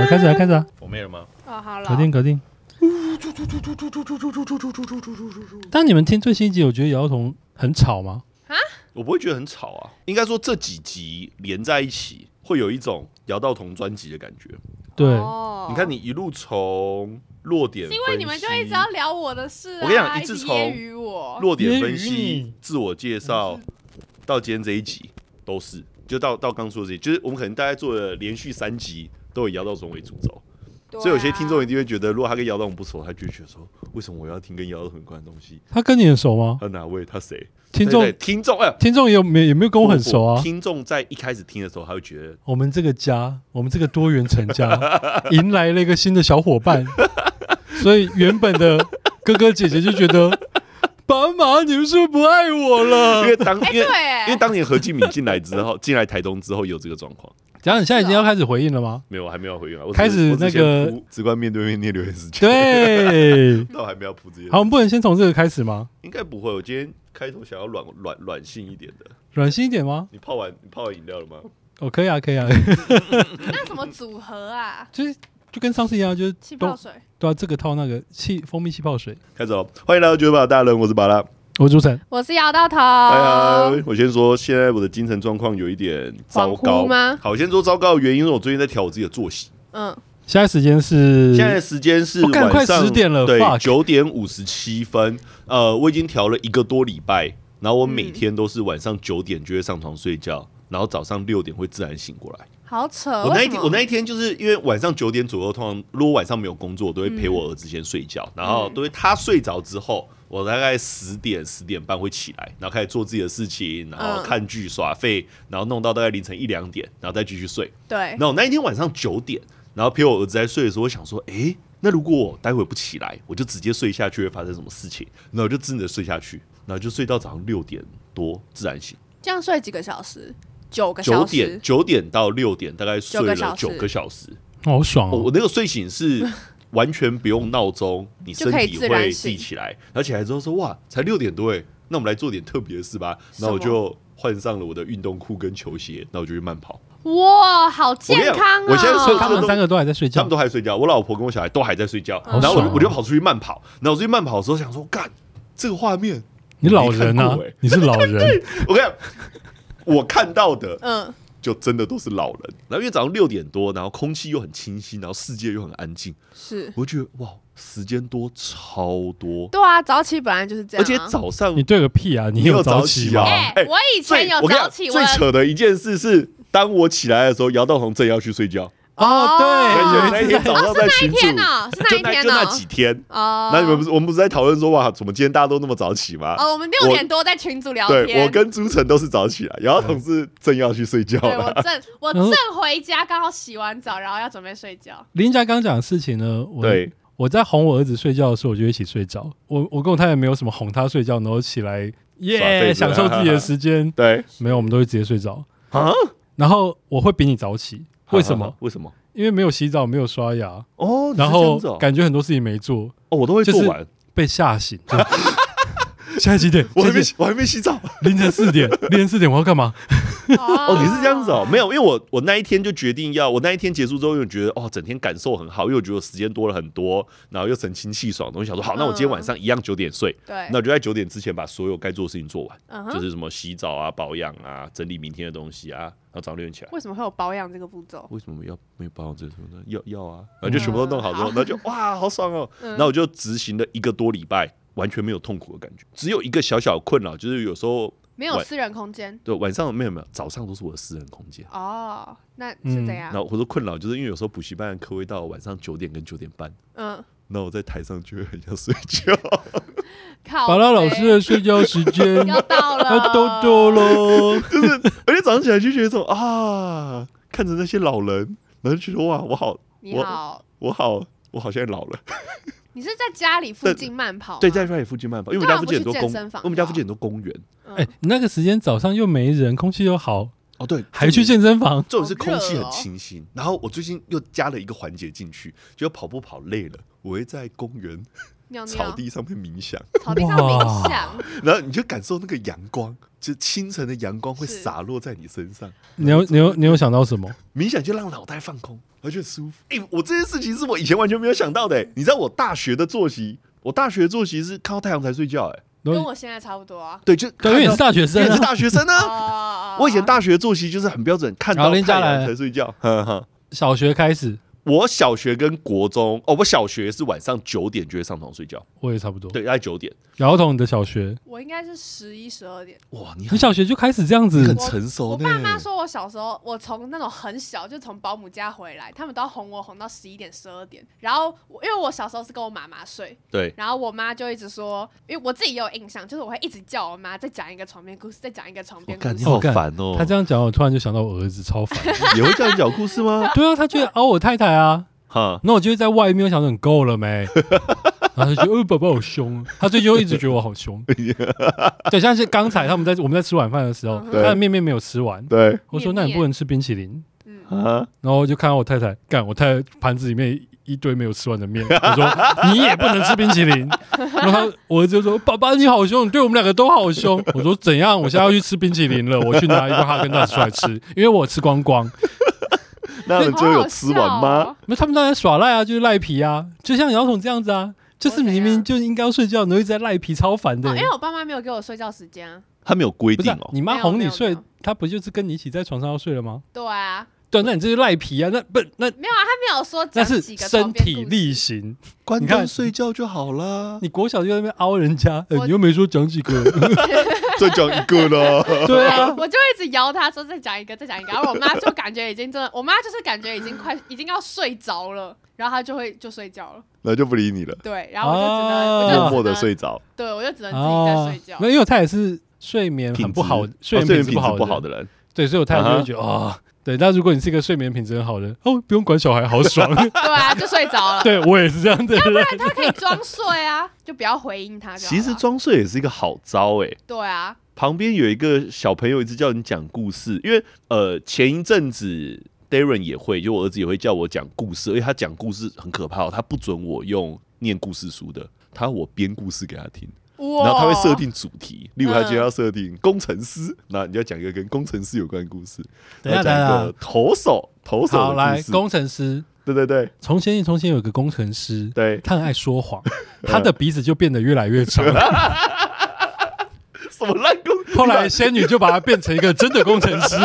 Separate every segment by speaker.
Speaker 1: 了，开始了，开始了，
Speaker 2: 我妹儿吗？
Speaker 3: 哦，好了
Speaker 1: 搞，定，搞定。当你们听最新一集，有觉得姚童很吵吗？
Speaker 2: 我不会觉得很吵啊。应该说这几集连在一起，会有一种姚道彤专辑的感觉。
Speaker 1: 对，
Speaker 3: 哦
Speaker 2: 你看，你一路从落点分析，
Speaker 3: 因为你们就一直要聊我的事、啊，
Speaker 2: 我跟你讲一
Speaker 3: 直
Speaker 2: 直
Speaker 3: 揶揄我，
Speaker 2: 落点分
Speaker 1: 揶揄
Speaker 2: 析
Speaker 1: 你、
Speaker 2: 自我介绍，到今天这一集都是，就到到刚说的这些，就是我们可能大概做了连续三集都以姚道彤为主轴，
Speaker 3: 对啊
Speaker 2: 所以有些听众一定会觉得，如果他跟姚道彤不熟，他就会觉得说，为什么我要听跟姚道彤有关的东西？
Speaker 1: 他跟你很熟吗？
Speaker 2: 他哪位？他谁？
Speaker 1: 听众
Speaker 2: 对对听众哎，
Speaker 1: 听众也有没有没有跟我很熟
Speaker 2: 不
Speaker 1: 啊
Speaker 2: 不？听众在一开始听的时候，他会觉得
Speaker 1: 我们这个家，我们这个多元成家，迎来了一个新的小伙伴，所以原本的哥哥姐姐就觉得，爸妈，你们是不是不爱我
Speaker 2: 因
Speaker 1: 了？
Speaker 2: 为当因为因为
Speaker 3: 哎对，啊
Speaker 2: 当年何敬敏进来之后，进来台东之后有这个状况，
Speaker 1: 怎样？你现在已经要开始回应了吗？
Speaker 2: 没有，还没有回应啊。我只
Speaker 1: 开始
Speaker 2: 我只
Speaker 1: 那
Speaker 2: 先
Speaker 1: 个
Speaker 2: 铺直观面对面念留言时间，
Speaker 1: 对，
Speaker 2: 倒还没有铺这些。
Speaker 1: 好，我们不能先从这个开始吗？
Speaker 2: 应该不会。我今天开头想要软软软性一点的。
Speaker 1: 软心一点吗？
Speaker 2: 你泡完你泡完饮料了吗？
Speaker 1: 哦，可以啊，可以啊，
Speaker 3: 那什么组合啊？
Speaker 1: 就是就跟上次一样，就是
Speaker 3: 气
Speaker 1: 都
Speaker 3: 泡水，
Speaker 1: 对啊，这个套那个气蜂蜜气泡水。
Speaker 2: 开始哦，欢迎来到九把大人，我是巴拉。
Speaker 1: 我主持人，
Speaker 3: 我是摇到头，
Speaker 2: 哎呀，我先说，现在我的精神状况有一点糟
Speaker 3: 恍
Speaker 2: 糕
Speaker 3: 惚吗
Speaker 2: 好，我先说糟糕的原因是我最近在调我自己的作息。
Speaker 3: 嗯，
Speaker 1: 现在时间是
Speaker 2: 现在时间是
Speaker 1: 哦干
Speaker 2: 晚
Speaker 1: 快
Speaker 2: 上
Speaker 1: 10点了
Speaker 2: 对，
Speaker 1: fuck
Speaker 2: 九点五十七分。呃，我已经调了一个多礼拜，然后我每
Speaker 3: 嗯
Speaker 2: 天都是晚上九点就会上床睡觉，然后早上六点会自然醒过来。
Speaker 3: 好扯，
Speaker 2: 我那一
Speaker 3: 为什
Speaker 2: 天，
Speaker 3: 么
Speaker 2: 我那一天就是因为晚上九点左右，通常如果晚上没有工作，我都会陪我儿子先睡
Speaker 3: 嗯
Speaker 2: 觉，然后都会他睡着之后，我大概十点十点半会起来，然后开始做自己的事情，然后
Speaker 3: 嗯
Speaker 2: 看剧耍废，然后弄到大概凌晨一两点，然后再继续睡。
Speaker 3: 对
Speaker 2: 然，后我那一天晚上九点，然后陪我儿子在睡的时候，我想说，诶，那如果我待会不起来，我就直接睡下去，会发生什么事情？然后我就真的睡下去，然后就睡到早上六点多自然醒，
Speaker 3: 这样睡几个小时？九个
Speaker 2: 九
Speaker 3: 小
Speaker 2: 点
Speaker 3: 时，
Speaker 2: 九点到六点大概睡
Speaker 3: 九个
Speaker 2: 了
Speaker 3: 小时
Speaker 2: 九个小时。
Speaker 1: 哦好爽
Speaker 2: 我
Speaker 1: 哦
Speaker 2: 我！那个睡醒是完全不用闹钟，你身
Speaker 3: 就可以
Speaker 2: 体
Speaker 3: 自然
Speaker 2: 会
Speaker 3: 醒
Speaker 2: 记起来，然后起来之后说哇，才六点多哎，那我们来做点特别的事吧。然
Speaker 3: 什么
Speaker 2: 后我就换上了我的运动裤跟球鞋，那我就去慢跑。
Speaker 3: 哇，好
Speaker 2: 跟你
Speaker 3: 健
Speaker 2: 讲
Speaker 3: 康哦！
Speaker 2: 我现在睡
Speaker 1: 他们三个都还在睡
Speaker 2: 他
Speaker 1: 觉
Speaker 2: 们，都还睡觉，我老婆跟我小孩都还在睡觉，
Speaker 1: 好
Speaker 2: 然后我
Speaker 1: 爽
Speaker 2: 就
Speaker 1: 哦
Speaker 2: 我就跑出去慢跑，然后我出去慢跑的时候想说，干这个画面，
Speaker 1: 你老人
Speaker 2: 没
Speaker 1: 啊
Speaker 2: 看过欸，
Speaker 1: 你是老人，
Speaker 2: 我跟你讲，我看到的
Speaker 3: 嗯，
Speaker 2: 就真的都是老人。然后因为早上六点多，然后空气又很清新，然后世界又很安静，
Speaker 3: 是
Speaker 2: 我就觉得哇，时间多超多，
Speaker 3: 对啊，早起本来就是这
Speaker 2: 而
Speaker 3: 样啊，
Speaker 2: 且早上
Speaker 1: 你对个屁啊！你
Speaker 2: 有
Speaker 1: 有
Speaker 2: 早
Speaker 1: 起
Speaker 2: 起
Speaker 1: 吗
Speaker 2: 啊？
Speaker 3: 哎、
Speaker 2: 哎
Speaker 3: 我以前
Speaker 2: 最
Speaker 3: 有
Speaker 2: 我跟你
Speaker 3: 早
Speaker 2: 讲
Speaker 3: 起，
Speaker 2: 最扯的一件事是，当我起来的时候，姚道彤正要去睡觉，
Speaker 1: 哦，
Speaker 3: 哦
Speaker 1: 对，
Speaker 2: 那
Speaker 1: 有一次
Speaker 2: 一天
Speaker 1: 在
Speaker 2: 早上在群组，
Speaker 3: 天哪，是
Speaker 2: 就
Speaker 3: 那一
Speaker 2: 那
Speaker 3: 天
Speaker 2: 就
Speaker 3: 呢、
Speaker 2: 那几天。
Speaker 3: 哦，
Speaker 2: 那你们不是我们不是在讨论说哇，怎么今天大家都那么早起吗？
Speaker 3: 哦，我们六点多在群组聊天。
Speaker 2: 对我跟朱晨都是早起来，啊
Speaker 1: 嗯
Speaker 2: 姚道彤是正要去睡觉啊
Speaker 3: 对我
Speaker 2: 了。
Speaker 3: 正 我正回家，刚好洗完澡，然后要准备睡觉。
Speaker 1: 林家刚讲的事情呢，我
Speaker 2: 对，
Speaker 1: 我在哄我儿子睡觉的时候，我就一起睡着。我我跟我太太没有什么哄他睡觉，然后起来
Speaker 2: 耍
Speaker 1: 耶、
Speaker 2: 废子，
Speaker 1: 享受自己的时间
Speaker 2: 对
Speaker 1: 没有，我们都会直接睡着。
Speaker 2: 啊，
Speaker 1: 然后我会比你早起，为什么？？
Speaker 2: 为什么？
Speaker 1: 因为没有洗澡，没有刷牙，
Speaker 2: 哦，你是
Speaker 1: 然
Speaker 2: 这
Speaker 1: 后
Speaker 2: 样子哦
Speaker 1: 感觉很多事情没做，
Speaker 2: 哦，我都会
Speaker 1: 就是
Speaker 2: 做完，
Speaker 1: 被吓醒。就 现在几点？
Speaker 2: 我还没
Speaker 1: 现在几
Speaker 2: 我还没洗澡。
Speaker 1: 凌晨四 点，凌晨四点我要干嘛？
Speaker 3: 哦
Speaker 2: 哦，你是这样子哦，没有，因为我我那一天就决定要，我那一天结束之后，又觉得哦，整天感受很好，因为我觉得我时间多了很多，然后又神清气爽的，我想说好，那我今天晚上一样九点睡，
Speaker 3: 嗯对，
Speaker 2: 那我就在九点之前把所有该做的事情做完，
Speaker 3: 嗯
Speaker 2: 就
Speaker 3: 哼，
Speaker 2: 是什么洗澡啊、保养啊、整理明天的东西啊，然后早上六点起来。
Speaker 3: 为什么会有保养这个步骤？
Speaker 2: 为什么要没有保养这什么呢？要要啊，然后就全部都弄好之后，
Speaker 3: 好
Speaker 2: 然后就哇，好爽哦！
Speaker 3: 嗯
Speaker 2: 然后我就执行了一个多礼拜，完全没有痛苦的感觉，只有一个小小的困扰，就是有时候
Speaker 3: 没有
Speaker 2: 晚
Speaker 3: 私人空间
Speaker 2: 对晚上没有没有，早上都是我的私人空间。
Speaker 3: 哦，那是怎样
Speaker 2: 然？后嗯我说困扰，就是因为有时候补习班的课会到晚上九点跟九点半，
Speaker 3: 嗯，
Speaker 2: 那我在台上就会很想睡觉。
Speaker 3: 靠，
Speaker 1: 巴拉老师的睡觉时间
Speaker 3: 要
Speaker 1: 要
Speaker 3: 到了，嗯
Speaker 1: 都到。喽。
Speaker 2: 而且早上起来就觉得说啊，看着那些老人，然后就觉得哇，我好，
Speaker 3: 你好，
Speaker 2: 我好，我好像老了。
Speaker 3: 你是在家里附近慢跑吗？
Speaker 2: 对，在家里附近慢跑，因为我们
Speaker 3: 干
Speaker 2: 家附
Speaker 3: 嘛哦啊不
Speaker 2: 近很
Speaker 3: 去
Speaker 2: 多
Speaker 3: 健
Speaker 2: 公
Speaker 3: 身房，
Speaker 2: 我们家
Speaker 3: 就
Speaker 2: 附近很多公园。
Speaker 3: 嗯，
Speaker 1: 哎、你那个时间早上又没人，空气又好，
Speaker 2: 哦，对，
Speaker 1: 还去
Speaker 2: 健。
Speaker 1: 健身房。
Speaker 2: 这种是空气
Speaker 3: 好热
Speaker 2: 很
Speaker 3: 哦
Speaker 2: 清新。然后我最近又加了一个环节进去，就跑步跑累了，我会在公园
Speaker 3: 尿
Speaker 2: 草
Speaker 3: 尿，
Speaker 2: 地上面冥想，
Speaker 3: 草地上冥想，
Speaker 2: 然后你就感受那个阳光，就清晨的阳光会
Speaker 3: 是
Speaker 2: 洒落在你身上。
Speaker 1: 你有你有你有想到什么？
Speaker 2: 冥想就让脑袋放空，而且舒服。哎、我这件事情是我以前完全没有想到的、你知道我大学的作息，我大学的作息是看到太阳才睡觉、哎，
Speaker 1: 然
Speaker 3: 跟
Speaker 1: 后
Speaker 3: 我现在差不多啊。
Speaker 2: 对，就
Speaker 1: 对，因为你是
Speaker 2: 看
Speaker 1: 大学
Speaker 2: 到
Speaker 1: 生
Speaker 2: 因为你是
Speaker 1: 啊，
Speaker 2: 大学生啊。
Speaker 3: 哦
Speaker 2: 我以前大学的作息就是很标准，看
Speaker 1: 然
Speaker 2: 到
Speaker 1: 后
Speaker 2: 太
Speaker 1: 连下来
Speaker 2: 阳才睡觉。呵呵
Speaker 1: 小学开始
Speaker 2: 我小学跟国中，哦，我小学是晚上九点就会上床睡觉，
Speaker 1: 我也差不多。
Speaker 2: 对，在九点。
Speaker 1: 姚彤，你的小学，
Speaker 3: 我应该是十一十二点。
Speaker 2: 哇，你
Speaker 1: 你
Speaker 2: 很
Speaker 1: 小学就开始这样
Speaker 2: 你
Speaker 1: 子
Speaker 2: 很，成熟
Speaker 3: 我
Speaker 2: 呢、
Speaker 3: 爸妈说我小时候，我从那种很小就从保姆家回来，他们都要哄我哄到十一点十二点。然后我因为我小时候是跟我妈妈睡，
Speaker 2: 对，
Speaker 3: 然后我妈就一直说，因为我自己也有印象，就是我会一直叫我妈再讲一个床边故事，再讲一个床
Speaker 2: 我
Speaker 3: 边故
Speaker 2: 感你
Speaker 3: 事。
Speaker 2: 好烦哦、
Speaker 1: 他这样讲，我突然就想到我儿子超烦。
Speaker 2: 也会叫你讲故 事吗？
Speaker 1: 对啊，他就熬我太太啊，
Speaker 2: 哈，
Speaker 1: 那我就会在外面我想说你够了没，然后他就觉得哦宝宝好凶，他最近就一直觉得我好凶。对，像是刚才他们在我们在吃晚饭的时候，
Speaker 3: 嗯
Speaker 1: 他的面面没有吃完，
Speaker 2: 对
Speaker 1: 我说那你不能吃冰淇淋，
Speaker 3: 嗯，
Speaker 2: 啊，
Speaker 1: 然后就看到我太太，干我太太盘子里面一堆没有吃完的面，我说你也不能吃冰淇淋。然后他我儿子就说：“爸爸你好凶，你对我们两个都好凶。”我说：“怎样？我现在要去吃冰淇淋了，我去拿一个哈根达斯出来吃，因为我吃光光。
Speaker 2: 那你
Speaker 3: 好
Speaker 2: 最后有
Speaker 3: 好
Speaker 2: 吃完吗
Speaker 3: 笑？哦？”
Speaker 1: 那他们当然耍赖啊，就是赖皮啊，就像姚总这样子啊，就是明明就应该要睡觉，然后一直在赖皮，超烦的
Speaker 3: 哦，因。为我爸妈没有给我睡觉时间啊。
Speaker 2: 他没有规
Speaker 1: 不是
Speaker 2: 定
Speaker 1: 啊、
Speaker 2: 哦、
Speaker 1: 你妈
Speaker 3: 没有
Speaker 1: 哄
Speaker 3: 没
Speaker 1: 你
Speaker 3: 有没
Speaker 1: 睡
Speaker 3: 有，
Speaker 1: 她不就是跟你一起在床上要睡了吗？
Speaker 3: 对啊，
Speaker 1: 对啊，那你这是赖皮啊，那不那
Speaker 3: 没有啊，他没有说
Speaker 1: 那
Speaker 3: 讲
Speaker 1: 是
Speaker 3: 几个床
Speaker 1: 身
Speaker 3: 边
Speaker 1: 体
Speaker 3: 故事
Speaker 1: 力行。
Speaker 2: 关
Speaker 1: 你看
Speaker 2: 灯睡觉就好啦，
Speaker 1: 你国小就在那边凹人家，呃
Speaker 3: 我
Speaker 1: 你又没说讲几个，
Speaker 2: 再讲一个啦。
Speaker 1: 对 啊，
Speaker 3: 我就一直摇他说再讲一个，再讲一个，然后我妈就感觉已经真的，我妈就是感觉已经快已经要睡着了，然后她就会就睡觉了，
Speaker 2: 那就不理你了，
Speaker 3: 对，然后我就只能、
Speaker 1: 啊
Speaker 3: 我就只能
Speaker 2: 默默的，睡着，
Speaker 3: 对我就只能自己在睡觉。
Speaker 1: 哦没有，因为他也是睡眠很
Speaker 2: 品
Speaker 1: 嗯不
Speaker 2: 质
Speaker 1: 好
Speaker 2: 哦，
Speaker 1: 睡眠
Speaker 2: 睡
Speaker 1: 品
Speaker 2: 眠
Speaker 1: 质
Speaker 2: 品质
Speaker 1: 不
Speaker 2: 不
Speaker 1: 好
Speaker 2: 好
Speaker 1: 的，
Speaker 2: 的人，
Speaker 1: 对，所以我太太就
Speaker 2: 啊
Speaker 1: 会
Speaker 2: 哈
Speaker 1: 觉得啊，对，那如果你是一个睡眠品质很好的，哦，不用管小孩，好爽，
Speaker 3: 对啊，就睡着了。
Speaker 1: 对我也是这样的人，
Speaker 3: 他可以装睡啊，就不要回应他就好
Speaker 2: 其
Speaker 3: 了。
Speaker 2: 实装睡也是一个好招哎、
Speaker 3: 对啊，
Speaker 2: 旁边有一个小朋友一直叫你讲故事，因为呃前一阵子 Darren 也会，就我儿子也会叫我讲故事，而且他讲故事很可怕、哦，他不准我用念故事书的，他要我编故事给他听。
Speaker 3: 哇
Speaker 2: 然后他会设定主题，例如他今天
Speaker 3: 嗯
Speaker 2: 要设定工程师，那你要讲一个跟工程师有关的故事，
Speaker 1: 等一下
Speaker 2: 要讲
Speaker 1: 等一
Speaker 2: 一
Speaker 1: 下
Speaker 2: 个投手投手
Speaker 1: 好
Speaker 2: 的
Speaker 1: 来
Speaker 2: 故，事，
Speaker 1: 工程师，
Speaker 2: 对对对
Speaker 1: 从前从前有个工程师，
Speaker 2: 对，呃
Speaker 1: 他很爱说 谎，他的鼻子就变得越来越长，
Speaker 2: 什么烂工，
Speaker 1: 后来仙女就把他变成一个真的工程师。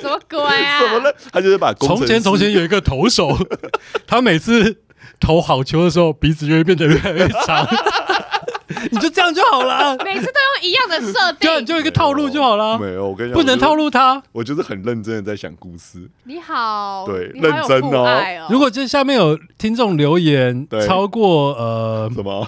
Speaker 3: 什么鬼 啊？
Speaker 2: 什么烂，他就是把 工程
Speaker 1: 从
Speaker 2: 师
Speaker 1: 前从前有一个投手， 他每次投好球的时候，鼻子就会变得越来越长。 你就这样就好了，
Speaker 3: 每次都用一样的设
Speaker 1: 就你
Speaker 3: 定。
Speaker 1: 就一个套路就好了，
Speaker 2: 没有，我跟你讲，
Speaker 1: 不能套
Speaker 2: 路，
Speaker 1: 路他。
Speaker 2: 我就是很认真的在想故事，
Speaker 3: 你好，
Speaker 2: 对
Speaker 3: 你好有
Speaker 2: 认真哦
Speaker 3: 父爱哦。
Speaker 1: 如果这下面有听众留言
Speaker 2: 对
Speaker 1: 超过呃
Speaker 2: 什么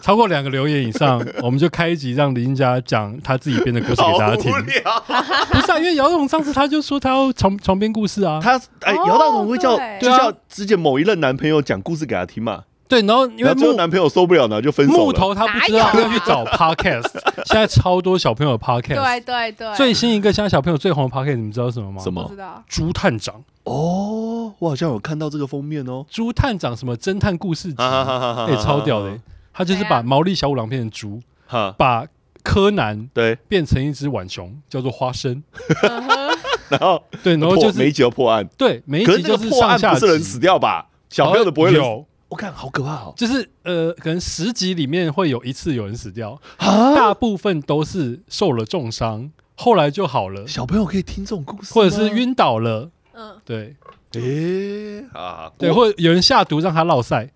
Speaker 1: 超过两个留言以 上，我们就开一集让林家讲他自己编的故事
Speaker 2: 好
Speaker 1: 给大家听
Speaker 2: 无。聊。
Speaker 1: 不是啊，因为姚总上次他就说他要床床边故事啊，
Speaker 2: 他哎，
Speaker 3: 哦
Speaker 2: 姚大总会叫
Speaker 3: 对
Speaker 2: 就叫之前某一任男朋友讲故事给他听嘛，
Speaker 1: 对，然后因为
Speaker 2: 然后最后
Speaker 1: 木
Speaker 2: 男朋友受不了，然后就分手
Speaker 1: 木
Speaker 2: 了。
Speaker 1: 头他不知道，
Speaker 3: 哪有
Speaker 1: 要
Speaker 3: 啊
Speaker 1: 去找 podcast，现在超多小朋友的 podcast，
Speaker 3: 对对对，
Speaker 1: 最新一个现在小朋友最红的 p o c k e t 你们知道什么吗？
Speaker 2: 什
Speaker 3: 不
Speaker 2: 么
Speaker 3: 知？ 道
Speaker 1: 猪探长，
Speaker 2: 哦，我好像有看到这个封面哦，
Speaker 1: 猪探长什么侦探故事集，
Speaker 2: 啊哈哈
Speaker 1: 哎、
Speaker 2: 哈哈哈，
Speaker 1: 超屌的、他就是
Speaker 3: 怎
Speaker 1: 把
Speaker 3: 样
Speaker 1: 毛利小五郎变成猪，
Speaker 2: 哈，
Speaker 1: 把柯南
Speaker 2: 对，
Speaker 1: 变成一只浣熊，叫做花生。
Speaker 3: 嗯哼
Speaker 2: 然后
Speaker 1: 对，然后
Speaker 2: 破
Speaker 1: 就
Speaker 2: 每
Speaker 1: 是
Speaker 2: 一集要破案，
Speaker 1: 对每一
Speaker 2: 可是
Speaker 1: 集
Speaker 2: 那
Speaker 1: 就
Speaker 2: 个破案
Speaker 1: 上下
Speaker 2: 不
Speaker 1: 集哦
Speaker 2: 是人死掉吧？小朋友的不会人死，
Speaker 1: 有，
Speaker 2: 我看好可怕哦，
Speaker 1: 就是呃，可能十集里面会有一次有人死掉，
Speaker 2: 啊，
Speaker 1: 大部分都是受了重伤，后来就好了，
Speaker 2: 小朋友可以听这种故事吗，
Speaker 1: 或者是晕倒了，
Speaker 3: 嗯，
Speaker 1: 对。
Speaker 2: 诶啊，
Speaker 1: 对，
Speaker 2: 我
Speaker 1: 或者有人下毒让他落塞，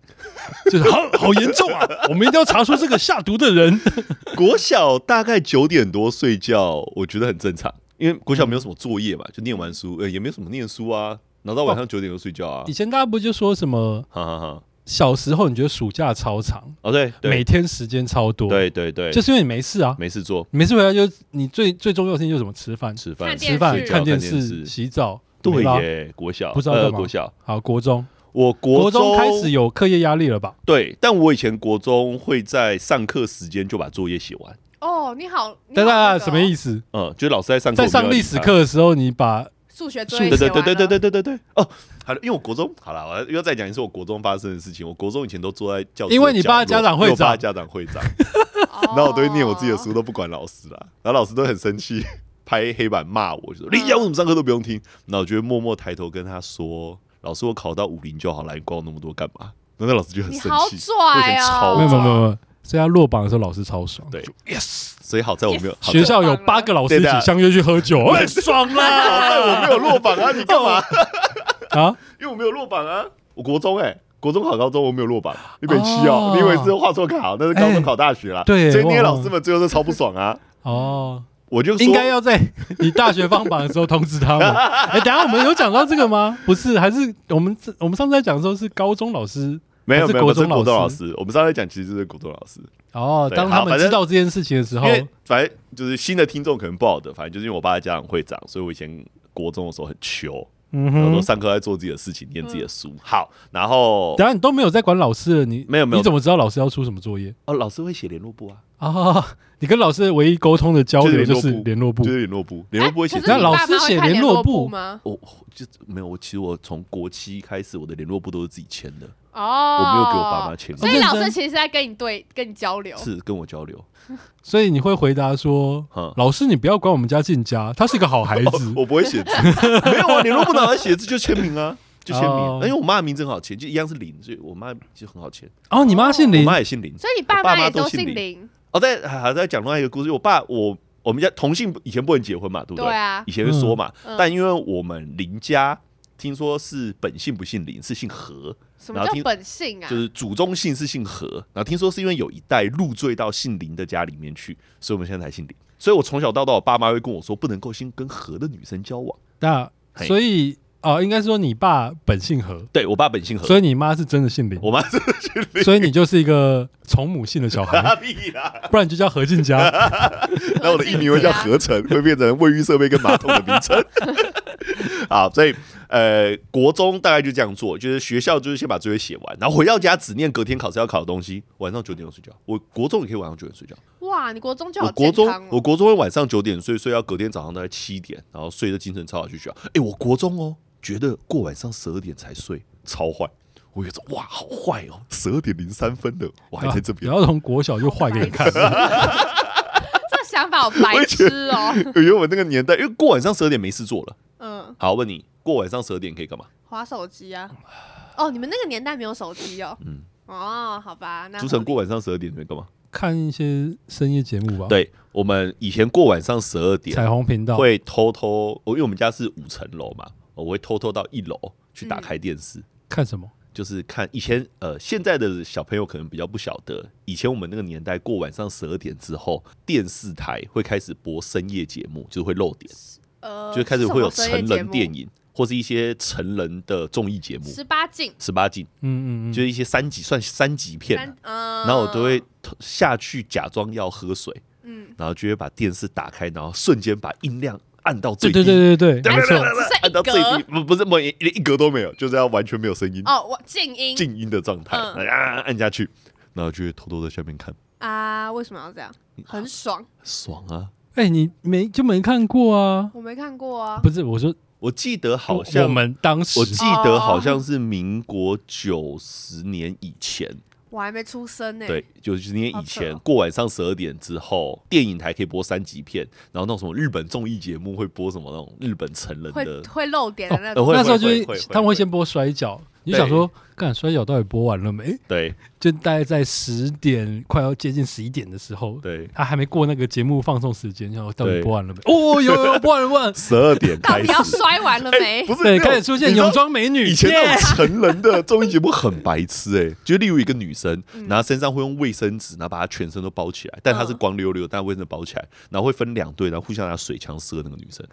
Speaker 1: 就是好好严重啊！我们一定要查出这个下毒的人。
Speaker 2: 国小大概九点多睡觉，我觉得很正常，因为国小没有什么作业嘛，就念完书，呃，也没有什么念书啊，然后到晚上九点就睡觉啊
Speaker 1: 以，前大家不就说什么
Speaker 2: 哈哈哈。
Speaker 1: 小时候你觉得暑假超长，
Speaker 2: 哦，对，
Speaker 1: 每
Speaker 2: 对，
Speaker 1: 天时间超多，，
Speaker 2: 对对对，
Speaker 1: 就是因为你没事啊，
Speaker 2: 没事做，
Speaker 1: 你没事回来就你最最重要的事情就是什么？吃饭、
Speaker 2: 吃饭
Speaker 3: 看，电视
Speaker 1: 吃饭、
Speaker 3: 睡觉
Speaker 1: 看电
Speaker 2: 看电
Speaker 1: 视、
Speaker 2: 视
Speaker 1: 洗澡。没
Speaker 2: 对
Speaker 1: 啦，
Speaker 2: 耶，国小
Speaker 1: 不知道干
Speaker 2: 呃
Speaker 1: 嘛
Speaker 2: 国小，
Speaker 1: 好，国中，
Speaker 2: 我
Speaker 1: 国
Speaker 2: 国
Speaker 1: 中开始有课业压力了吧？
Speaker 2: 对，但我以前国中会在上课时间就把作业写完，
Speaker 3: 哦，你好，你
Speaker 1: 大家
Speaker 3: 好那个
Speaker 1: 啊
Speaker 3: 哦
Speaker 1: 什么意思？
Speaker 2: 嗯，就是老师在上课
Speaker 1: 在
Speaker 2: 我没有
Speaker 1: 上
Speaker 2: 理
Speaker 1: 历史
Speaker 2: 他，
Speaker 1: 课的时候，你把
Speaker 3: 数学作业
Speaker 2: 对
Speaker 3: 写
Speaker 2: 对
Speaker 3: 完
Speaker 2: 对对对
Speaker 3: 了
Speaker 2: 对对对对，哦，好的，因为我国中好了，我又再讲一次我国中发生的事情。我国中以前都坐在教室，
Speaker 1: 因为你爸家长会长
Speaker 2: 我爸家长会长，然后我都会念我自己的
Speaker 3: 哦
Speaker 2: 书，都不管老师啦。然后老师都很生气，拍黑板骂我，就说
Speaker 3: 嗯
Speaker 2: 林家为什么上课都不用听？那我就会默默抬头跟他说：“老师，我考到五零就好了，你管我那么多干嘛？”然后那老师就很
Speaker 3: 你
Speaker 2: 生
Speaker 3: 好
Speaker 2: 气，我以
Speaker 3: 拽
Speaker 2: 前
Speaker 3: 哦！
Speaker 2: 超
Speaker 1: 没有没有没有没有，是他落榜的时候老师超爽。
Speaker 2: 对
Speaker 1: 就，yes，
Speaker 2: 所以好在我没有，好在
Speaker 1: 学校有八个老师一
Speaker 2: 对
Speaker 1: 起
Speaker 2: 的
Speaker 1: 相约去喝 酒，哎，爽
Speaker 2: 好
Speaker 1: 啦！
Speaker 2: 在我没有落榜啊！你干嘛？
Speaker 1: 啊，
Speaker 2: 因为我没有落榜啊，我国中哎、国中考高中我没有落榜，你本期
Speaker 1: 哦，
Speaker 2: 哦你以为是画错卡，那是高中考大学啦。
Speaker 1: 对
Speaker 2: 所以那些
Speaker 1: 忘了
Speaker 2: 老师们最后都超不爽啊。
Speaker 1: 哦，
Speaker 2: 我就说
Speaker 1: 应该要在你大学放榜的时候通知 他们。哎，等一下我们有讲到这个吗？不是，还是我们这我们上次在讲的时候是高中老师
Speaker 2: 没有
Speaker 1: 还是
Speaker 2: 没有，
Speaker 1: 国
Speaker 2: 这是
Speaker 1: 中
Speaker 2: 国中
Speaker 1: 老
Speaker 2: 老
Speaker 1: 师
Speaker 2: 师。我们上次讲其实就是国中老师，
Speaker 1: 哦，
Speaker 2: 对
Speaker 1: 当
Speaker 2: 好
Speaker 1: 他们
Speaker 2: 反正
Speaker 1: 知道这件事情的时
Speaker 2: 因
Speaker 1: 候，
Speaker 2: 为反正就是新的听众可能不好的，反正就是因为我爸的家长会长，所以我以前国中的时候很穷，
Speaker 1: 嗯
Speaker 2: 然后都
Speaker 1: 哼，
Speaker 2: 上课在做自己的事情，念自己的书。好，然后
Speaker 1: 等一下你都没有在管老师了，你
Speaker 2: 没有没有
Speaker 1: 你怎么知道老师要出什么作业
Speaker 2: 哦，老师会写联络簿啊，
Speaker 1: 啊？你跟老师唯一沟通的交
Speaker 2: 就是
Speaker 1: 流
Speaker 2: 联络
Speaker 1: 就是
Speaker 2: 簿，
Speaker 1: 联络部
Speaker 2: 就是联络簿，联络簿会写
Speaker 3: 哎可
Speaker 2: 字。
Speaker 3: 是
Speaker 1: 那
Speaker 3: 你
Speaker 1: 老
Speaker 3: 爸妈
Speaker 1: 师
Speaker 3: 会
Speaker 1: 写
Speaker 3: 看
Speaker 1: 联
Speaker 3: 联
Speaker 1: 络
Speaker 3: 络
Speaker 1: 簿
Speaker 3: 吗？
Speaker 2: 我我就没有，我其实我从国七开始，我的联络簿都是自己签的，
Speaker 3: 哦，
Speaker 2: 我没有给我爸妈签过
Speaker 3: 所以
Speaker 1: 哦认
Speaker 3: 老
Speaker 1: 真
Speaker 3: 师其实在跟你对，跟你交流。
Speaker 2: 是跟我交流。
Speaker 1: 所以你会回答说
Speaker 2: 嗯：“
Speaker 1: 老师，你不要管我们家进家，他是个好孩
Speaker 2: 哦
Speaker 1: 子。
Speaker 2: 我不会写字，没有啊，联络簿拿来写字就签名啊，就签名。
Speaker 1: 哦
Speaker 2: 因为我妈的名字很好签，就一样是林，所以我妈就很好签。”
Speaker 1: 哦，你妈姓
Speaker 2: 我
Speaker 1: 林，
Speaker 2: 妈也姓林。
Speaker 3: 所以你爸
Speaker 2: 我爸妈
Speaker 3: 也
Speaker 2: 都
Speaker 3: 都
Speaker 2: 姓
Speaker 3: 姓
Speaker 2: 林
Speaker 3: 林，
Speaker 2: 哦，在还在讲另外一个故事，我爸我我们家同性以前不能结婚嘛，对不
Speaker 3: 对啊
Speaker 2: 以，前会说嘛，
Speaker 3: 嗯
Speaker 2: 但因为我们林家听说是本姓不姓林，是姓何，
Speaker 3: 什
Speaker 2: 然
Speaker 3: 么
Speaker 2: 后
Speaker 3: 叫
Speaker 2: 听
Speaker 3: 本姓啊？
Speaker 2: 就是祖宗姓是姓何，然后听说是因为有一代入赘到姓林的家里面去，所以我们现在才姓林。所以我从小到大，我爸妈会跟我说，不能够先跟何的女生交往。
Speaker 1: 那
Speaker 2: 嘿
Speaker 1: 啊所以哦，应该说你爸本姓何，
Speaker 2: 对我爸本姓何，
Speaker 1: 所以你妈是真的姓林，
Speaker 2: 我妈是
Speaker 1: 所以你就是一个从母姓的小孩，
Speaker 2: 大屁啦。
Speaker 1: 不然你就叫何进 家。啊
Speaker 2: 那我的艺名会叫合成，会变成卫浴设备跟马桶的名称。 好，所以呃，国中大概就这样做，就是学校就是先把作业写完，然后回到家只念隔天考试要考的东西，晚上九点钟睡觉。我国中也可以晚上九点睡觉，
Speaker 3: 哇，你国中就
Speaker 2: 我
Speaker 3: 好
Speaker 2: 国
Speaker 3: 健
Speaker 2: 中
Speaker 3: 康
Speaker 2: 我
Speaker 3: 哦。
Speaker 2: 国中会晚上九点睡，睡到隔天早上大概七点，然后睡得精神超好去学校。哎、我国中哦，觉得过晚上十二点才睡，超坏。我觉得哇，好坏哦，十二点零三分的，我还在这边
Speaker 1: 然。后从国小就坏给你 看，
Speaker 3: 这个想法好白痴哦。
Speaker 2: 因 为我们那个年代，因为过晚上十二点没事做了。
Speaker 3: 嗯，
Speaker 2: 好，问你，过晚上十二点可以干嘛？
Speaker 3: 划手机啊。哦，你们那个年代没有手机哦。
Speaker 2: 嗯
Speaker 3: 哦，好吧，那
Speaker 2: 主持人过晚上十二点能干嘛？
Speaker 1: 看一些深夜节目吧。，
Speaker 2: 对我们以前过晚上十二点
Speaker 1: 彩虹频道。
Speaker 2: 会偷偷，我因为我们家是五层楼嘛，我会偷偷到一楼去打开电
Speaker 3: 嗯
Speaker 2: 视，
Speaker 1: 看什么？
Speaker 2: 就是看以前呃现在的小朋友可能比较不晓得，以前我们那个年代过晚上十二点之后，电视台会开始播深夜节目，就是会漏点，
Speaker 3: 呃，
Speaker 2: 就是开始会有
Speaker 3: 是什
Speaker 2: 成
Speaker 3: 么深夜节
Speaker 2: 人
Speaker 3: 目
Speaker 2: 电影或是一些成人的综艺节目，
Speaker 3: 十八禁。
Speaker 2: 十八禁，
Speaker 1: 嗯嗯嗯，
Speaker 2: 就是一些三级算三级片啊、
Speaker 3: 三嗯，
Speaker 2: 然后我都会偷下去假装要喝水，
Speaker 3: 嗯，
Speaker 2: 然后就会把电视打开，然后瞬间把音量按到最
Speaker 1: 对
Speaker 2: 低，
Speaker 1: 对对对对，没 错。
Speaker 2: 按到最
Speaker 3: 只剩
Speaker 2: 低
Speaker 3: 一，
Speaker 2: 不不是没有连一格都没有，就是要完全没有声音，
Speaker 3: 哦，我静音
Speaker 2: 静音的状态，
Speaker 3: 嗯
Speaker 2: 啊按下去，然后就会偷偷在下面看，
Speaker 3: 啊，为什么要这样？很爽，
Speaker 2: 爽啊！
Speaker 1: 哎，你没就没看过啊？
Speaker 3: 我没看过啊。
Speaker 1: 不是，我说
Speaker 2: 我记得好
Speaker 1: 我
Speaker 2: 像
Speaker 1: 我们当时
Speaker 2: 我记
Speaker 3: 哦
Speaker 2: 得好像是民国九十年以前，
Speaker 3: 我还没出生呢、
Speaker 2: 对，九十年以前、
Speaker 3: 好扯哦
Speaker 2: 过晚上十二点之后，电影台可以播三级片，然后那种什么日本综艺节目会播什么那种日本成人
Speaker 3: 会
Speaker 2: 的
Speaker 3: 会漏点的那
Speaker 2: 哦
Speaker 3: 种。
Speaker 2: 会
Speaker 1: 那时候就
Speaker 2: 会会
Speaker 1: 是他们
Speaker 2: 会
Speaker 1: 会先播摔跤，你就
Speaker 2: 对
Speaker 1: 想说，干摔跤到底播完了没？
Speaker 2: 对
Speaker 1: 就大概在十点快要接近十一点的时候，
Speaker 2: 对，
Speaker 1: 他还没过那个节目放送时间，然后到底
Speaker 2: 对
Speaker 1: 播完了没？哦，有有有播完了，播 完了。
Speaker 2: 十二点
Speaker 3: 到
Speaker 2: 开
Speaker 3: 底
Speaker 2: 始，哎
Speaker 3: 要摔完了 没？
Speaker 2: 不是
Speaker 1: 对，
Speaker 2: 那种
Speaker 1: 开始出现
Speaker 2: 你知道
Speaker 1: 泳装美女，
Speaker 2: 以前
Speaker 1: 耶
Speaker 2: 那种成人的综艺节目很白痴哎、就例如一个女生，然后身上会用卫生纸，然后把她全身都包起来，但她是
Speaker 3: 嗯
Speaker 2: 光溜溜，但卫生纸包起来，然后会分两队，然后互相拿水枪射那个女生，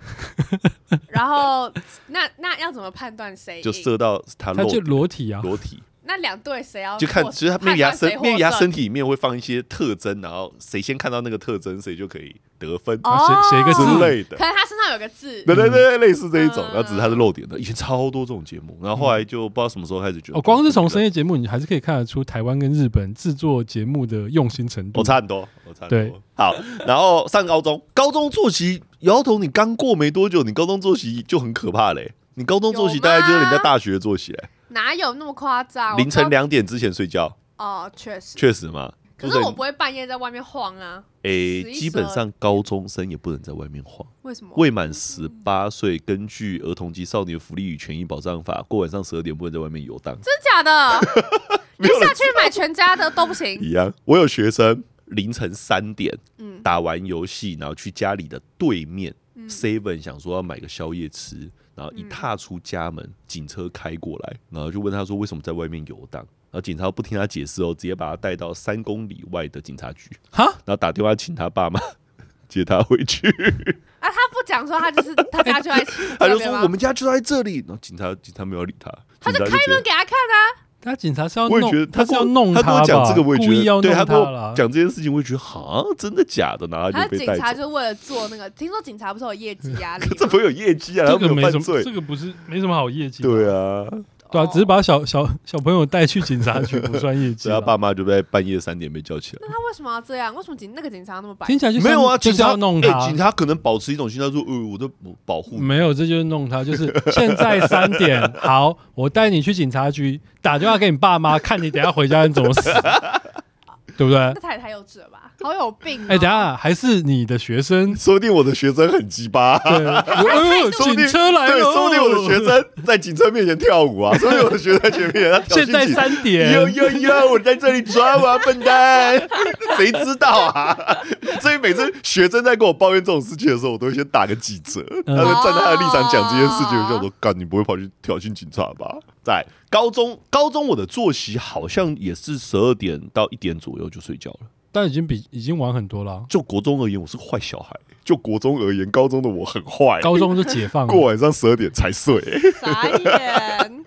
Speaker 3: 然后那那要怎么判断谁赢？
Speaker 2: 就射到她
Speaker 1: 他
Speaker 2: 露
Speaker 1: 就裸体啊，
Speaker 2: 裸体，
Speaker 3: 那两队谁要
Speaker 2: 就看
Speaker 3: 获
Speaker 2: 其实 她
Speaker 3: 判
Speaker 2: 面牙
Speaker 3: 断
Speaker 2: 身
Speaker 3: 谁获
Speaker 2: 面牙
Speaker 3: 胜
Speaker 2: 身体里面会放一些特征，然后谁先看到那个特征，谁就可以得分
Speaker 1: 然后
Speaker 3: 哦
Speaker 1: 写写一个
Speaker 2: 之
Speaker 1: 字，
Speaker 2: 类的
Speaker 3: 可。能他身上有个字
Speaker 2: 对对对，类似这一种，
Speaker 3: 嗯
Speaker 2: 然后只是她是露点的，以前超多这种节目，然后后来就不知道什么时候开始觉得，
Speaker 1: 哦，光是从深夜节目，你还是可以看得出台湾跟日本制作节目的用心程
Speaker 2: 我
Speaker 1: 度。
Speaker 2: 差很多，我差很
Speaker 1: 对
Speaker 2: 多。好，然后上高中，高中作息，摇头，你刚过没多久，你高中作息就很可怕嘞、你高中作息大概就是人家大学的作息、欸，
Speaker 3: 哪有那么夸啊张？我
Speaker 2: 凌晨
Speaker 3: 高
Speaker 2: 两点之前睡觉，
Speaker 3: 哦，确实。
Speaker 2: 确实嘛。
Speaker 3: 可是我不会半夜在外面晃啊，
Speaker 2: 诶、
Speaker 3: 11
Speaker 2: 基本上高中生也不能在外面晃。
Speaker 3: 为什么？
Speaker 2: 未满十八岁，根据《儿童及少年福利与权益保障法》，过晚上十二点不能在外面游荡。
Speaker 3: 真假的？你
Speaker 2: 没有人
Speaker 3: 下去买全家的都不 行。
Speaker 2: 一样，我有学生凌晨三点
Speaker 3: 嗯
Speaker 2: 打完游戏，然后去家里的对面 Seven、想说要买个宵夜吃，然
Speaker 3: 嗯
Speaker 2: 后一踏出家门，警车开过来，然后就问他说为什么在外面游荡。然后警察不听他解释哦，直接把他带到三公里外的警察局，
Speaker 1: 哈，
Speaker 2: 然后打电话请他爸妈 接他回 去。
Speaker 3: 啊，他不讲说他就是他家就在吃
Speaker 2: 他 就
Speaker 3: 这边
Speaker 2: 说
Speaker 3: 吗
Speaker 2: 我们家就在这里，然后警察警察没有理他，
Speaker 3: 他
Speaker 2: 警
Speaker 3: 就
Speaker 2: 察
Speaker 3: 开
Speaker 2: 直接
Speaker 3: 门给他看啊，
Speaker 1: 他警察是要
Speaker 2: 我也
Speaker 1: 弄，
Speaker 2: 觉得
Speaker 1: 他是
Speaker 2: 跟
Speaker 1: 要
Speaker 2: 我
Speaker 1: 弄
Speaker 2: 他跟我讲
Speaker 1: 吧
Speaker 2: 这个，我也觉
Speaker 1: 故意要
Speaker 2: 得，对
Speaker 1: 弄
Speaker 2: 他跟我
Speaker 1: 啦。
Speaker 2: 讲这件事情，我也觉得哈，真的假的？然后他
Speaker 3: 他
Speaker 2: 就被
Speaker 3: 警
Speaker 2: 带
Speaker 3: 察
Speaker 2: 走。
Speaker 3: 就是为了做那个，听说警察不是有业绩 压力
Speaker 2: 这
Speaker 3: 吗？
Speaker 2: 不会有业绩啊，
Speaker 1: 这
Speaker 2: 他
Speaker 1: 个
Speaker 2: 没
Speaker 1: 没
Speaker 2: 有
Speaker 1: 什
Speaker 2: 犯
Speaker 1: 么，
Speaker 2: 罪
Speaker 1: 这。个不是没什么好业绩的，
Speaker 2: 对啊，
Speaker 1: 对啊，
Speaker 3: 哦
Speaker 1: 只是把小小小朋友带去警察局不算业绩
Speaker 2: 所以他
Speaker 1: 啦。
Speaker 2: 啊爸妈就在半夜三点被叫起来。
Speaker 3: 那他为什么要这样？为什么警那个警察那么白？
Speaker 1: 听起来就是
Speaker 2: 没有啊，
Speaker 1: 要就
Speaker 2: 警
Speaker 1: 是
Speaker 2: 察
Speaker 1: 要弄
Speaker 2: 哎
Speaker 1: 他，
Speaker 2: 警察可能保持一种心态说，呃，我在保护你。
Speaker 1: 没有，这就是弄他，就是现在三 点，好，我带你去警察局，打电话给你爸妈，看你等一下回家你怎么死，对不对？
Speaker 3: 那太太幼稚了吧？好有病、哦！
Speaker 1: 哎、等一下还是你的学 生，
Speaker 2: 说不定我的学生很鸡巴，啊
Speaker 1: 对，哎我
Speaker 2: 说不
Speaker 1: 警
Speaker 2: 定
Speaker 1: 车来了，哦
Speaker 2: 对，说不定我的学生在警车面前跳舞啊，说不定我的学生在前 面他挑
Speaker 1: 现在
Speaker 2: 衅警。
Speaker 1: 三
Speaker 2: 哟
Speaker 1: 点，
Speaker 2: 哟哟！我在这里抓我啊，笨蛋！ 谁知道啊？ 所以每次学生在跟我抱怨这种事情的时候，我都会先打个几折，
Speaker 1: 嗯
Speaker 2: 然后站在他的立场讲这件事情，我就想说，干，你不会跑去挑衅警察吧？在高中，高中我的作息好像也是十二点到一点左右就睡觉了。
Speaker 1: 但已经比已经晚很多了啊，
Speaker 2: 就国中而言，我是坏小孩；就国中而言，高中的我很坏。
Speaker 1: 高中就解放了，
Speaker 2: 过晚上十二点才睡、
Speaker 3: 傻眼，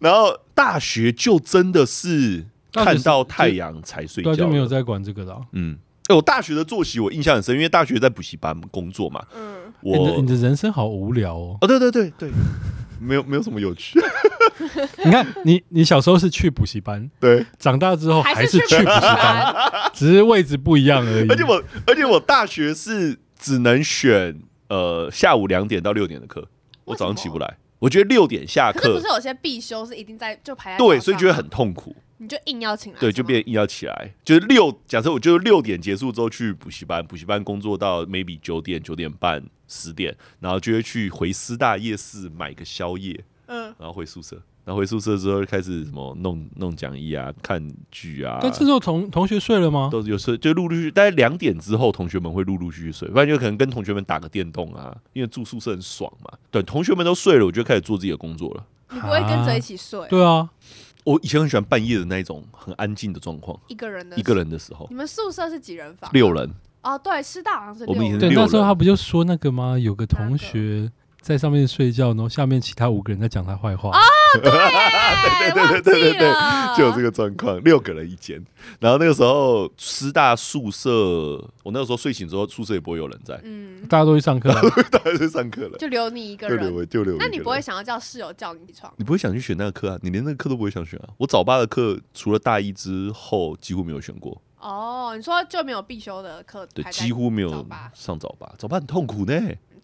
Speaker 2: 然后大学就真的是
Speaker 1: 大学是
Speaker 2: 看到太阳才睡觉
Speaker 1: 对啊，
Speaker 2: 了，
Speaker 1: 就没有再管这个了啊。
Speaker 2: 嗯，哎，我大学的作息我印象很深，因为大学在补习班工作嘛，
Speaker 3: 嗯，
Speaker 1: 哎你的
Speaker 2: 我！
Speaker 1: 你的人生好无聊哦
Speaker 2: 哦，对对对对，没有没有什么有趣，
Speaker 1: 你看，你你小时候是去补习班，
Speaker 2: 对，
Speaker 1: 长大之后还是
Speaker 3: 是
Speaker 1: 去补习班，，只是位置不一样而已。
Speaker 2: 而且我而且我大学是只能选呃下午两点到六点的课，我早上起不来，我觉得六点下
Speaker 3: 可是不
Speaker 2: 课
Speaker 3: 是，有些必修是一定在就排在
Speaker 2: 对，
Speaker 3: 早
Speaker 2: 所以
Speaker 3: 上
Speaker 2: 觉得很痛苦，
Speaker 3: 你就硬要请来是吗，
Speaker 2: 对，就变硬要起来，就是六，假设我就是六点结束之后去补习班，补习班工作到 maybe 九点九点半十点，然后就会去回师大夜市买个宵夜，
Speaker 3: 嗯，
Speaker 2: 然后回宿舍，然后回宿舍之后开始什么弄弄讲义啊、看剧啊。
Speaker 1: 但这时候同同学睡了吗？
Speaker 2: 都有时候就陆陆续续，大概两点之后，同学们会陆陆续续睡，不然就可能跟同学们打个电动啊，因为住宿舍很爽嘛。对，同学们都睡了，我就开始做自己的工作了。
Speaker 3: 你不会跟着一起睡，
Speaker 1: 对啊，
Speaker 2: 我以前很喜欢半夜的那一种很安静的状况，
Speaker 3: 一个人的
Speaker 2: 一个。人的时候
Speaker 3: 你，们宿舍是几人房？
Speaker 2: 六人，
Speaker 3: 哦，对，师大好像是
Speaker 2: 我们以前
Speaker 3: 六
Speaker 1: 对，
Speaker 2: 六
Speaker 1: 那时候
Speaker 2: 人
Speaker 1: 他不就说那个吗？有个
Speaker 3: 哪
Speaker 1: 同
Speaker 3: 个
Speaker 1: 学在上面睡觉，然后下面其他五个人在讲他坏话。
Speaker 3: 哎
Speaker 2: 啊
Speaker 3: 对
Speaker 2: 对对对对对就有这
Speaker 3: 个。
Speaker 2: 个状况，六个人一间。然后那个时候师大宿舍，我那个时候睡醒之后，宿舍也不会有人在，
Speaker 3: 嗯，
Speaker 1: 大家都去上课了，
Speaker 2: 大家就上课了，
Speaker 3: 就留你一个
Speaker 2: 就留
Speaker 3: 人。
Speaker 2: 我就留我一个
Speaker 3: 那
Speaker 2: 人。
Speaker 3: 你不会想要叫室友叫你起床？
Speaker 2: 你不会想去选那个课啊？你连那个课都不会想选啊？我早八的课除了大一之后几乎没有选过，
Speaker 3: 哦，你说就没有必修的课，
Speaker 2: 对，
Speaker 3: 排在
Speaker 2: 几乎没
Speaker 3: 早
Speaker 2: 有
Speaker 3: 八
Speaker 2: 上早八，早八很痛苦呢。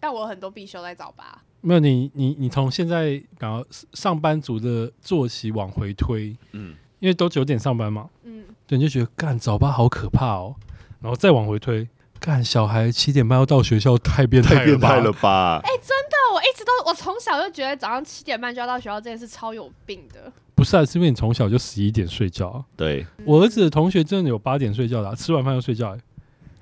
Speaker 3: 但我有很多必修在早八。
Speaker 1: 没有你你你从现在然后上班族的作息往回推，
Speaker 2: 嗯，
Speaker 1: 因为都九点上班嘛，
Speaker 3: 嗯，
Speaker 1: 对，你就觉得干早八好可怕哦，然后再往回推，干小孩七点半要到学校太变态
Speaker 2: 太变态了
Speaker 1: 吧？
Speaker 2: 吧？
Speaker 3: 哎但我一直都，我从小就觉得早上七点半就要到学校这件事超有病的。
Speaker 1: 不是啊，是因为你从小就十一点睡觉啊、
Speaker 2: 对，
Speaker 1: 我儿子的同学真的有八点睡觉的啊、吃完饭就睡觉欸、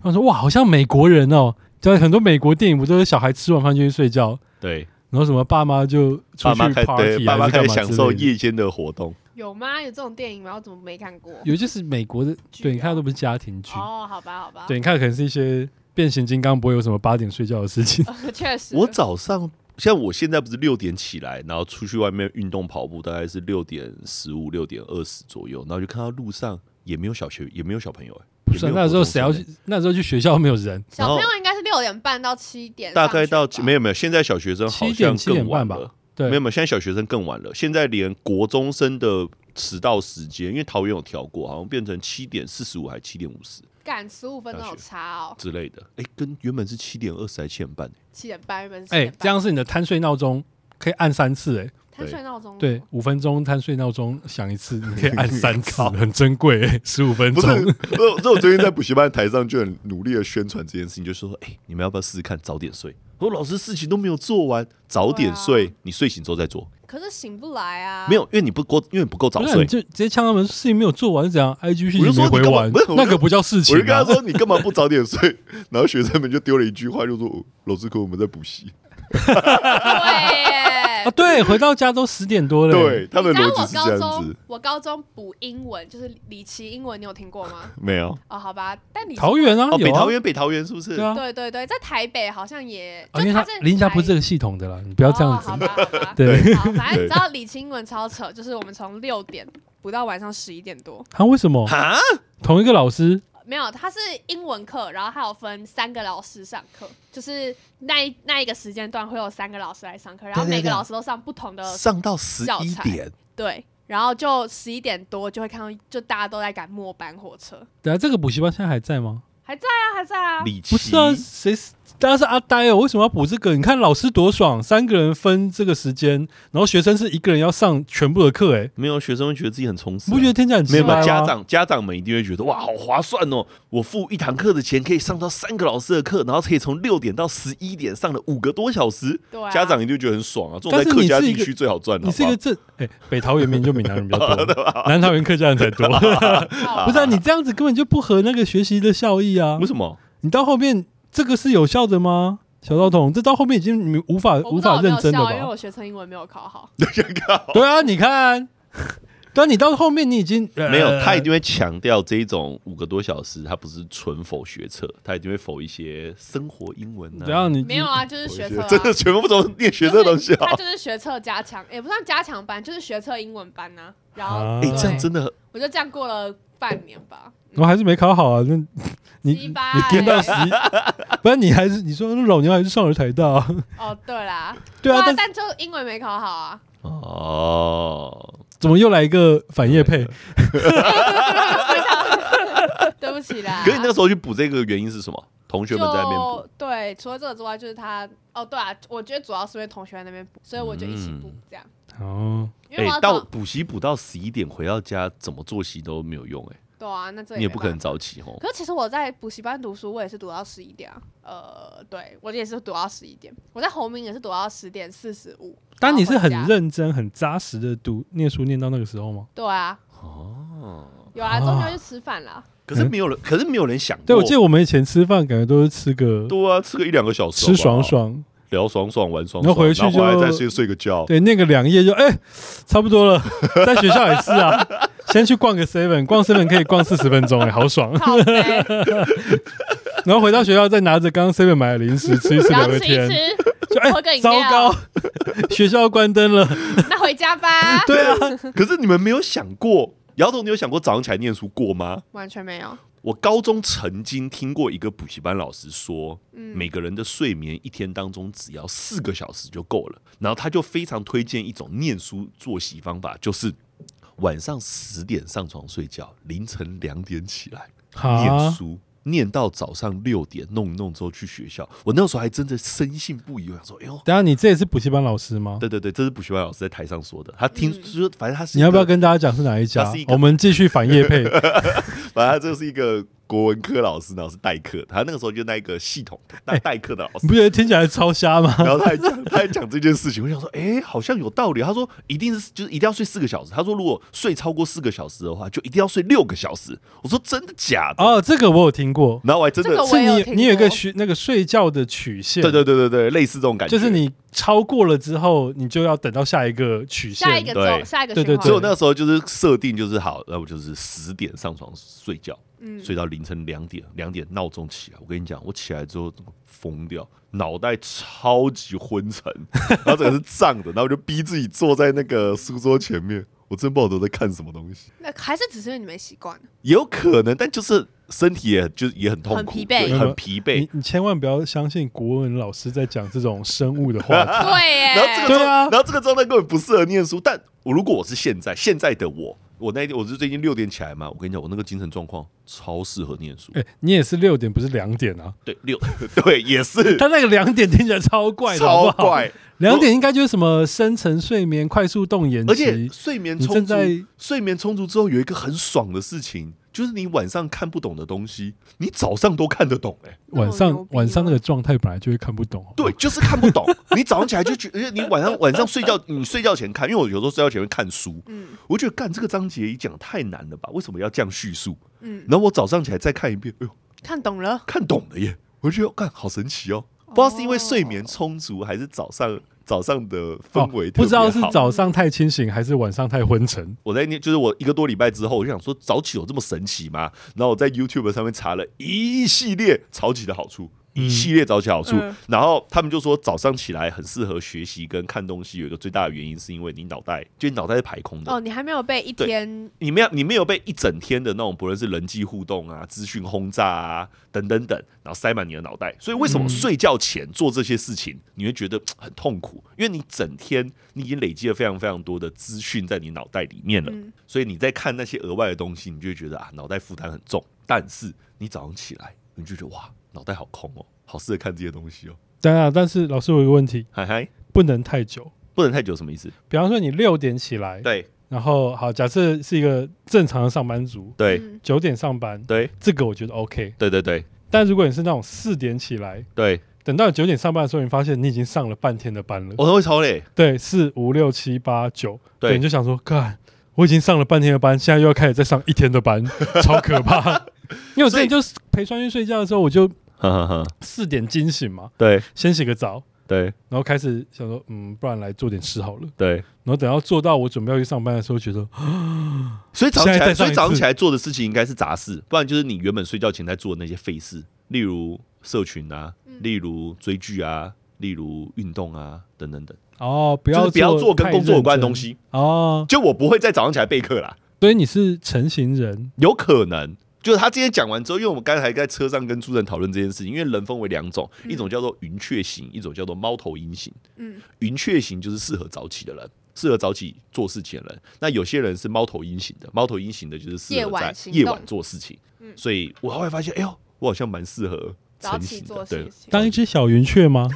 Speaker 1: 他说：“哇，好像美国人哦，在很多美国电影不都是小孩吃完饭就去睡觉，
Speaker 2: 对，
Speaker 1: 然后什么爸妈就出
Speaker 2: 爸妈
Speaker 1: 去
Speaker 2: 开
Speaker 1: party 啊
Speaker 2: 对，爸
Speaker 1: 还
Speaker 2: 妈
Speaker 1: 是
Speaker 2: 开
Speaker 1: 干
Speaker 2: 始
Speaker 1: 嘛
Speaker 2: 享
Speaker 1: 之
Speaker 2: 受
Speaker 1: 类的。
Speaker 2: 夜间的活动。
Speaker 3: 有吗？有这种电影吗？我怎么没看过？
Speaker 1: 有就是美国的，
Speaker 3: 剧
Speaker 1: 对，
Speaker 3: 啊
Speaker 1: 你看都不是家庭剧，
Speaker 3: 哦，好吧，好吧。
Speaker 1: 对，你看可能是一些变形金刚不会有什么八点睡觉的事 情，
Speaker 3: 呃， 确实。
Speaker 2: 我早上像我现在不是六点起来，然后出去外面运动跑步，大概是六点十五、六点二十左右，然后就看到路上也没有小学，也没有小朋友、欸，
Speaker 1: 不
Speaker 2: 也
Speaker 1: 是啊
Speaker 2: 没有
Speaker 1: 那时候
Speaker 2: 国中
Speaker 1: 谁要
Speaker 2: 生欸
Speaker 1: 去？那时候去学校没有人，
Speaker 3: 小朋
Speaker 2: 然
Speaker 3: 友应该是六点半到七点上
Speaker 2: 大
Speaker 3: 学吧，
Speaker 2: 概到没有没有，现在小学生好
Speaker 1: 七
Speaker 2: 像
Speaker 1: 点七
Speaker 2: 更
Speaker 1: 点
Speaker 2: 晚
Speaker 1: 半
Speaker 2: 了
Speaker 1: 吧。，对，
Speaker 2: 没有没有，现在小学生更晚了，现在连国中生的迟到时间，因为桃园有调过，好像变成七点四十五还七点五十
Speaker 3: 赶十五分钟有差哦，
Speaker 2: 之类的，哎、跟原本是七点二十还七点半、
Speaker 3: 七点半原本是7
Speaker 1: 哎、
Speaker 3: 点半
Speaker 1: 这样是你的贪睡闹钟，可以按三次哎、
Speaker 3: 贪睡闹钟哦，
Speaker 1: 对，五分钟贪睡闹钟响一次，你可以按三 次，很珍贵、欸，十五分
Speaker 2: 不是，
Speaker 1: 钟。
Speaker 2: 这这我最近在补习班台上就很努力的宣传这件事情，就说：“哎、你们要不要试试看早点睡？”我说：“老师事情都没有做完，早点睡，你睡醒之后再做。
Speaker 3: 可是醒不来啊。
Speaker 2: 没有，因为你不够，因为你不够早
Speaker 1: 不是，啊
Speaker 2: 睡
Speaker 1: 你。就直接呛他们事情没有做完是怎样？IG 讯
Speaker 2: 我就
Speaker 1: 息
Speaker 2: 说
Speaker 1: 没
Speaker 2: 你
Speaker 1: 回
Speaker 2: 干嘛
Speaker 1: 完
Speaker 2: 不是，我
Speaker 1: 那
Speaker 2: 就
Speaker 1: 个不叫事情、
Speaker 2: 我
Speaker 1: 啊。
Speaker 2: 就跟他说：“你干嘛不早点睡？” 然后学生们就丢了一句话，就说哦：“老师，可我们在补习。
Speaker 3: 对耶
Speaker 1: 啊，对，回到家都十点多了、
Speaker 2: 对，， 他
Speaker 3: 你
Speaker 2: 们
Speaker 3: 知
Speaker 2: 的
Speaker 3: 道
Speaker 2: 逻
Speaker 3: 我
Speaker 2: 辑是
Speaker 3: 高
Speaker 2: 这样
Speaker 3: 中
Speaker 2: 子，，
Speaker 3: 我高中补英文就是李奇英文，你有听过 吗？
Speaker 2: 没有。
Speaker 3: 哦，好吧，但你
Speaker 1: 桃园啊，
Speaker 2: 哦，北
Speaker 1: 有啊
Speaker 2: 桃园，北桃园是不是？
Speaker 1: 对啊，
Speaker 3: 对对对，在台北好像也，
Speaker 1: 啊
Speaker 3: 就
Speaker 1: 因为
Speaker 3: 他
Speaker 1: 他
Speaker 3: 是
Speaker 1: 林家不是这
Speaker 3: 台
Speaker 1: 个系统的啦，你不要这样子
Speaker 3: 哦、好。吧，好吧
Speaker 1: 对，
Speaker 3: 好，反正
Speaker 2: 对
Speaker 3: 你知道李清文超扯，就是我们从六点补到晚上十一点多，
Speaker 1: 他、为什么
Speaker 2: 哈，
Speaker 1: 同一个老师？
Speaker 3: 没有，他是英文课，然后还有分三个老师上课，就是那一那一个时间段会有三个老师来上课，然后
Speaker 2: 对对
Speaker 3: 每个
Speaker 2: 对
Speaker 3: 老师都上不同的
Speaker 2: 上到十
Speaker 3: 呃教
Speaker 2: 一
Speaker 3: 材
Speaker 2: 点，
Speaker 3: 对，然后就十一点多就会看到，就大家都在赶末班火车，
Speaker 1: 等下这个补习班现在还在吗？
Speaker 3: 还在啊，还在啊，
Speaker 2: 李奇
Speaker 1: 不是啊，谁是？当然是阿呆哦，为什么要补这个？你看老师多爽，三个人分这个时间，然后学生是一个人要上全部的课、哎，
Speaker 2: 没有学生会觉得自己很充实
Speaker 1: 你
Speaker 2: 啊、
Speaker 1: 不觉得听起来很
Speaker 2: 没
Speaker 1: 奇
Speaker 2: 有没
Speaker 1: 怪
Speaker 2: 有，
Speaker 1: 吗？
Speaker 2: 家长家长们一定会觉得哇，好划算哦！我付一堂课的钱可以上到三个老师的课，然后可以从六点到十一点上了五个多小时，
Speaker 3: 对啊
Speaker 2: 家长一定觉得很爽啊！这种
Speaker 1: 但是
Speaker 2: 在客
Speaker 1: 你
Speaker 2: 家
Speaker 1: 是
Speaker 2: 地
Speaker 1: 一个
Speaker 2: 区最好赚了，
Speaker 1: 你是一
Speaker 2: 好
Speaker 1: 个
Speaker 2: 不
Speaker 1: 正哎、北桃园明明就闽南人比较 多，南桃园客家人才多。
Speaker 3: 好
Speaker 1: 不是啊，你这样子根本就不合那个学习的效益啊
Speaker 2: 好为！什么？
Speaker 1: 你到后面这个是有效的吗？小道童，这到后面已经你无法
Speaker 3: 我
Speaker 1: 无
Speaker 3: 不知道
Speaker 1: 法
Speaker 3: 有没
Speaker 1: 认
Speaker 3: 有
Speaker 1: 真了
Speaker 3: 笑，因为
Speaker 1: 吧？
Speaker 3: 我学生英文没有考好，
Speaker 1: 对啊，你看， 对啊，你到后面你已经、呃
Speaker 2: 没有，他一定会强调这一种五个多小时，他不是纯否学测，他一定会否一些生活英文
Speaker 1: 怎样？
Speaker 2: 啊。
Speaker 1: 你
Speaker 3: 没有啊，就是学测、啊，
Speaker 2: 真的全部不懂念学
Speaker 3: 就
Speaker 2: 测
Speaker 3: 是
Speaker 2: 东西啊
Speaker 3: 他！就是学测加强，也、不算加强班，就是学测英文班呐、然后，
Speaker 1: 啊
Speaker 2: 哎、
Speaker 3: 对
Speaker 2: 这样真的很
Speaker 3: 我就这样过了半年吧。
Speaker 1: 我还是没考好啊！那你 你
Speaker 3: 鸡巴
Speaker 1: 听到
Speaker 3: 欸
Speaker 1: 十一，不然你还是你说那老娘还是上了台大 啊、
Speaker 3: 哦，对啦，
Speaker 1: 对啊，
Speaker 3: 哇
Speaker 1: 但是
Speaker 3: 但就英文没考好啊。
Speaker 2: 哦，
Speaker 1: 怎么又来一个反叶配？
Speaker 3: 对不起啦。
Speaker 2: 可是你那时候去补这个原因是什么？同学
Speaker 3: 就
Speaker 2: 们在那边补，
Speaker 3: 对，除了这个之外，就是他哦，对啊，我觉得主要是因为同学在那边补，所以我就一起补
Speaker 2: 嗯
Speaker 3: 这样。
Speaker 1: 哦，
Speaker 3: 因
Speaker 2: 哎、
Speaker 3: 为我要
Speaker 2: 到
Speaker 3: 早
Speaker 2: 补习补到十一点回到家，怎么作息都没有用、哎，
Speaker 3: 对啊，那这
Speaker 2: 你也不可能
Speaker 3: 没办法。
Speaker 2: 早起哦。
Speaker 3: 可是其实我在补习班读书，我也是读到十一点啊。呃，对我也是读到十一点，我在红明也是读到十点四十五。
Speaker 1: 但你是很
Speaker 3: 然后回家
Speaker 1: 认真、很扎实的读念书，念到那个时候吗？
Speaker 3: 对啊，
Speaker 2: 哦，
Speaker 3: 有啊，中间去吃饭啦。
Speaker 2: 可是没有 人，可是没有人想过。
Speaker 1: 对，我记得我们以前吃饭，感觉都是吃个
Speaker 2: 对啊，吃个一两个小时好
Speaker 1: 吃
Speaker 2: 不好，
Speaker 1: 爽爽，
Speaker 2: 聊爽爽，玩爽爽，
Speaker 1: 然后回去
Speaker 2: 然后
Speaker 1: 就
Speaker 2: 来再睡睡个觉。
Speaker 1: 对，念个两页就哎、差不多了。 在学校也是啊， 先去逛个 seven，逛 seven 可以逛四十分钟、哎，好爽。
Speaker 3: 靠北
Speaker 1: 然后回到学校再拿着刚刚 seven 买的零食吃一吃聊
Speaker 3: 然后
Speaker 1: 个
Speaker 3: 吃一
Speaker 1: 天，
Speaker 3: 吃，
Speaker 1: 就哎、
Speaker 3: 喝个饮
Speaker 1: 糟
Speaker 3: 料
Speaker 1: 糕， 学校关灯了。
Speaker 3: 那回家吧。
Speaker 1: 对啊，
Speaker 2: 可是你们没有想过，姚总，你有想过早上起来念书过吗？
Speaker 3: 完全没有，
Speaker 2: 我高中曾经听过一个补习班老师说，
Speaker 3: 嗯
Speaker 2: 每个人的睡眠一天当中只要四个小时就够了。然后他就非常推荐一种念书作息方法，就是晚上十点上床睡觉，凌晨两点起来。念
Speaker 1: 啊，
Speaker 2: 书，念到早上六点，弄一弄之后去学校。我那时候还真的深信不疑，我想说，哎呦，
Speaker 1: 等一下你这也是补习班老师吗？
Speaker 2: 对对对，这是补习班老师在台上说的。他听
Speaker 3: 嗯
Speaker 2: 说，反正他是
Speaker 1: 你要不要
Speaker 2: 一个，
Speaker 1: 跟大家讲是哪一家
Speaker 2: 他是一？个
Speaker 1: 我们继续反叶 配。
Speaker 2: 反正他就是一个国文科老师，然后是代课。他那个时候就那一个系统 代代课的老师
Speaker 1: 你不。觉得听起来超瞎吗？
Speaker 2: 然后他还讲，他还讲这件事情，我想说，哎、好像有道理。他说，一定是就是一定要睡四个小时。他说，如果睡超过四个小时的话，就一定要睡六个小时。我说，真的假的？
Speaker 1: 哦，这个我有听过，
Speaker 2: 然后我还真的
Speaker 3: 这，个我
Speaker 1: 是
Speaker 3: 也有
Speaker 1: 你
Speaker 3: 听
Speaker 1: 你有一个
Speaker 3: 过
Speaker 1: 学那个睡觉的曲线，
Speaker 2: 对对对对对，类似这种感觉。
Speaker 1: 就是你超过了之后，你就要等到下一个曲线。
Speaker 3: 下一个
Speaker 2: 对
Speaker 3: 走，下一个
Speaker 1: 对
Speaker 3: 循
Speaker 1: 对
Speaker 3: 环。
Speaker 2: 所以我那时候就是设定就是好，要不就是十点上床睡觉，
Speaker 3: 嗯
Speaker 2: 睡到凌晨两点，两点闹钟起来。我跟你讲，我起来之后疯掉，脑袋超级昏沉，然后整个是胀的，然后我就逼自己坐在那个书桌前面，我真不知道我都在看什么东西，
Speaker 3: 那还是只是因为你没习 惯，
Speaker 2: 也有可能，但就是身体也就是也很痛苦，
Speaker 3: 很疲惫
Speaker 2: 对很疲惫
Speaker 1: 你。你千万不要相信国文老师在讲这种生物的话 题。
Speaker 3: 对耶
Speaker 2: 然后这个
Speaker 1: 对
Speaker 2: 状，
Speaker 1: 啊
Speaker 2: 然后这个状态根本不适合念书。但我如果我是现在现在的我，我那一天我是最近六点起来嘛，我跟你讲，我那个精神状况超适合念 书。
Speaker 1: 哎、你也是六点，不是两点啊？
Speaker 2: 对，六 对也是
Speaker 1: 他那个两点听起来超怪的，好
Speaker 2: 超
Speaker 1: 不好
Speaker 2: 怪。
Speaker 1: 两点应该就是什么深层睡眠、快速动眼
Speaker 2: 而且
Speaker 1: 期，
Speaker 2: 睡眠
Speaker 1: 你
Speaker 2: 充
Speaker 1: 正
Speaker 2: 足
Speaker 1: 在，
Speaker 2: 睡眠充足之后有一个很爽的事情，就是你晚上看不懂的东西，你早上都看得懂、欸。哎，
Speaker 1: 晚
Speaker 3: 那么牛
Speaker 1: 上
Speaker 3: 逼吗
Speaker 1: 晚上那个状态本来就会看不懂。哦
Speaker 2: 对，就是看不懂。你早上起来就觉 得，你晚上晚上睡觉，你睡觉前看，因为我有时候睡觉前会看书，
Speaker 3: 嗯
Speaker 2: 我觉得干这个章节一讲太难了吧？为什么要这样叙述？
Speaker 3: 嗯，
Speaker 2: 然后我早上起来再看一遍，哎呦，
Speaker 3: 看懂了，
Speaker 2: 看懂了耶！我就觉得干好神奇哦，不知道是因为睡眠充足，还是早上早上的氛围、
Speaker 1: 哦不知道是。早上太清醒还是晚上太昏沉。
Speaker 2: 我在念，就是我一个多礼拜之后，我就想说早起有这么神奇吗？然后我在 YouTube 上面查了一系列早起的好处，一系列早起好处。
Speaker 3: 嗯
Speaker 2: 然后他们就说早上起来很适合学习跟看东西，有一个最大的原因是因为你脑袋，就你脑袋是排空的。
Speaker 3: 哦，你还没有被一
Speaker 2: 对
Speaker 3: 天
Speaker 2: 你没有，你没有被一整天的那种，不论是人际互动啊、资讯轰炸啊等等等，然后塞满你的脑袋。所以为什么
Speaker 1: 嗯
Speaker 2: 睡觉前做这些事情，你会觉得嘖很痛苦？因为你整天你已经累积了非常非常多的资讯在你脑袋里面了，
Speaker 3: 嗯
Speaker 2: 所以你在看那些额外的东西，你就会觉得啊，脑袋负担很重。但是你早上起来，你就觉得哇，脑袋好空哦，好适合看这些东西哦。
Speaker 1: 当然，啊但是老师我有个问题，
Speaker 2: 嗨嗨，
Speaker 1: 不能太久。
Speaker 2: 不能太久什么意思？
Speaker 1: 比方说你六点起来，
Speaker 2: 对
Speaker 1: 然后好，假设是一个正常的上班族，
Speaker 2: 对
Speaker 3: 嗯
Speaker 1: 九点上班，
Speaker 2: 对
Speaker 1: 这个我觉得 OK。
Speaker 2: 对对对
Speaker 1: 但如果你是那种四点起来，
Speaker 2: 对，
Speaker 1: 等到九点上班的时候，你发现你已经上了半天的班了。
Speaker 2: 我、哦、那会超累。
Speaker 1: 对，四五六七八九，
Speaker 2: 对
Speaker 1: 你就想说，看我已经上了半天的班，现在又要开始再上一天的 班，超可怕。因为我之前就是陪双玉睡觉的时候，我就
Speaker 2: 哈哈哈，
Speaker 1: 四点惊醒嘛，
Speaker 2: 对
Speaker 1: 先洗个澡，
Speaker 2: 对
Speaker 1: 然后开始想说，嗯，不然来做点事好了。
Speaker 2: 对。
Speaker 1: 然后等到做到我准备要去上班的时候，觉得
Speaker 2: 所以早上
Speaker 1: 现
Speaker 2: 起
Speaker 1: 在再
Speaker 2: 来，
Speaker 1: 上
Speaker 2: 所
Speaker 1: 一
Speaker 2: 以
Speaker 1: 次
Speaker 2: 早上起来做的事情应该是杂事，不然就是你原本睡觉前在做的那些废事，例如社群啊，例如追剧啊，例如运动啊，等等等，
Speaker 1: 哦，不
Speaker 2: 就
Speaker 1: 要
Speaker 2: 是不要做跟
Speaker 1: 太
Speaker 2: 工作有关的
Speaker 1: 认
Speaker 2: 东
Speaker 1: 真
Speaker 2: 西。
Speaker 1: 哦。
Speaker 2: 就我不会在早上起来备课啦，
Speaker 1: 所以你是成型人，
Speaker 2: 有可能。就是他今天讲完之后，因为我们刚才在车上跟主人讨论这件事情，因为人分为两种，一种叫做云雀型，一种叫做猫头鹰型。
Speaker 3: 嗯
Speaker 2: 云雀型就是适合早起的人，适合早起做事情的人。那有些人是猫头鹰型的，猫头鹰型的就是适
Speaker 3: 夜
Speaker 2: 合
Speaker 3: 晚
Speaker 2: 在
Speaker 3: 行
Speaker 2: 夜
Speaker 3: 动嗯
Speaker 2: 晚做事情。所以我后来发现，哎呦，我好像蛮适合
Speaker 3: 早
Speaker 2: 晨
Speaker 3: 起
Speaker 2: 型的，
Speaker 3: 做
Speaker 2: 对
Speaker 3: 事，情，
Speaker 1: 当一只小云雀吗？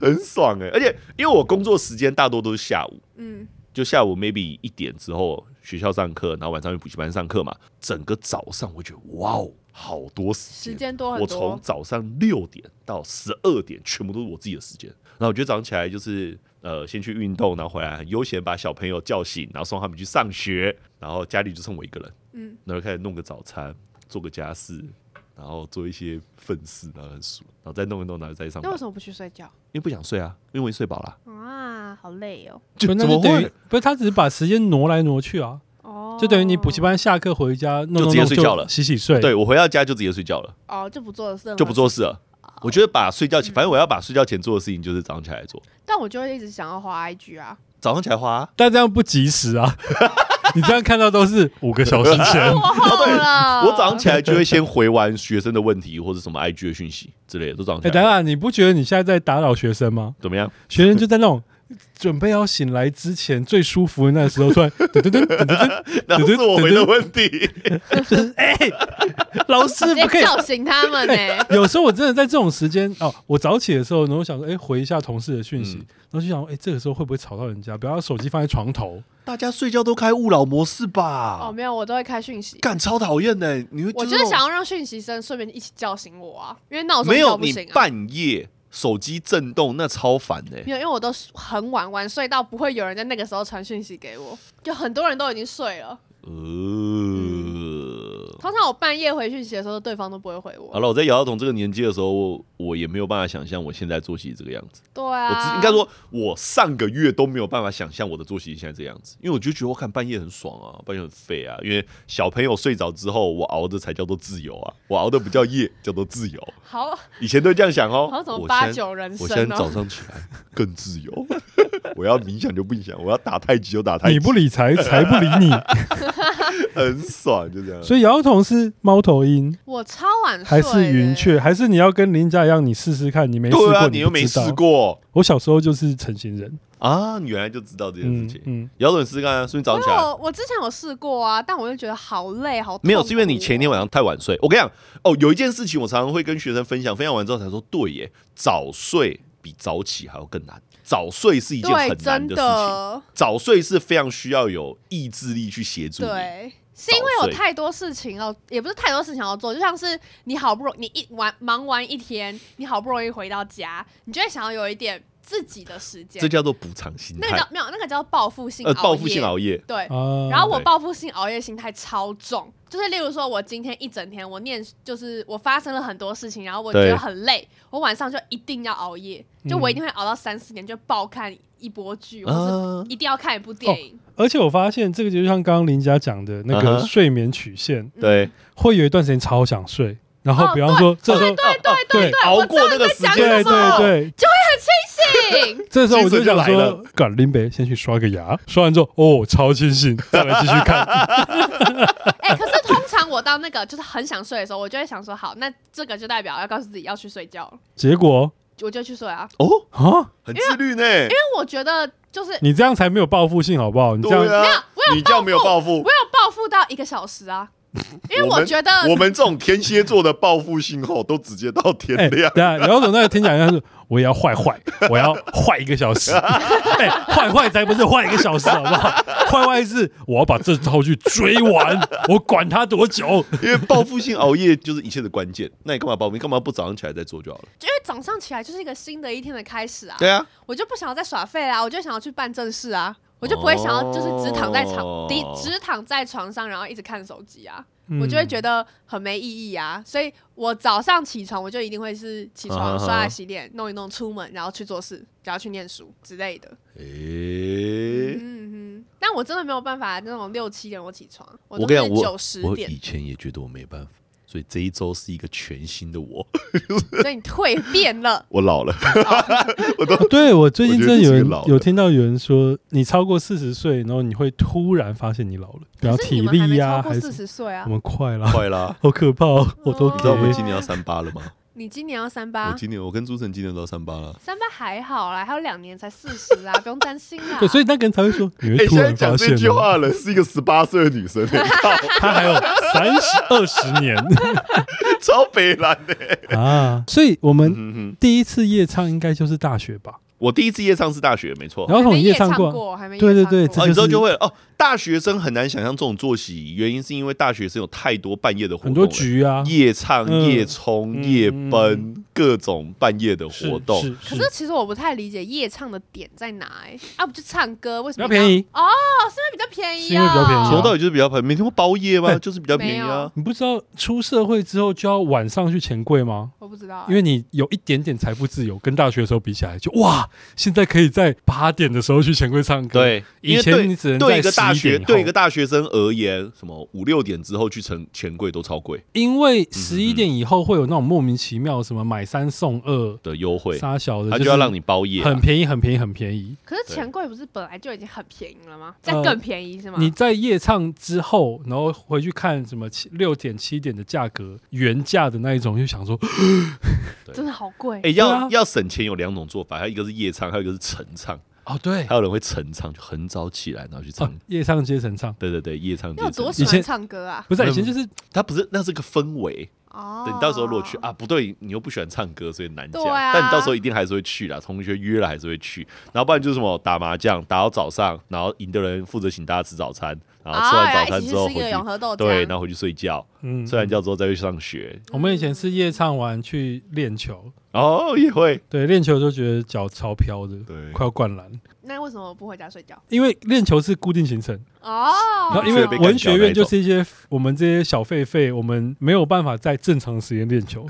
Speaker 2: 很爽哎、而且因为我工作时间大多都是下午，
Speaker 3: 嗯
Speaker 2: 就下午 maybe 一点之后学校上课，然后晚上去补习班上课嘛，整个早上我觉得哇哦，好多时
Speaker 3: 时
Speaker 2: 间。
Speaker 3: 间多
Speaker 2: 我
Speaker 3: 很
Speaker 2: 从
Speaker 3: 多，
Speaker 2: 早上六点到十二点，全部都是我自己的时间。然后我觉得早上起来就是呃，先去运动，然后回来很悠闲把小朋友叫醒，然后送他们去上学，然后家里就剩我一个人，
Speaker 3: 嗯，
Speaker 2: 然后开始弄个早餐，做个家事，然后做一些愤事，然后很爽，然后再弄一弄，然后再上
Speaker 3: 那
Speaker 2: 班
Speaker 3: 为。什么不去睡觉
Speaker 2: 因为不想睡啊，因为我已经睡饱了。
Speaker 3: 啊？好累哦，
Speaker 2: 就
Speaker 1: 不
Speaker 2: 怎
Speaker 1: 那
Speaker 2: 么
Speaker 1: 就等
Speaker 2: 会
Speaker 1: 于？不是他只是把时间挪来挪去啊，
Speaker 3: 哦，
Speaker 1: 就等于你补习班下课回家弄弄
Speaker 2: 就
Speaker 1: 弄
Speaker 2: 直接睡觉了
Speaker 1: 就洗洗睡。
Speaker 2: 对我回到家就直接睡觉了，
Speaker 3: 哦，就不做任何
Speaker 2: 就不做事了。
Speaker 3: 哦
Speaker 2: 我觉得把睡
Speaker 3: 嗯
Speaker 2: 觉前，反正我要把睡觉前做的事情就是早上起来做。
Speaker 3: 但我就会一直想要滑 IG 啊，
Speaker 2: 早上起来花、
Speaker 1: 但这样不及时 啊，你这样看到都是五个小时前。
Speaker 3: 我后哦 了，
Speaker 2: 我早上起来就会先回完学生的问题或者什么 IG 的讯息之类的，都早上
Speaker 1: 哎，
Speaker 2: 起来。
Speaker 1: 等等，你不觉得你现在在打扰学生吗？
Speaker 2: 怎么样？
Speaker 1: 学生就在那种准备要醒来之前最舒服的那时候，突然噔噔噔噔噔
Speaker 2: 那是我回的问题。
Speaker 1: 噔，哎，老 师
Speaker 3: 直
Speaker 1: 不可
Speaker 3: 接
Speaker 1: 以。
Speaker 3: 叫醒他 们呢、
Speaker 1: 有时候我真的在这种时间哦，我早起的时候，然后想说，哎，回一下同事的讯息
Speaker 2: 嗯，
Speaker 1: 然后就想，哎，这个时候会不会吵到人家？不要把手机放在床头。
Speaker 2: 大家睡觉都开勿扰模式
Speaker 3: 哦，
Speaker 2: 吧？
Speaker 3: 没有，我都会开讯息。
Speaker 2: 干超讨厌的，你会
Speaker 3: 我
Speaker 2: 就
Speaker 3: 就是是
Speaker 2: 那种
Speaker 3: 想要让讯息声顺便一起叫醒我啊，因为闹钟
Speaker 2: 没
Speaker 3: 叫
Speaker 2: 有
Speaker 3: 不
Speaker 2: 你
Speaker 3: 醒啊。
Speaker 2: 半夜手机震动，那超烦的。
Speaker 3: 没有，因为我都很晚晚睡到不会有人在那个时候传讯息给我，就很多人都已经睡了。
Speaker 2: 呃，
Speaker 3: 通常我半夜回讯息的时候，对方都不会回我。
Speaker 2: 好了，我在姚耀彤这个年纪的时候，我我也没有办法想象我现在作息这个样子。
Speaker 3: 对
Speaker 2: 我
Speaker 3: 啊，
Speaker 2: 只应该说，我上个月都没有办法想象我的作息现在这样子，因为我就觉得我看半夜很爽啊，半夜很废啊，因为小朋友睡着之后，我熬的才叫做自由啊，我熬的不叫夜，叫做自由。
Speaker 3: 好，
Speaker 2: 以前都这样想哦
Speaker 3: 好像什，么
Speaker 2: 我
Speaker 3: 八
Speaker 2: 现在
Speaker 3: 九人
Speaker 2: 我
Speaker 3: 生
Speaker 2: 现在
Speaker 3: 哦
Speaker 2: 早上起来更自由，我要冥想就不冥想，我要打太极就打太极，
Speaker 1: 你不理财，财不理 你，
Speaker 2: 很爽，就这样。
Speaker 1: 所以姚童是猫头鹰
Speaker 3: 我超晚睡、
Speaker 1: 还是云？雀，还是你要跟林家一样，你试试看，你没试
Speaker 2: 对啊，
Speaker 1: 过，
Speaker 2: 你
Speaker 1: 你
Speaker 2: 又
Speaker 1: 不知
Speaker 2: 没
Speaker 1: 道
Speaker 2: 试。过
Speaker 1: 我小时候就是成型人，
Speaker 2: 啊，你原来就知道这件事
Speaker 1: 嗯
Speaker 2: 情。
Speaker 1: 嗯，
Speaker 2: 姚总，你试试看啊，所以你早上
Speaker 3: 我
Speaker 2: 起来
Speaker 3: 有，我之前有试过啊，但我就觉得好累，好痛苦
Speaker 2: 没有，是因为你前一天晚上太晚睡。我跟你讲，哦，有一件事情我常常会跟学生分享，分享完之后才说，对耶，早睡比早起还要更难。早睡是一件
Speaker 3: 对，
Speaker 2: 很难
Speaker 3: 真
Speaker 2: 的事情，
Speaker 3: 的，
Speaker 2: 早睡是非常需要有意志力去协助你。
Speaker 3: 对，是因为
Speaker 2: 早
Speaker 3: 有
Speaker 2: 睡
Speaker 3: 太多事情要，也不是太多事情要做，就像是你好不容易你一完忙完一天，你好不容易回到家，你就会想要有一点自己的时间
Speaker 2: 这。叫做补偿心
Speaker 3: 那个
Speaker 2: 态
Speaker 3: 叫，没有，那个叫报复性
Speaker 2: 呃，
Speaker 3: 熬夜。
Speaker 2: 报复性熬夜，
Speaker 3: 对，
Speaker 1: 啊
Speaker 3: 然后
Speaker 2: 嗯
Speaker 3: 我
Speaker 2: 对
Speaker 3: 报复性熬夜心态超重，就是例如说，我今天一整天我念，就是我发生了很多事情，然后我觉
Speaker 2: 对
Speaker 3: 得很累，我晚上就一定要熬夜，就我一
Speaker 1: 嗯
Speaker 3: 定会熬到三四点，就爆看一波剧，或是
Speaker 2: 啊，
Speaker 3: 一定要看一部电影。
Speaker 1: 而且我发现这个就像刚刚林佳讲的那
Speaker 2: 嗯
Speaker 1: 个
Speaker 2: 哼
Speaker 1: 睡眠曲线，
Speaker 3: 嗯
Speaker 2: 对，
Speaker 1: 会有一段时间超想睡，然后
Speaker 3: 哦
Speaker 1: 比方说这时候
Speaker 3: 对对对
Speaker 1: 对
Speaker 3: 对，
Speaker 2: 哦熬
Speaker 3: 我知
Speaker 2: 过
Speaker 3: 道
Speaker 2: 那
Speaker 3: 你
Speaker 2: 个
Speaker 3: 在
Speaker 2: 时
Speaker 3: 讲
Speaker 2: 间
Speaker 1: 对
Speaker 3: 什么
Speaker 1: 对对，
Speaker 3: 醒，
Speaker 1: 这时候我就想
Speaker 2: 精神就来了
Speaker 1: 说，赶林北先去刷个牙，刷完之后哦超清醒，再来继续 看。
Speaker 3: 哎、可是通常我到那个就是很想睡的时候，我就会想说，好，那这个就代表要告诉自己要去睡觉了，
Speaker 1: 结果
Speaker 3: 我就去睡啊。
Speaker 2: 哦，
Speaker 1: 啊，
Speaker 2: 很自律呢。
Speaker 3: 因为我觉得就是
Speaker 1: 你这样才没有报复性好不好？你这
Speaker 2: 对
Speaker 1: 样
Speaker 2: 啊，你这样没有报复
Speaker 3: 我，有报复到一个小时啊，因为我
Speaker 2: 们
Speaker 3: 觉得
Speaker 2: 我们这种天蝎座的报复性后都直接到 天
Speaker 1: 哎，
Speaker 2: 亮。
Speaker 1: 等一下姚总那个听起来像是我也要坏坏，我要坏一个小 时，哎，坏坏才不是坏一个小时好不好？坏坏是我要把这套剧追完，我管它多久。
Speaker 2: 因为报复性熬夜就是一切的关键。那你干嘛报复？你干嘛不早上起来再做就好了？
Speaker 3: 因为早上起来就是一个新的一天的开始啊，
Speaker 2: 对啊，
Speaker 3: 我就不想要再耍废啊啦，我就想要去办正事啊。我就不会想要，就是只躺在床，
Speaker 2: 哦
Speaker 3: 只、只躺在床上，然后一直看手机啊，
Speaker 1: 嗯
Speaker 3: 我就会觉得很没意义啊。所以我早上起床，我就一定会是起
Speaker 2: 啊哈哈
Speaker 3: 床、刷牙、洗脸、弄一弄、出门，然后去做事，然后去念书之类的。
Speaker 2: 诶、
Speaker 3: 嗯哼，但我真的没有办法那种六七点我起床，我
Speaker 2: 我
Speaker 3: 都
Speaker 2: 跟你
Speaker 3: 是
Speaker 2: 讲，我
Speaker 3: 九十
Speaker 2: 我
Speaker 3: 点
Speaker 2: 以，前也觉得我没办法，所以这一周是一个全新的我。。
Speaker 3: 所以你蜕变了
Speaker 2: 我老了，我都
Speaker 1: 啊对我最近
Speaker 2: 我觉
Speaker 1: 真的
Speaker 2: 得
Speaker 1: 有
Speaker 2: 这是
Speaker 1: 人
Speaker 2: 个老的
Speaker 1: 有听到有人说，你超过四十岁，然后你会突然发现你老了，比方
Speaker 3: 可是你
Speaker 1: 体
Speaker 3: 们还
Speaker 1: 力
Speaker 3: 没
Speaker 1: 呀、
Speaker 3: 超过
Speaker 1: 还
Speaker 3: 四
Speaker 1: 是
Speaker 3: 十岁啊
Speaker 1: 我？们快啦，
Speaker 2: 快啦。
Speaker 1: 好可怕、哦，我都
Speaker 3: 嗯
Speaker 1: 给
Speaker 2: 你知道我们今年要三八了吗？
Speaker 3: 你今年要三
Speaker 2: 我
Speaker 3: 八，
Speaker 2: 今年我跟朱晨今年都要三八了。
Speaker 3: 三八还好啦，还有两年才四十啊 啦，不用担心啦。
Speaker 1: 对，所以那个人才会说你
Speaker 2: 哎、
Speaker 1: 会突
Speaker 2: 现在
Speaker 1: 然
Speaker 2: 讲
Speaker 1: 发
Speaker 2: 这
Speaker 1: 现
Speaker 2: 句
Speaker 1: 哦、
Speaker 2: 话了，是一个十八岁的女 生、靠
Speaker 1: 他还有三十二十年
Speaker 2: 超北蓝 的、
Speaker 1: 啊，所以我们
Speaker 2: 嗯哼，
Speaker 1: 第一次夜唱应该就是大学吧？
Speaker 2: 我第一次夜唱是大学，没错。
Speaker 1: 然后
Speaker 3: 还
Speaker 1: 从
Speaker 3: 没
Speaker 1: 夜
Speaker 3: 夜
Speaker 1: 唱过啊
Speaker 3: 过，还没夜
Speaker 1: 对对
Speaker 3: 唱
Speaker 1: 对这就
Speaker 2: 哦，
Speaker 3: 过
Speaker 2: 你之后
Speaker 1: 是
Speaker 2: 就会哦，大学生很难想象这种作息，原因是因为大学生有太多半夜的活动
Speaker 1: 很多
Speaker 2: 了，
Speaker 1: 局啊，
Speaker 2: 夜唱、
Speaker 1: 嗯
Speaker 2: 夜冲、
Speaker 1: 嗯
Speaker 2: 夜
Speaker 1: 嗯
Speaker 2: 奔，各种半夜的活动。
Speaker 1: 是
Speaker 3: 可
Speaker 1: 是
Speaker 3: 是
Speaker 1: 是，
Speaker 3: 其实我不太理解夜唱的点在哪哎、啊不就唱歌，为什
Speaker 1: 比
Speaker 3: 么
Speaker 1: 较便
Speaker 3: 宜
Speaker 1: 宜，
Speaker 3: 哦？是因为比较便宜、啊，
Speaker 1: 是因为比较便宜啊
Speaker 2: 从头到尾就是比较便宜，没听过包夜
Speaker 1: 哎
Speaker 2: 吗？就是比较便宜
Speaker 3: 没
Speaker 2: 啊
Speaker 3: 有。
Speaker 1: 你不知道出社会之后就要晚上去钱柜吗？
Speaker 3: 我不知道、
Speaker 1: 因为你有一点点财富自由，跟大学的时候比起来就，哇，现在可以在八点的时候去钱柜唱歌。，
Speaker 2: 对，因
Speaker 1: 以
Speaker 2: 为对
Speaker 1: 前你只能
Speaker 2: 对一
Speaker 1: 在
Speaker 2: 个大
Speaker 1: 11
Speaker 2: 学
Speaker 1: 点以后
Speaker 2: 对一个大学生而言，什么五六点之后去成钱柜都超贵
Speaker 1: 因为十一点以后会有那种莫名其妙什么买三送二、
Speaker 2: 的优惠，
Speaker 1: 杀小的，
Speaker 2: 嗯他
Speaker 1: 就
Speaker 2: 就是要让你包夜啊。
Speaker 1: 很便宜、很便宜、很便宜。
Speaker 3: 可是
Speaker 2: 对
Speaker 3: 钱柜不是本来就已经很便宜了吗？再
Speaker 1: 呃
Speaker 3: 更便宜是吗？
Speaker 1: 你在夜唱之后，然后回去看什么七六点、七点的价格，原价的那一种，就想说，
Speaker 3: 真的好贵、
Speaker 2: 哎，
Speaker 1: 对
Speaker 2: 要
Speaker 1: 啊
Speaker 2: 要省钱有两种做法，还有一个是夜唱，还有一个是晨唱，
Speaker 1: 哦，对，
Speaker 2: 还有人会晨唱，就很早起来然后去
Speaker 1: 哦
Speaker 2: 唱。，
Speaker 1: 夜唱街晨唱，
Speaker 2: 对对对，夜唱
Speaker 3: 你
Speaker 2: 街
Speaker 3: 有
Speaker 2: 晨
Speaker 3: 多
Speaker 2: 唱，
Speaker 3: 喜
Speaker 1: 以前
Speaker 3: 欢唱歌啊？
Speaker 1: 不是啊
Speaker 2: 没
Speaker 1: 以
Speaker 2: 有
Speaker 1: 前就是
Speaker 2: 它不是那是个氛围，
Speaker 3: 哦，
Speaker 2: 等你到时候如果去啊，不对，你又不喜欢唱歌，所以难讲。
Speaker 3: 对啊
Speaker 2: 但你到时候一定还是会去啦，同学约了还是会去。然后不然就是什么打麻将，打到早上，然后赢的人负责请大家吃早餐，然后吃完早餐之后
Speaker 3: 啊、然后一起去吃一个
Speaker 2: 回
Speaker 3: 永
Speaker 2: 去，
Speaker 3: 和豆浆，
Speaker 2: 对，然后回去睡觉，
Speaker 1: 嗯，
Speaker 2: 睡完觉之后再去上学。
Speaker 1: 我们以前是夜唱完去练球，
Speaker 2: 哦，也会
Speaker 1: 对，练球就觉得脚超飘的，
Speaker 2: 对
Speaker 1: 快要灌篮。
Speaker 3: 那为什么不回家睡觉？
Speaker 1: 因为练球是固定行程，
Speaker 3: 哦，
Speaker 1: 然后因为
Speaker 2: 所以被干
Speaker 1: 文学院就是一些我们这些小狒狒，我们没有办法在正常的时间练 球，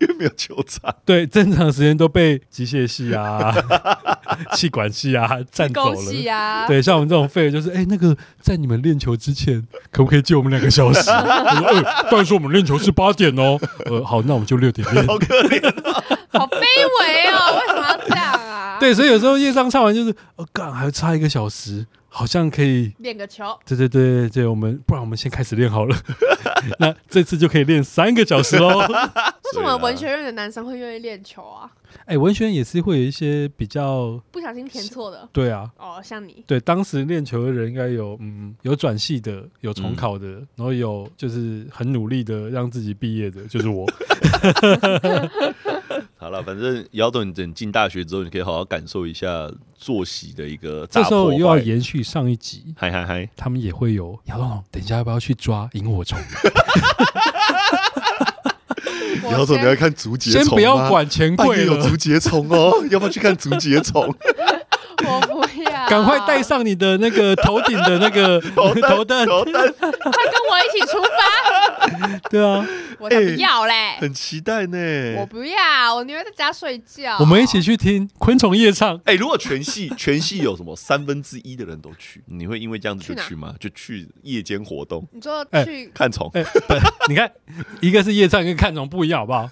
Speaker 2: 因为没有球场，
Speaker 1: 对，正常的时间都被机械系啊、 气管系啊占走
Speaker 3: 恭
Speaker 1: 了。
Speaker 3: 喜 啊，
Speaker 1: 对，像我们这种废的，就是哎、那个在你们练球之前，可不可以借我们两个小时？ 我说，呃，但是我们练球是八点哦。呃，好，那我们就六点练。
Speaker 2: 好可怜。
Speaker 3: 好卑微哦，为什么要这样啊？，
Speaker 1: 对，所以有时候夜上唱完就是，哦，干，还差一个小时，好像可以
Speaker 3: 练个球，
Speaker 1: 对对对对对，我们不然我们先开始练好了。 那这次就可以练三个小时喽。
Speaker 3: 为什么文学院的男生会愿意练球啊？
Speaker 1: 哎，文学也是会有一些比较，
Speaker 3: 不小心填错的
Speaker 1: 对啊，
Speaker 3: 哦，像你，
Speaker 1: 对，当时练球的人应该有，嗯，有转系的，有重考的，然后有就是很努力的让自己毕业的，就是我。
Speaker 2: 对啊 好了，反正姚董，你等进大学之后，你可以好好感受一下作息的一个
Speaker 1: 这
Speaker 2: 大
Speaker 1: 时候
Speaker 2: 破
Speaker 1: 又要
Speaker 2: 坏。
Speaker 1: 延续上一集，
Speaker 2: 嗨嗨嗨！
Speaker 1: 他们也会有姚东龙，等一下要不要去抓萤火虫？
Speaker 2: 姚总，你要看竹节虫
Speaker 1: 先
Speaker 2: 吗
Speaker 1: 不要，管钱
Speaker 2: 半夜
Speaker 1: 柜
Speaker 2: 有
Speaker 1: 了
Speaker 2: 竹，节虫哦，要不要去看竹节虫？
Speaker 3: 我不要，
Speaker 1: 赶快带，上你的那个头顶的那个 头灯，
Speaker 2: 然后但
Speaker 3: 快跟我一起出 发，
Speaker 1: 对啊，
Speaker 3: 我
Speaker 2: 哎
Speaker 3: 才不要嘞，
Speaker 2: 很期待
Speaker 3: 哎我
Speaker 2: 呢。
Speaker 3: 不要，我宁愿在家睡觉。
Speaker 1: 我们一起去听昆虫夜唱。
Speaker 2: 哎、如果全系全系有什么三分之一的人都去，你会因为这样子就
Speaker 3: 去哪
Speaker 2: 去吗？就去夜间活动
Speaker 3: 你说
Speaker 1: 哎
Speaker 3: 去
Speaker 2: 看虫？
Speaker 1: 哎、不，你看，一个是夜唱，跟看虫不一样，好不好？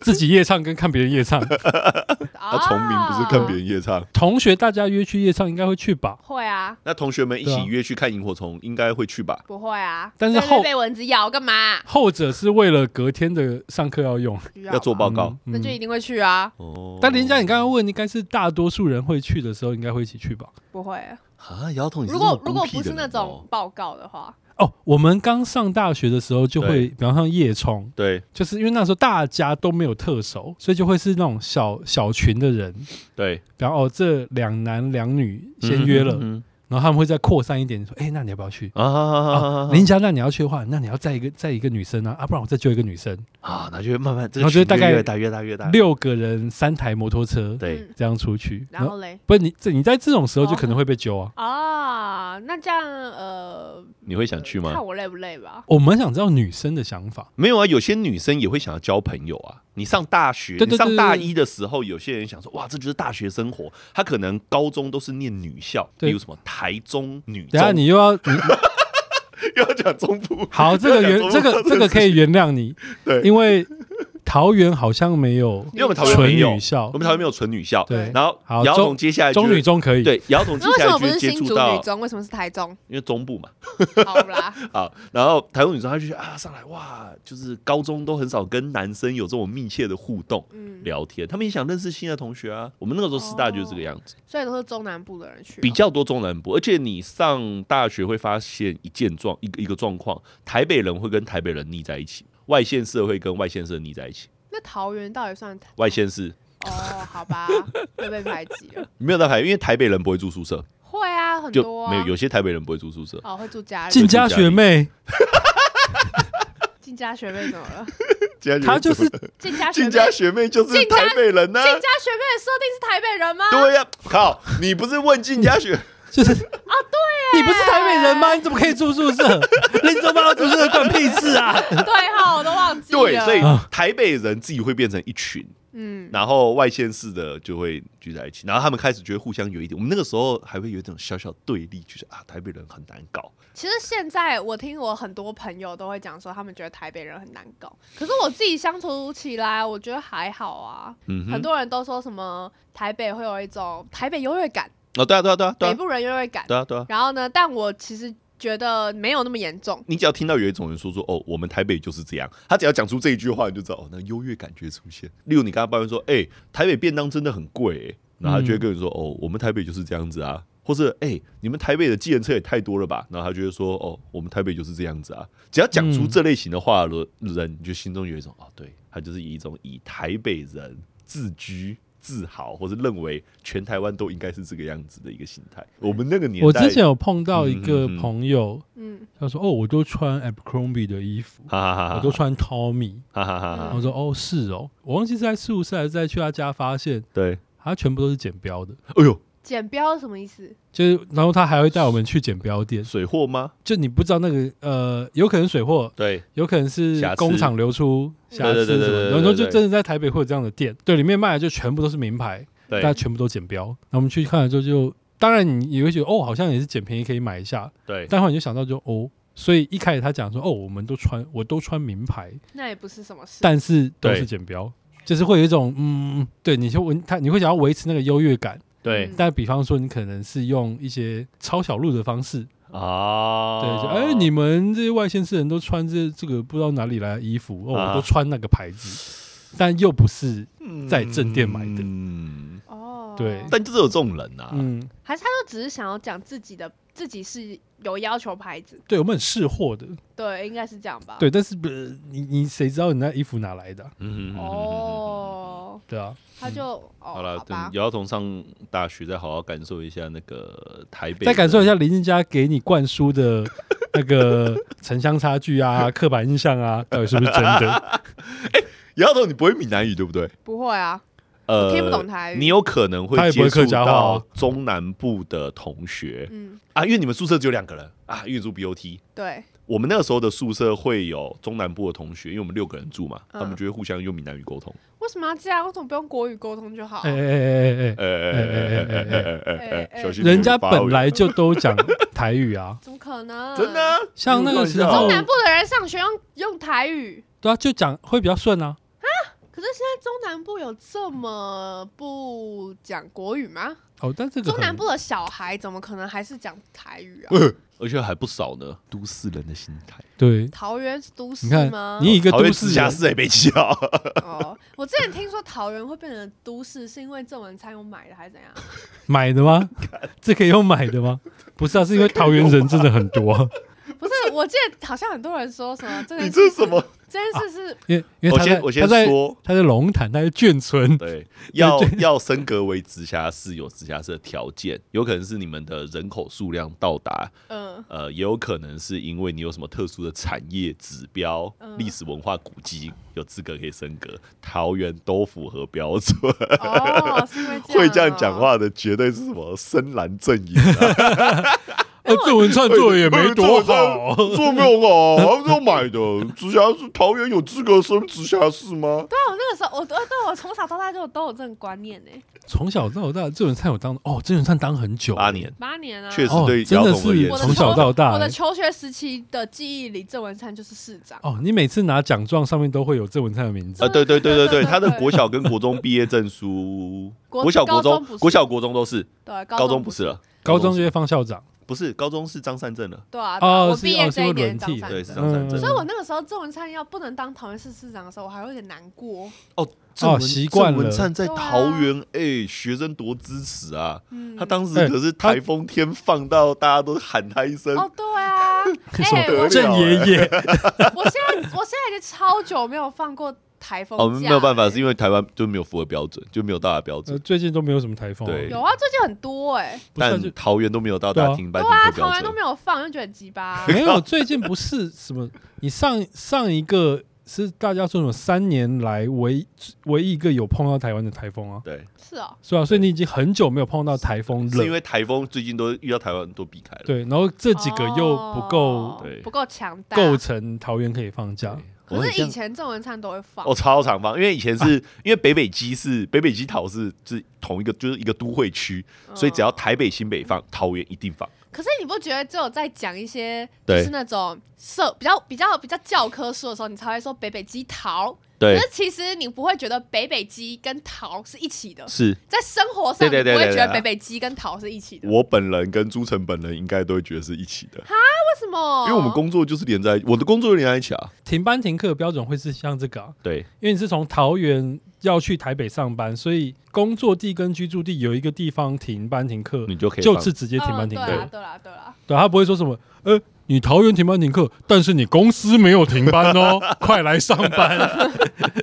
Speaker 1: 自己夜唱跟看别人夜唱，
Speaker 2: 那
Speaker 1: 哎
Speaker 3: 啊
Speaker 2: 虫鸣不是看别人夜唱？
Speaker 1: 同学大家约去夜唱应该会去吧？
Speaker 3: 会啊，
Speaker 2: 那同学们一
Speaker 1: 对啊
Speaker 2: 起约去看萤火虫，应该会去吧？
Speaker 3: 不会啊，
Speaker 1: 但是
Speaker 3: 在那边
Speaker 1: 后
Speaker 3: 被蚊子咬干嘛？
Speaker 1: 后者是为了隔天的上课要用
Speaker 3: 要啊
Speaker 2: 要做报告、
Speaker 1: 嗯
Speaker 3: 那就一定会去啊，
Speaker 2: 哦。
Speaker 1: 但林佳，你刚刚问应该是大多数人会去的时候，应该会一起去吧？
Speaker 3: 不会。
Speaker 2: 啊，姚总，你是
Speaker 3: 如
Speaker 2: 这么
Speaker 3: 果
Speaker 2: 孤
Speaker 3: 如果
Speaker 2: 僻
Speaker 3: 不
Speaker 2: 的
Speaker 3: 是
Speaker 2: 人
Speaker 3: 那
Speaker 2: 哦
Speaker 3: 种报告的话，
Speaker 1: 哦，我们刚上大学的时候就
Speaker 2: 对
Speaker 1: 会，比方像夜冲，
Speaker 2: 对
Speaker 1: 就是因为那时候大家都没有特首，所以就会是那种小小群的人，
Speaker 2: 对，
Speaker 1: 比方哦，这两男两女先约了，
Speaker 2: 嗯
Speaker 1: 然后他们会再扩散一点，说，哎、那你要不要去？
Speaker 2: 啊
Speaker 1: 啊，林佳，那你要去的话，那你要再一个再一个女生啊，啊，不然我再揪一个女生，
Speaker 2: 啊，那就会慢慢，这
Speaker 1: 然
Speaker 2: 个
Speaker 1: 后就
Speaker 2: 群
Speaker 1: 大
Speaker 2: 越
Speaker 1: 概
Speaker 2: 越大越大越大，
Speaker 1: 六个人三台摩托车
Speaker 2: 对
Speaker 3: 嗯，
Speaker 1: 这样出去，
Speaker 3: 然后哦嘞
Speaker 1: 不是你这你在这种时候就可能会被揪啊。
Speaker 3: 啊，那这样呃，
Speaker 2: 你会想去吗
Speaker 3: 看？我累不累吧。
Speaker 1: 我们想知道女生的想法，
Speaker 2: 没有啊，有些女生也会想要交朋友啊。你上大学，
Speaker 1: 对对
Speaker 2: 你上
Speaker 1: 对
Speaker 2: 大
Speaker 1: 对
Speaker 2: 一的时候，有些人想说，哇，这就是大学生活。她可能高中都是念女校，
Speaker 1: 对
Speaker 2: 例如什么台中女
Speaker 1: 等一下
Speaker 2: 中，
Speaker 1: 你又要你
Speaker 2: 又要讲中部，
Speaker 1: 好，这个原这个这个可以原谅你，
Speaker 2: 对
Speaker 1: 因为桃园好像没有
Speaker 2: 因为我们桃园
Speaker 1: 纯
Speaker 2: 没有
Speaker 1: 女，校
Speaker 2: 我，们桃园没有纯女校。
Speaker 1: 对
Speaker 2: 然后
Speaker 1: 好
Speaker 2: 姚
Speaker 1: 中
Speaker 2: 总接下来就
Speaker 1: 中女中可以，
Speaker 2: 对姚总接
Speaker 3: 那为
Speaker 2: 下
Speaker 3: 什
Speaker 2: 来
Speaker 3: 么
Speaker 2: 就会
Speaker 3: 不是
Speaker 2: 接
Speaker 3: 新
Speaker 2: 触
Speaker 3: 竹
Speaker 2: 到
Speaker 3: 女，中？为什么是 台中？
Speaker 2: 因为中部嘛。
Speaker 3: 好啦，
Speaker 2: 啊，然后台湾女生她就觉得啊，上来哇，就是高中都很少跟男生有这种密切的互动、
Speaker 3: 嗯，
Speaker 2: 聊天，他们也想认识新的同学啊。我们那个时候师大就是这个样子，
Speaker 3: 所以都是中南部的人去哦。
Speaker 2: 比较多中南部，而且你上大学会发现一件状一个一个状况，台北人会跟台北人腻在一起，外县市会跟外县市腻在一起，
Speaker 3: 那桃园到底算台
Speaker 2: 外 县市
Speaker 3: 哦？好 吧，会被排挤了。
Speaker 2: 没有在排，因为台北人不会住宿舍，
Speaker 3: 会啊，很
Speaker 2: 就
Speaker 3: 多啊
Speaker 2: 没有有些台北人不会住宿舍，
Speaker 3: 哦，会住家
Speaker 1: 进
Speaker 3: 里。
Speaker 1: 家学妹，
Speaker 3: 进家学妹怎么 了？
Speaker 2: 哎
Speaker 1: 她就是
Speaker 3: 进家学
Speaker 2: 进
Speaker 3: 妹，进
Speaker 2: 家
Speaker 3: 家
Speaker 2: 学妹就是
Speaker 3: 进家
Speaker 2: 台北人呐、
Speaker 3: 学妹的设定是台北人吗？
Speaker 2: 对呀、靠！你不是问进家学，
Speaker 1: 就是啊，对，你不是台北人吗？你怎么可以住宿舍？ 你怎么把我住宿舍关屁事啊？
Speaker 3: 对哈，我都忘记了。
Speaker 2: 对，所以
Speaker 1: 啊
Speaker 2: 台北人自己会变成一群，
Speaker 3: 嗯，
Speaker 2: 然后外县市的就会聚在一起，然后他们开始觉得互相有一点，我们那个时候还会有一种小小对立，就是啊，台北人很难搞，
Speaker 3: 其实现在我听我很多朋友都会讲说，他们觉得台北人很难搞。可是我自己相处起来，我觉得还好啊。
Speaker 2: 嗯
Speaker 3: 很
Speaker 2: 哼，
Speaker 3: 多人都说什么台北会有一种台北优越感，
Speaker 2: 哦，对啊，对啊，对啊，对
Speaker 3: 北
Speaker 2: 啊，
Speaker 3: 部人优越感。
Speaker 2: 对啊，对啊。
Speaker 3: 然后呢，但我其实觉得没有那么严重。
Speaker 2: 你只要听到有一种人说说哦，我们台北就是这样，他只要讲出这一句话，你就知道哦，那优越感觉出现。例如你刚刚抱怨说，哎、台北便当真的很贵、欸，然后他就会跟你
Speaker 1: 嗯
Speaker 2: 说，哦，我们台北就是这样子啊，或是哎、你们台北的计程车也太多了吧，然后他就会说，哦，我们台北就是这样子啊。只要讲出这类型的话的人，你就心中有一种哦，对他就是以一种以台北人自居。自豪，或是认为全台湾都应该是这个样子的一个心态。我们那个年代，
Speaker 1: 我之前有碰到一个
Speaker 2: 嗯嗯嗯
Speaker 1: 朋友，
Speaker 3: 嗯，
Speaker 1: 他说：“哦，我都穿 Abercrombie 的衣服，
Speaker 2: 哈哈哈哈，
Speaker 1: 我都穿 Tommy。”
Speaker 2: 哈哈哈
Speaker 1: 然
Speaker 2: 哈，
Speaker 1: 后我说：“哦，是哦。”我忘记是在事务室还是在去他家发现，
Speaker 2: 对，
Speaker 1: 他全部都是剪标的，
Speaker 2: 哎呦，
Speaker 3: 剪标是什么意思？
Speaker 1: 就是然后他还会带我们去剪标店，
Speaker 2: 水货吗？
Speaker 1: 就你不知道那个呃，有可能水货，
Speaker 2: 对，
Speaker 1: 有可能
Speaker 2: 瑕疵
Speaker 1: 是工厂流出瑕疵什
Speaker 2: 对对
Speaker 1: 么
Speaker 2: 对对对
Speaker 1: 的，
Speaker 2: 对
Speaker 1: 然后就
Speaker 2: 对
Speaker 1: 真的在台北会有这样的店，对，里面卖的就全部都是名牌，
Speaker 2: 对
Speaker 1: 但全部都剪标。那我们去看了之后就，当然你也会觉得哦，好像也是捡便宜可以买一下，
Speaker 2: 对，
Speaker 1: 但后来你就想到就哦。所以一开始他讲说，哦，我们都穿，我都穿名牌，
Speaker 3: 那也不是什么事。
Speaker 1: 但是都
Speaker 2: 对
Speaker 1: 是减标，就是会有一种嗯，对，你就闻他，你会想要维持那个优越感。
Speaker 2: 对
Speaker 3: 嗯
Speaker 1: 但比方说，你可能是用一些抄小路的方式，
Speaker 2: 啊，
Speaker 1: 对，就哎、你们这些外县市人都穿这这个不知道哪里来的衣服，哦，
Speaker 2: 啊
Speaker 1: 我都穿那个牌子，但又不是，在正店买的
Speaker 2: 嗯，
Speaker 3: 哦，
Speaker 1: 对
Speaker 2: 但就是有这种人啊，
Speaker 1: 嗯，
Speaker 3: 还是他就只是想要讲自己的，自己是有要求牌子，
Speaker 1: 对我们很识货的，
Speaker 3: 对，应该是这样吧？
Speaker 1: 对，但是不、呃你你谁知道你那衣服哪来的啊、
Speaker 2: 嗯
Speaker 3: 哦，
Speaker 1: 对啊，
Speaker 3: 他就哦，
Speaker 2: 好了，
Speaker 3: 好
Speaker 2: 等
Speaker 3: 吧
Speaker 2: 姚童上大学再好好感受一下那个台北，
Speaker 1: 再感受一下林俊家给你灌输 的那个城乡差距啊、刻板印象啊，到底是不是真 的？
Speaker 2: 姚童，你不会闽南语对不对？
Speaker 3: 不会啊，
Speaker 2: 呃，
Speaker 3: 听不懂台语
Speaker 2: 你有可能
Speaker 1: 他
Speaker 2: 会
Speaker 1: 也不
Speaker 2: 接
Speaker 1: 会
Speaker 2: 触
Speaker 1: 客家话
Speaker 2: 到
Speaker 1: 哦
Speaker 2: 中南部的同学
Speaker 3: 嗯，
Speaker 2: 啊，因为你们宿舍只有两个人啊，因为你住 BOT。
Speaker 3: 对，
Speaker 2: 我们那个时候的宿舍会有中南部的同学，因为我们六个人住嘛，
Speaker 3: 嗯
Speaker 2: 他们就会互相用闽南语沟通。
Speaker 3: 为什么要这样？为什么不用国语沟通就好？
Speaker 1: 哎哎哎哎哎，
Speaker 2: 哎哎哎哎哎哎哎哎，小心
Speaker 1: 人家本来就都讲台语 啊，
Speaker 3: 怎么可能？
Speaker 2: 真的啊，
Speaker 1: 像那个时
Speaker 2: 哦
Speaker 1: 候
Speaker 3: 中，南部的人上学用用台语，
Speaker 1: 对啊，就讲会比较顺啊。
Speaker 3: 可是现在中南部有这么不讲国语吗？
Speaker 1: 哦，但这个
Speaker 3: 中南
Speaker 1: 很
Speaker 3: 部的小孩怎么可能还是讲台语啊？
Speaker 2: 呃而且还不少呢。都市人的心态，
Speaker 1: 对，
Speaker 3: 桃园是都市
Speaker 1: 你看
Speaker 3: 吗？
Speaker 1: 你一个
Speaker 2: 桃园
Speaker 1: 都
Speaker 2: 直
Speaker 1: 市
Speaker 2: 辖
Speaker 1: 人，
Speaker 2: 市也被气到。
Speaker 3: 哦，我之前听说桃园会变成都市，是因为郑文灿有买的还是 怎样？
Speaker 1: 买的吗？这可以用买的吗？不是啊，是因为桃园人真的很多啊，
Speaker 3: 不是，我记得好像很多人说 什么这个
Speaker 2: 你这是什么？
Speaker 3: 这件事是
Speaker 1: 因为因为
Speaker 2: 我
Speaker 1: 他
Speaker 2: 先
Speaker 1: 在
Speaker 2: 我
Speaker 1: 他
Speaker 2: 先
Speaker 1: 在
Speaker 2: 说，
Speaker 1: 他在龙潭，他在眷村，
Speaker 2: 对，要要升格为直辖市有直辖市的条件，有可能是你们的人口数量到达，
Speaker 3: 嗯
Speaker 2: 呃，也有可能是因为你有什么特殊的产业指标、
Speaker 3: 嗯
Speaker 2: 历史文化古迹有资格可以升格。桃园都符合标准，
Speaker 3: 哦，是因为这样、
Speaker 2: 会这样讲。话的绝对是什么深蓝阵营、啊，
Speaker 1: 呃，郑文灿做的也没多
Speaker 2: 哎
Speaker 1: 好，
Speaker 2: 这这没有好，他们都买的直辖市，桃园有资格升直辖市吗？
Speaker 3: 对啊，我那个时候，我对对我从小到大就都有这种观念呢、
Speaker 1: 从小到大，郑文灿有当哦，郑文灿当很久，
Speaker 2: 八年，
Speaker 3: 八年啊，
Speaker 2: 确实
Speaker 1: 哦
Speaker 2: 对，
Speaker 1: 真
Speaker 2: 姚
Speaker 1: 的
Speaker 2: 总而
Speaker 1: 是
Speaker 2: 言
Speaker 3: 我的
Speaker 1: 从小
Speaker 3: 求
Speaker 1: 到大
Speaker 3: 我的
Speaker 1: 欸
Speaker 3: 求学时期的记忆里，郑文灿就是市长。
Speaker 1: 哦，你每次拿奖状上面都会有郑文灿的名字
Speaker 2: 啊，，对对对对对，他的
Speaker 3: 对
Speaker 2: 国小跟国中毕业证书，
Speaker 3: 国
Speaker 2: 国小
Speaker 3: 高
Speaker 2: 国
Speaker 3: 中
Speaker 2: 中
Speaker 3: 不是
Speaker 2: 国小国中都是，
Speaker 3: 对，
Speaker 2: 高中
Speaker 3: 中
Speaker 2: 不是了，
Speaker 1: 高中就会放校长，
Speaker 2: 不是高中是张善政了，
Speaker 3: 对啊，对啊
Speaker 1: 哦
Speaker 3: 我
Speaker 1: 是
Speaker 3: 毕业
Speaker 1: 哦
Speaker 3: 这一
Speaker 1: 是
Speaker 3: 年
Speaker 1: 轮
Speaker 3: 当
Speaker 1: 替
Speaker 3: 上
Speaker 1: 的
Speaker 2: 对，
Speaker 3: 任
Speaker 2: 是张善政
Speaker 1: 嗯
Speaker 3: 所以，我那个时候郑文灿要不能当桃园市市长的时候，我还有点难过。
Speaker 2: 哦，郑文
Speaker 1: 哦习惯了
Speaker 2: 郑文灿在
Speaker 3: 对啊
Speaker 2: 桃园，哎，学生多支持啊！
Speaker 3: 嗯，
Speaker 2: 他当时
Speaker 1: 哎
Speaker 2: 可是
Speaker 1: 他
Speaker 2: 台风天放到大家都喊他一声，
Speaker 3: 哦，对 啊，
Speaker 1: 什
Speaker 3: 哎、
Speaker 1: 么
Speaker 3: 我
Speaker 1: 郑爷爷，
Speaker 3: 我现在我现在已经超久没有放过台风
Speaker 2: 哦，
Speaker 3: 假
Speaker 2: 没有办法，
Speaker 3: 了
Speaker 2: 是因为台湾就没有符合标准，就没有到达标
Speaker 1: 呃
Speaker 2: 准，
Speaker 1: 最近都没有什么台风啊，
Speaker 2: 对
Speaker 3: 有啊，最近很多哎、
Speaker 1: 不是啊
Speaker 2: 但
Speaker 1: 就
Speaker 2: 桃园都没有到
Speaker 1: 对
Speaker 2: 达
Speaker 1: 啊
Speaker 2: 停班
Speaker 3: 对
Speaker 2: 停
Speaker 3: 啊，
Speaker 2: 课
Speaker 3: 桃
Speaker 2: 标
Speaker 3: 园都
Speaker 2: 准
Speaker 3: 没。有放，就觉得很 鸡巴。
Speaker 1: 没有，最近不是什么，你上上一个是大家说什么三年来唯唯一一个有碰到台湾的台风啊，
Speaker 2: 对，
Speaker 3: 是哦，
Speaker 1: 是吧？所以你已经很久没有碰到台风
Speaker 2: 是因
Speaker 1: 了，
Speaker 2: 为台风最近都遇到台湾都避开了。
Speaker 1: 对，然后这几个又不
Speaker 3: 哦
Speaker 1: 够
Speaker 2: 对
Speaker 3: 不够强大。
Speaker 1: 构成桃园可以放假
Speaker 2: 对，，我
Speaker 3: 可
Speaker 2: 很
Speaker 3: 是
Speaker 2: 像
Speaker 3: 以前郑文灿都会放
Speaker 2: 哦，，超常放，因为以前是、因为北北基是北北基桃是是同一个就是一个都会区，
Speaker 3: 嗯
Speaker 2: 所以只要台北新北放，桃园一定放。
Speaker 3: 可是你不觉得只有在讲一些就
Speaker 2: 对
Speaker 3: 是那种社比较比较比较教科书的时候，你才会说北北基桃？可
Speaker 2: 对
Speaker 3: 是其实你不会觉得北北基跟桃是一起的，
Speaker 2: 是
Speaker 3: 在生活上
Speaker 2: 对
Speaker 3: 你
Speaker 2: 对对
Speaker 3: 不会
Speaker 2: 对
Speaker 3: 觉得
Speaker 2: 对
Speaker 3: 北北基跟桃是一起的。
Speaker 2: 我本人跟朱晨本人应该都会觉得是一起的，
Speaker 3: 为什么？
Speaker 2: 因为我们工作就是连在我的工作就连在一起啊。
Speaker 1: 停班停课的标准会是像这个、啊，
Speaker 2: 对，
Speaker 1: 因为你是从桃园要去台北上班，所以工作地跟居住地有一个地方停班停课，
Speaker 2: 你就可以
Speaker 1: 就
Speaker 2: 放
Speaker 1: 是直接停班停
Speaker 3: 嗯
Speaker 1: 课。
Speaker 3: 对啦对啦对啦，
Speaker 1: 对，他不会说什么，呃，你桃园停班停课，但是你公司没有停班 哦，快来上班。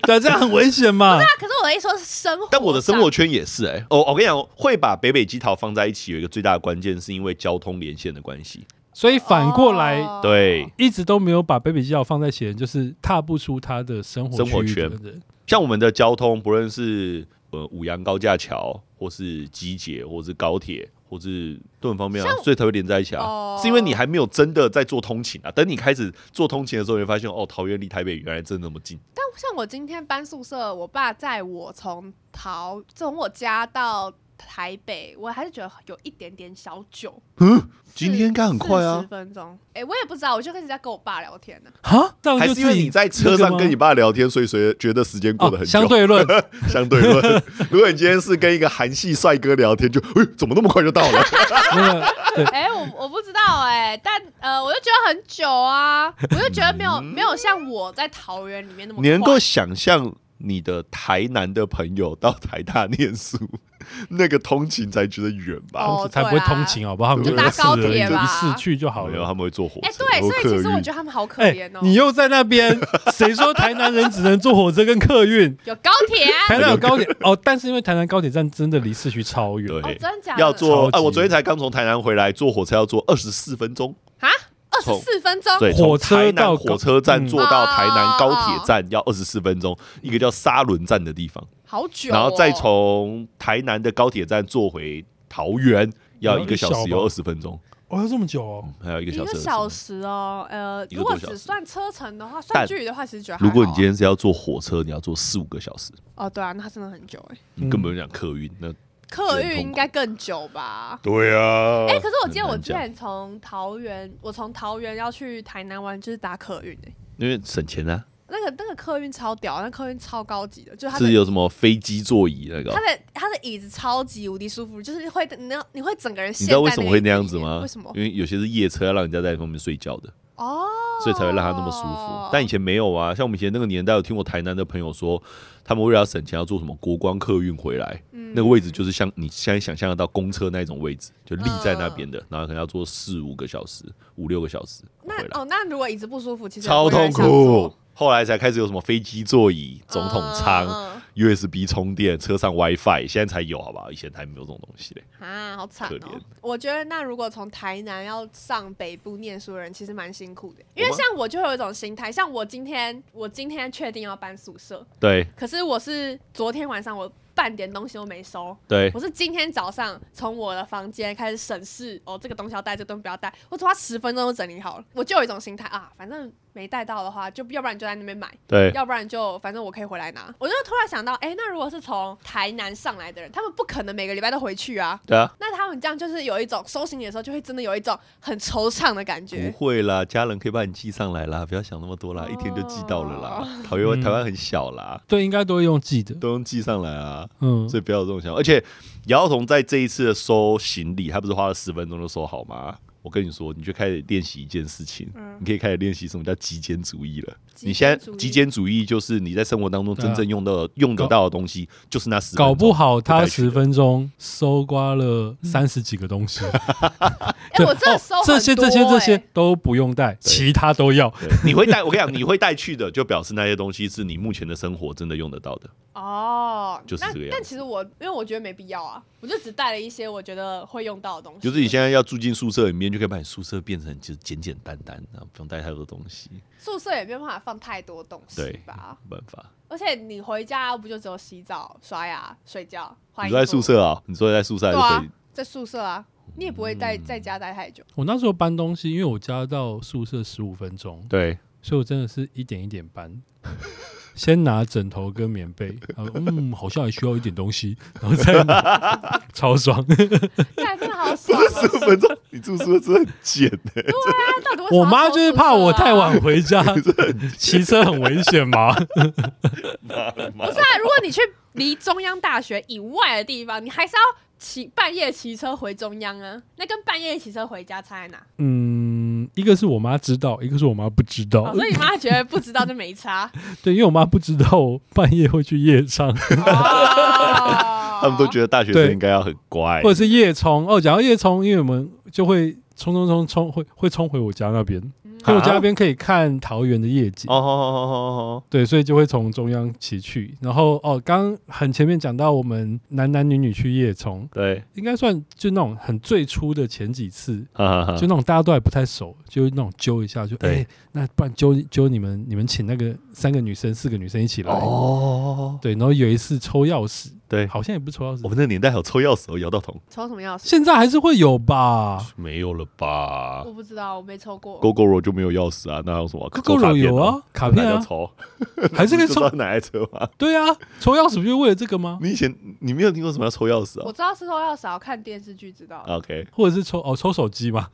Speaker 1: 对，这样很危险嘛。
Speaker 3: 那可是我的意思说是生活上，
Speaker 2: 但我的生活圈也是哎、哦，我跟你讲，会把北北基桃放在一起，有一个最大的关键是因为交通连线的关系。
Speaker 1: 所以反过来，
Speaker 3: 哦
Speaker 2: 对，
Speaker 1: 一直都没有把 baby 教放在前，就是踏不出他的生活
Speaker 2: 生活
Speaker 1: 区域的
Speaker 2: 圈
Speaker 1: 人。
Speaker 2: 像我们的交通，不论是呃五羊高架桥，或是机捷，或是高铁，或是都很方便啊，所以才会连在一起啊。
Speaker 3: 哦
Speaker 2: 是因为你还没有真的在做通勤啊。等你开始做通勤的时候，你会发现哦，桃园离台北原来真的那么近。
Speaker 3: 但像我今天搬宿舍，我爸载我从桃从我家到台北，我还是觉得有一点点小久。
Speaker 1: 嗯
Speaker 2: 今天应该很快
Speaker 3: 十
Speaker 2: 啊，
Speaker 3: 分钟。哎、我也不知道，我就开始在跟我爸聊天呢、
Speaker 1: 哦哈，这样
Speaker 2: 还
Speaker 1: 就是自
Speaker 2: 因为
Speaker 1: 己
Speaker 2: 你在
Speaker 1: 那
Speaker 2: 车
Speaker 1: 个
Speaker 2: 上
Speaker 1: 吗
Speaker 2: 跟你爸聊天，所以觉觉得时间过得
Speaker 1: 哦
Speaker 2: 很久。
Speaker 1: 相对论，
Speaker 2: 相对论，如果你今天是跟一个韩系帅哥聊天，就哎、怎么那么快就到了？
Speaker 1: 那个
Speaker 3: 哎、我我不知道哎、但呃，我就觉得很久啊，我就觉得没
Speaker 2: 嗯
Speaker 3: 有没有像我在桃园里面那么
Speaker 2: 你能
Speaker 3: 快
Speaker 2: 够想象你的台南的朋友到台大念书， 那个通勤才觉得远吧？
Speaker 3: 哦
Speaker 1: 才不会通勤好不好？他们就
Speaker 2: 对
Speaker 3: 啊
Speaker 1: 一次而已
Speaker 3: 就搭高铁
Speaker 1: 就
Speaker 3: 吧
Speaker 1: 一次去就好
Speaker 2: 哦没有，
Speaker 1: 了
Speaker 2: 他。们会坐火
Speaker 3: 哎、
Speaker 2: 车，
Speaker 3: 对，
Speaker 2: 或
Speaker 3: 所以
Speaker 2: 客
Speaker 3: 其实我
Speaker 2: 运
Speaker 3: 觉得他们好可
Speaker 1: 哎、
Speaker 3: 怜哦、
Speaker 1: 你又在那边，谁说台南人只能坐火车跟客 运？
Speaker 3: 有高铁 啊？
Speaker 1: 台南有高铁哦，但是因为台南高铁站真的离市区超远，
Speaker 2: 对
Speaker 3: 哦，真的假的？
Speaker 2: 哎要坐
Speaker 1: 超级
Speaker 2: 啊！我昨天才刚从台南回来，坐火车要坐二十四分钟，
Speaker 3: 啊，二十四分钟，
Speaker 2: 对，
Speaker 1: 火
Speaker 2: 从
Speaker 1: 车
Speaker 2: 台南
Speaker 1: 到
Speaker 2: 火车站
Speaker 1: 嗯
Speaker 2: 坐到台南高
Speaker 3: 哦
Speaker 2: 铁站要二十四分钟，一个叫沙仑站的地方，
Speaker 3: 好哦久、哦。
Speaker 2: 然后再从台南的高铁站坐回桃园要一个小时有
Speaker 1: 要
Speaker 2: 二
Speaker 1: 一
Speaker 2: 十分钟，
Speaker 1: 哦，要这么久哦，
Speaker 2: 还有一个
Speaker 3: 一
Speaker 2: 小
Speaker 3: 个
Speaker 2: 时20
Speaker 3: 小
Speaker 2: 分钟。
Speaker 3: 时哦，呃，
Speaker 2: 一个
Speaker 3: 如
Speaker 2: 多
Speaker 3: 果
Speaker 2: 小时
Speaker 3: 只算车程的话，算
Speaker 2: 但
Speaker 3: 距离的话，其实觉得还好啊
Speaker 2: 如果你今天是要坐火车，你要坐四五个小时，
Speaker 3: 哦，对啊，那真的很久哎。
Speaker 2: 你根本讲客运那。
Speaker 3: 客
Speaker 2: 人
Speaker 3: 运
Speaker 2: 痛苦
Speaker 3: 应该更久吧？
Speaker 2: 对啊
Speaker 3: 哎、可是我记得
Speaker 2: 很
Speaker 3: 我
Speaker 2: 难
Speaker 3: 之
Speaker 2: 讲
Speaker 3: 前从桃园，我从桃园要去台南玩，就是搭客运哎、
Speaker 2: 因为省钱啊，
Speaker 3: 那个那个客运超屌，那客运超高级的，就是它
Speaker 2: 是
Speaker 3: 的
Speaker 2: 有什么飞机座椅那个
Speaker 3: 它，的它的椅子超级无敌舒服，就是会你要你会整个人
Speaker 2: 你
Speaker 3: 陷
Speaker 2: 知道
Speaker 3: 在
Speaker 2: 为什么
Speaker 3: 个
Speaker 2: 会
Speaker 3: 椅
Speaker 2: 那样
Speaker 3: 里
Speaker 2: 子
Speaker 3: 面
Speaker 2: 吗？
Speaker 3: 为什么？
Speaker 2: 因为有些是夜车要让人家在上面睡觉的，
Speaker 3: 哦，
Speaker 2: 所以才会让他那么舒服。但以前没有啊，像我们以前那个年代，有听我台南的朋友说，他们为了要省钱要做什么国光客运回来，
Speaker 3: 嗯
Speaker 2: 那个位置就是像你现在想象得到公车那种位置，就立在那边
Speaker 3: 嗯
Speaker 2: 的，然后可能要坐四五个小时、五六个小时回
Speaker 3: 那
Speaker 2: 来，
Speaker 3: 哦，那如果椅子不舒服，其实
Speaker 2: 超
Speaker 3: 我也
Speaker 2: 痛
Speaker 3: 会想坐
Speaker 2: 苦。后来才开始有什么飞机座椅、总统舱、
Speaker 3: 嗯
Speaker 2: USB 充电、车上 WiFi，现在才有好不好？以前才没有这种东西嘞。
Speaker 3: 啊，好惨
Speaker 2: 可
Speaker 3: 哦
Speaker 2: 怜！
Speaker 3: 我觉得那如果从台南要上北部念书的人，其实蛮辛苦的，因为
Speaker 2: 我吗
Speaker 3: 像我就会有一种心态，像我今天我今天确定要搬宿舍，
Speaker 2: 对
Speaker 3: 可是我是昨天晚上我半点东西都没收，
Speaker 2: 对
Speaker 3: 我是今天早上从我的房间开始审视，哦，这个东西要带，这个东西不要带，我只花十分钟就整理好了，我就有一种心态啊，反正没带到的话，就要不然就在那边买，
Speaker 2: 对，
Speaker 3: 要不然就反正我可以回来拿。我就突然想到，哎、那如果是从台南上来的人，他们不可能每个礼拜都回去啊。
Speaker 2: 对啊，
Speaker 3: 那他们这样就是有一种收行李的时候，就会真的有一种很惆怅的感
Speaker 2: 不
Speaker 3: 觉。
Speaker 2: 会啦，家人可以把你寄上来啦，不要想那么多啦，
Speaker 3: 哦
Speaker 2: 一天就寄到了 啦。台湾
Speaker 1: 嗯
Speaker 2: 台湾很小啦，
Speaker 1: 对，应该都会用记的，
Speaker 2: 都能寄上来啊，
Speaker 1: 嗯，
Speaker 2: 所以不要有这种想法。而且姚晓彤在这一次的收行李，他不是花了十分钟就收好吗？我跟你说，你就开始练习一件事情，
Speaker 3: 嗯
Speaker 2: 你可以开始练习什么叫极简主义了。
Speaker 3: 极
Speaker 2: 你现在
Speaker 3: 简主义
Speaker 2: 极简主义就是你在生活当中
Speaker 1: 对啊
Speaker 2: 真正用到的、用得
Speaker 1: 搞
Speaker 2: 到的东西，就是那十分钟
Speaker 1: 搞不好他
Speaker 2: 就带去
Speaker 1: 十
Speaker 2: 了
Speaker 1: 分钟搜刮了三十几个东西。
Speaker 3: 嗯
Speaker 1: 哦
Speaker 3: 哎、我
Speaker 2: 哦
Speaker 3: 真的收很多、
Speaker 1: 这些这些这些
Speaker 3: 哎
Speaker 1: 都不用带，其他都要。
Speaker 2: 对你会带我跟你讲，你会带去的，就表示那些东西是你目前的生活真的用得到 的。
Speaker 3: 哦，
Speaker 2: 就是
Speaker 3: 那
Speaker 2: 这个样子
Speaker 3: 但其实我因为我觉得没必要啊，我就只带了一些我觉得会用到的东西。
Speaker 2: 就是你现在要住进宿舍里面，就可以把你宿舍变成就是简简单单，然后不用带太多东西，
Speaker 3: 宿舍也没有办法放太多东西
Speaker 2: 对
Speaker 3: 吧？
Speaker 2: 没办法。
Speaker 3: 而且你回家不就只有洗澡、刷牙、睡觉、换
Speaker 2: 你
Speaker 3: 衣
Speaker 2: 住
Speaker 3: 服？
Speaker 2: 在宿舍啊？你住在宿舍还
Speaker 3: 对
Speaker 2: 是
Speaker 3: 啊
Speaker 2: 回？，
Speaker 3: 在宿舍啊，你也不会在在家 待太久。
Speaker 1: 我那时候搬东西，因为我家到宿舍十五分钟，
Speaker 2: 对，啊
Speaker 1: 所以我真的是一点一点 搬。先拿枕头跟棉被，然后嗯，好像还需要一点东西，然后再拿 超爽。
Speaker 3: 但真的好爽、
Speaker 2: 十
Speaker 3: 啊！
Speaker 2: 五 分钟，你住宿舍真的很贱哎、
Speaker 3: 他到底为什么要啊
Speaker 1: 我妈就是怕我太晚回 家， 骑车很危险嘛。
Speaker 2: 欸
Speaker 3: 收宿舍啊。不是啊，如果你去离中央大学以外的地方，你还是要骑半夜骑车回中央啊。那跟半夜骑车回家差在哪？
Speaker 1: 嗯，一个是我妈知道，一个是我妈不知
Speaker 3: 哦
Speaker 1: 道。
Speaker 3: 所以你妈觉得不知道就 没差。
Speaker 1: 对，因为我妈不知道我半夜会去夜唱，
Speaker 3: 哦
Speaker 2: 他们都觉得大学生应该要很乖
Speaker 1: 或，者是夜冲哦。讲到夜冲，因为我们就会冲冲冲冲，会会冲回我家那边，因为我家那边可以看桃园的夜景
Speaker 2: 啊哦。哦哦哦哦
Speaker 1: 对，所以就会从中央骑去。然后哦，刚刚很前面讲到我们男男女女去夜冲，
Speaker 2: 对，
Speaker 1: 应该算就那种很最初的前几次，
Speaker 2: 哈哈
Speaker 1: 就那种大家都还不太熟，就那种揪一下，就哎、
Speaker 2: 对
Speaker 1: 那不然揪揪你们，你们请那个三个女生、四个女生一起来。
Speaker 2: 哦，
Speaker 1: 对，然后有一次抽钥匙，
Speaker 2: 对，
Speaker 1: 好像也不抽钥匙，
Speaker 2: 我们那个年代还有抽钥匙哦，摇到桶
Speaker 3: 抽什么钥匙？
Speaker 1: 现在还是会有吧
Speaker 2: 没有了吧
Speaker 3: 我不知道，我没抽过。
Speaker 2: ？GoGoRo 就没有钥匙啊，那还有什么
Speaker 1: ？Go
Speaker 2: 抽
Speaker 1: Go
Speaker 2: 卡
Speaker 1: o
Speaker 2: 片哦
Speaker 1: 有啊，卡
Speaker 2: 哪
Speaker 1: 片
Speaker 2: 叫
Speaker 1: 啊，
Speaker 2: 抽，
Speaker 1: 还是可以
Speaker 2: 你知 道
Speaker 1: 抽。
Speaker 2: 哪台车吗？
Speaker 1: 对啊，抽钥匙不就为了这个吗？
Speaker 2: 你以前你没有听过什么要抽钥匙
Speaker 3: 我
Speaker 2: 啊
Speaker 3: 知道是抽钥匙啊，我看电视剧知道。
Speaker 2: ？OK，
Speaker 1: 或者是抽哦抽手机 嘛，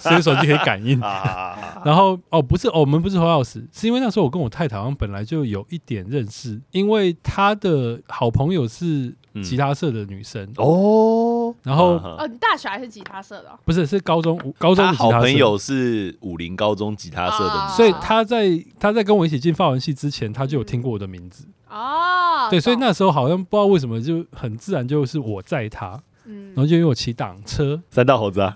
Speaker 1: 所以手机可以感应。
Speaker 2: 啊，
Speaker 1: 然后哦，不是哦，我们不是侯老师，是因为那时候我跟我太太好像本来就有一点认识，因为她的好朋友是吉他社的女生，
Speaker 2: 哦，
Speaker 1: 然后、
Speaker 3: 哦，你大学还是吉他社的哦、
Speaker 1: 不是是高中高中的
Speaker 2: 啊他
Speaker 1: 吉他
Speaker 2: 好
Speaker 1: 社
Speaker 2: 朋，友是武林
Speaker 1: 啊
Speaker 2: 高中吉他社的女生，
Speaker 1: 所以她在她在跟我一起进法文系之前，她就有听过我的名字，
Speaker 3: 哦，哦，
Speaker 1: 对，所以
Speaker 3: 懂
Speaker 1: 那时候好像不知道为什么就很自然就是我载他，然
Speaker 3: 嗯
Speaker 1: 后就因为我骑挡车
Speaker 2: 三大猴子啊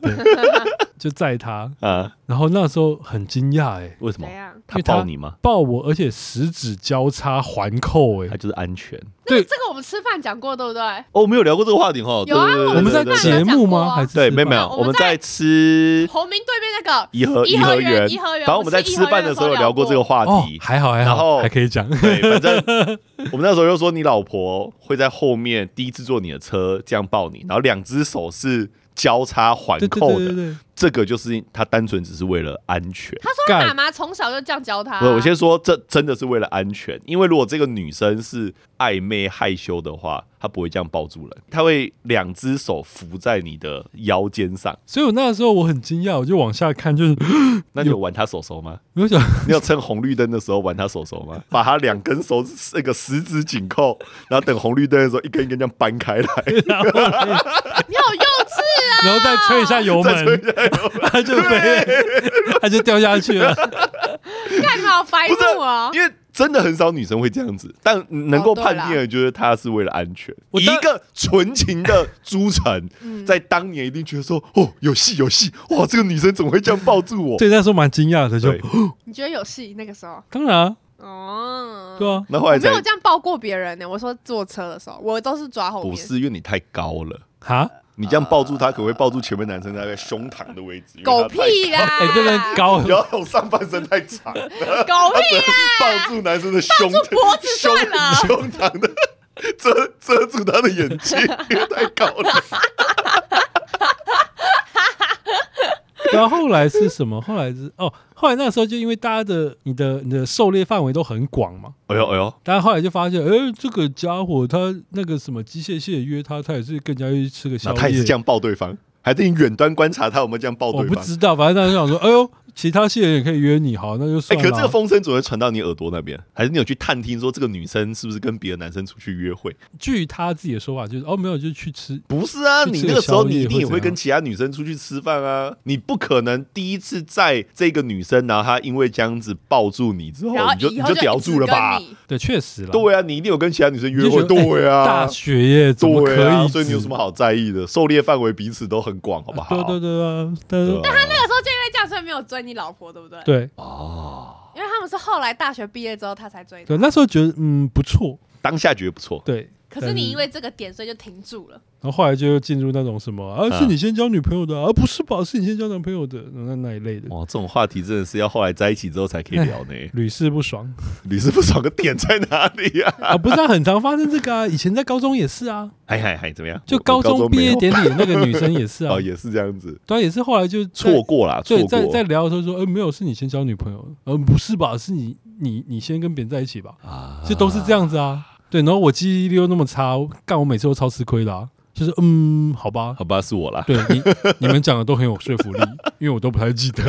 Speaker 1: 就载他，
Speaker 2: 啊！
Speaker 1: 然后那时候很惊讶哎，
Speaker 2: 为什
Speaker 3: 怎
Speaker 2: 么？
Speaker 3: 样？
Speaker 1: 因
Speaker 2: 他
Speaker 1: 为他
Speaker 2: 抱你吗？
Speaker 1: 抱我，而且十指交叉环扣哎、
Speaker 2: 他就是安全。
Speaker 3: 那
Speaker 1: 对
Speaker 3: 这个我们吃饭讲过，对不对？
Speaker 2: 哦，我们有聊过这个话题哈。
Speaker 3: 有啊
Speaker 2: 对对对
Speaker 1: 我们在
Speaker 2: 对对
Speaker 3: 吃
Speaker 2: 对
Speaker 1: 节目
Speaker 3: 有
Speaker 1: 吗？
Speaker 3: 啊
Speaker 1: 还是哦
Speaker 2: 对，
Speaker 1: 吃
Speaker 2: 没有
Speaker 1: 饭
Speaker 2: 没有，
Speaker 3: 我
Speaker 2: 我
Speaker 3: 们
Speaker 2: 们在
Speaker 3: 在
Speaker 2: 吃
Speaker 3: 红明对面那个
Speaker 2: 颐和
Speaker 3: 颐
Speaker 2: 颐和
Speaker 3: 园，
Speaker 2: 园
Speaker 3: 颐，和园，
Speaker 2: 反正我们在
Speaker 3: 吃颐
Speaker 2: 吃
Speaker 3: 和
Speaker 2: 饭
Speaker 3: 园
Speaker 2: 的
Speaker 3: 的
Speaker 2: 时候有聊过这个话
Speaker 1: 哦
Speaker 2: 题，。
Speaker 1: 还好还
Speaker 2: 然后
Speaker 1: 好，还可以讲。
Speaker 2: 对，反正我们那时候就说你老婆会在后面第一次坐你的车这样抱你，然后两只手是交叉环
Speaker 1: 对对
Speaker 2: 扣
Speaker 1: 对对
Speaker 2: 的，
Speaker 1: 对，
Speaker 2: 这个就是他单纯只是为了安全。
Speaker 3: 他说他
Speaker 1: 干
Speaker 3: 妈妈从小就这样教他。
Speaker 2: 不，我先说，这真的是为了安全，因为如果这个女生是暧昧害羞的话，她不会这样抱住人，她会两只手扶在你的腰间上。
Speaker 1: 所以我那时候我很惊讶，我就往下看，就是
Speaker 2: 那你有玩她手手吗？
Speaker 1: 我就想
Speaker 2: 你有趁红绿灯的时候玩她手手吗？把她两根手指那个十指紧扣，然后等红绿灯的时候一根一根这样掰开来，
Speaker 3: 你好幼稚啊！
Speaker 1: 然后再吹一下油门，它就飞了， 它就掉下去了。
Speaker 3: 干你好白
Speaker 2: 不是
Speaker 3: 目啊！
Speaker 2: 因为真的很少女生会这样子，但能够
Speaker 3: 哦对啦
Speaker 2: 判定的就是她是为了安全。
Speaker 1: 我
Speaker 2: 以
Speaker 1: 当
Speaker 2: 一个纯情的朱晨，
Speaker 3: 嗯
Speaker 2: 在当年一定觉得说，哦，有戏有戏，哇，这个女生怎么会这样抱住我？
Speaker 1: 对，那时候蛮惊讶的，就
Speaker 2: 对，
Speaker 3: 你觉得有戏那个时候？
Speaker 1: 当然啊，
Speaker 3: 哦，
Speaker 1: 对啊，
Speaker 2: 那后
Speaker 3: 我
Speaker 2: 来
Speaker 3: 没
Speaker 2: 才
Speaker 3: 有这样抱过别人呢、我说坐车的时候，我都是抓后
Speaker 2: 不
Speaker 3: 面。
Speaker 2: 是因为你太高了，
Speaker 1: 哈，
Speaker 2: 你这样抱住她，可能会抱住前面男生大概胸膛的位置。因为
Speaker 3: 狗
Speaker 2: 她太
Speaker 3: 屁啦！
Speaker 1: 哎，这边高
Speaker 2: 高！，然后上半身太 长，
Speaker 3: 狗屁啦！
Speaker 2: 抱住男生的胸
Speaker 3: 抱住脖子
Speaker 2: 胸
Speaker 3: 算了
Speaker 2: 胸膛的遮遮住他的眼睛，因为太高 了。
Speaker 1: 然啊后后来是什么？后来是哦，后来那时候就因为大家的你的你的狩猎范围都很广嘛，
Speaker 2: 哎呦哎呦，
Speaker 1: 大家后来就发现，哎，这个家伙他那个什么机械蟹约他，他也是更加去吃个宵
Speaker 2: 那他也是
Speaker 1: 夜
Speaker 2: 这。样抱对方，还是你远端观察他有没有这样抱
Speaker 1: 我
Speaker 2: 对
Speaker 1: 不
Speaker 2: 方？
Speaker 1: 知道，反正大家就想说，哎呦，其他蟹人也可以约你，好，那就
Speaker 2: 哎、
Speaker 1: 算
Speaker 2: 可是
Speaker 1: 了
Speaker 2: 这
Speaker 1: 啊。
Speaker 2: 个风声总会传到你耳朵那边，还是你有去探听说这个女生是不是跟别的男生出去约会？
Speaker 1: 据他自己的说法，就是哦，没有，就是去吃。
Speaker 2: 不是啊，
Speaker 1: 去吃
Speaker 2: 你
Speaker 1: 个
Speaker 2: 那个时候你一
Speaker 1: 宵夜
Speaker 2: 定也
Speaker 1: 或怎
Speaker 2: 会
Speaker 1: 样
Speaker 2: 跟其他女生出去吃饭啊，你不可能第一次在这个女生，然后她因为这样子抱住你之后，
Speaker 3: 然后
Speaker 2: 你就
Speaker 3: 以
Speaker 2: 你
Speaker 3: 后就
Speaker 2: 叼住了吧
Speaker 3: 一直？跟你
Speaker 1: 对，确实啦。
Speaker 2: 对啊，你一定有跟其他女生约会，
Speaker 1: 你就觉得哎
Speaker 2: 对啊，
Speaker 1: 大学耶，怎么可
Speaker 2: 对啊，
Speaker 1: 以？
Speaker 2: 所以你有什么？好在意的？狩猎范围彼此都很广，好不好？
Speaker 1: 对对对啊，但是
Speaker 2: 对啊
Speaker 3: 那个时候就因为这样，所以没有追你老婆，对不对？
Speaker 1: 对
Speaker 2: 哦，
Speaker 3: 因为他们是后来大学毕业之后他才追的。
Speaker 1: 对，那时候觉得嗯不错，
Speaker 2: 当下觉得不错，
Speaker 1: 对。
Speaker 3: 可是你因为这个点，所以就停住了。
Speaker 1: 然后后来就进入那种什么啊，
Speaker 2: 嗯
Speaker 1: 是你先交女朋友的啊，啊不是吧？是你先交男朋友的那那一类的，
Speaker 2: 哇，这种话题真的是要后来在一起之后才可以 聊呢。
Speaker 1: 屡试不爽
Speaker 2: 你是不爽个点在哪里呀、啊？
Speaker 1: 啊！不是啊，很常发生这个啊。 以前在高中也是啊，
Speaker 2: 哎嗨嗨，怎么样？
Speaker 1: 就
Speaker 2: 我
Speaker 1: 高中毕业
Speaker 2: 没
Speaker 1: 典礼那个女生也是
Speaker 2: 有
Speaker 1: 啊
Speaker 2: 哦，，也是这样子，
Speaker 1: 对啊，也是后来就在
Speaker 2: 错。过啦，错
Speaker 1: 对，在
Speaker 2: 过
Speaker 1: 在聊的时候说，呃，没有，是你先交女朋友，呃，不是吧？是你你你先跟别人在一起吧？
Speaker 2: 啊
Speaker 1: 就都是这样子啊。对，然后我记忆力又那么差，我干我每次都超吃亏的、啊。就是嗯，好吧，
Speaker 2: 好吧，是我啦。！
Speaker 1: 对你 你们讲的都很有说服力，因为我都不太记得。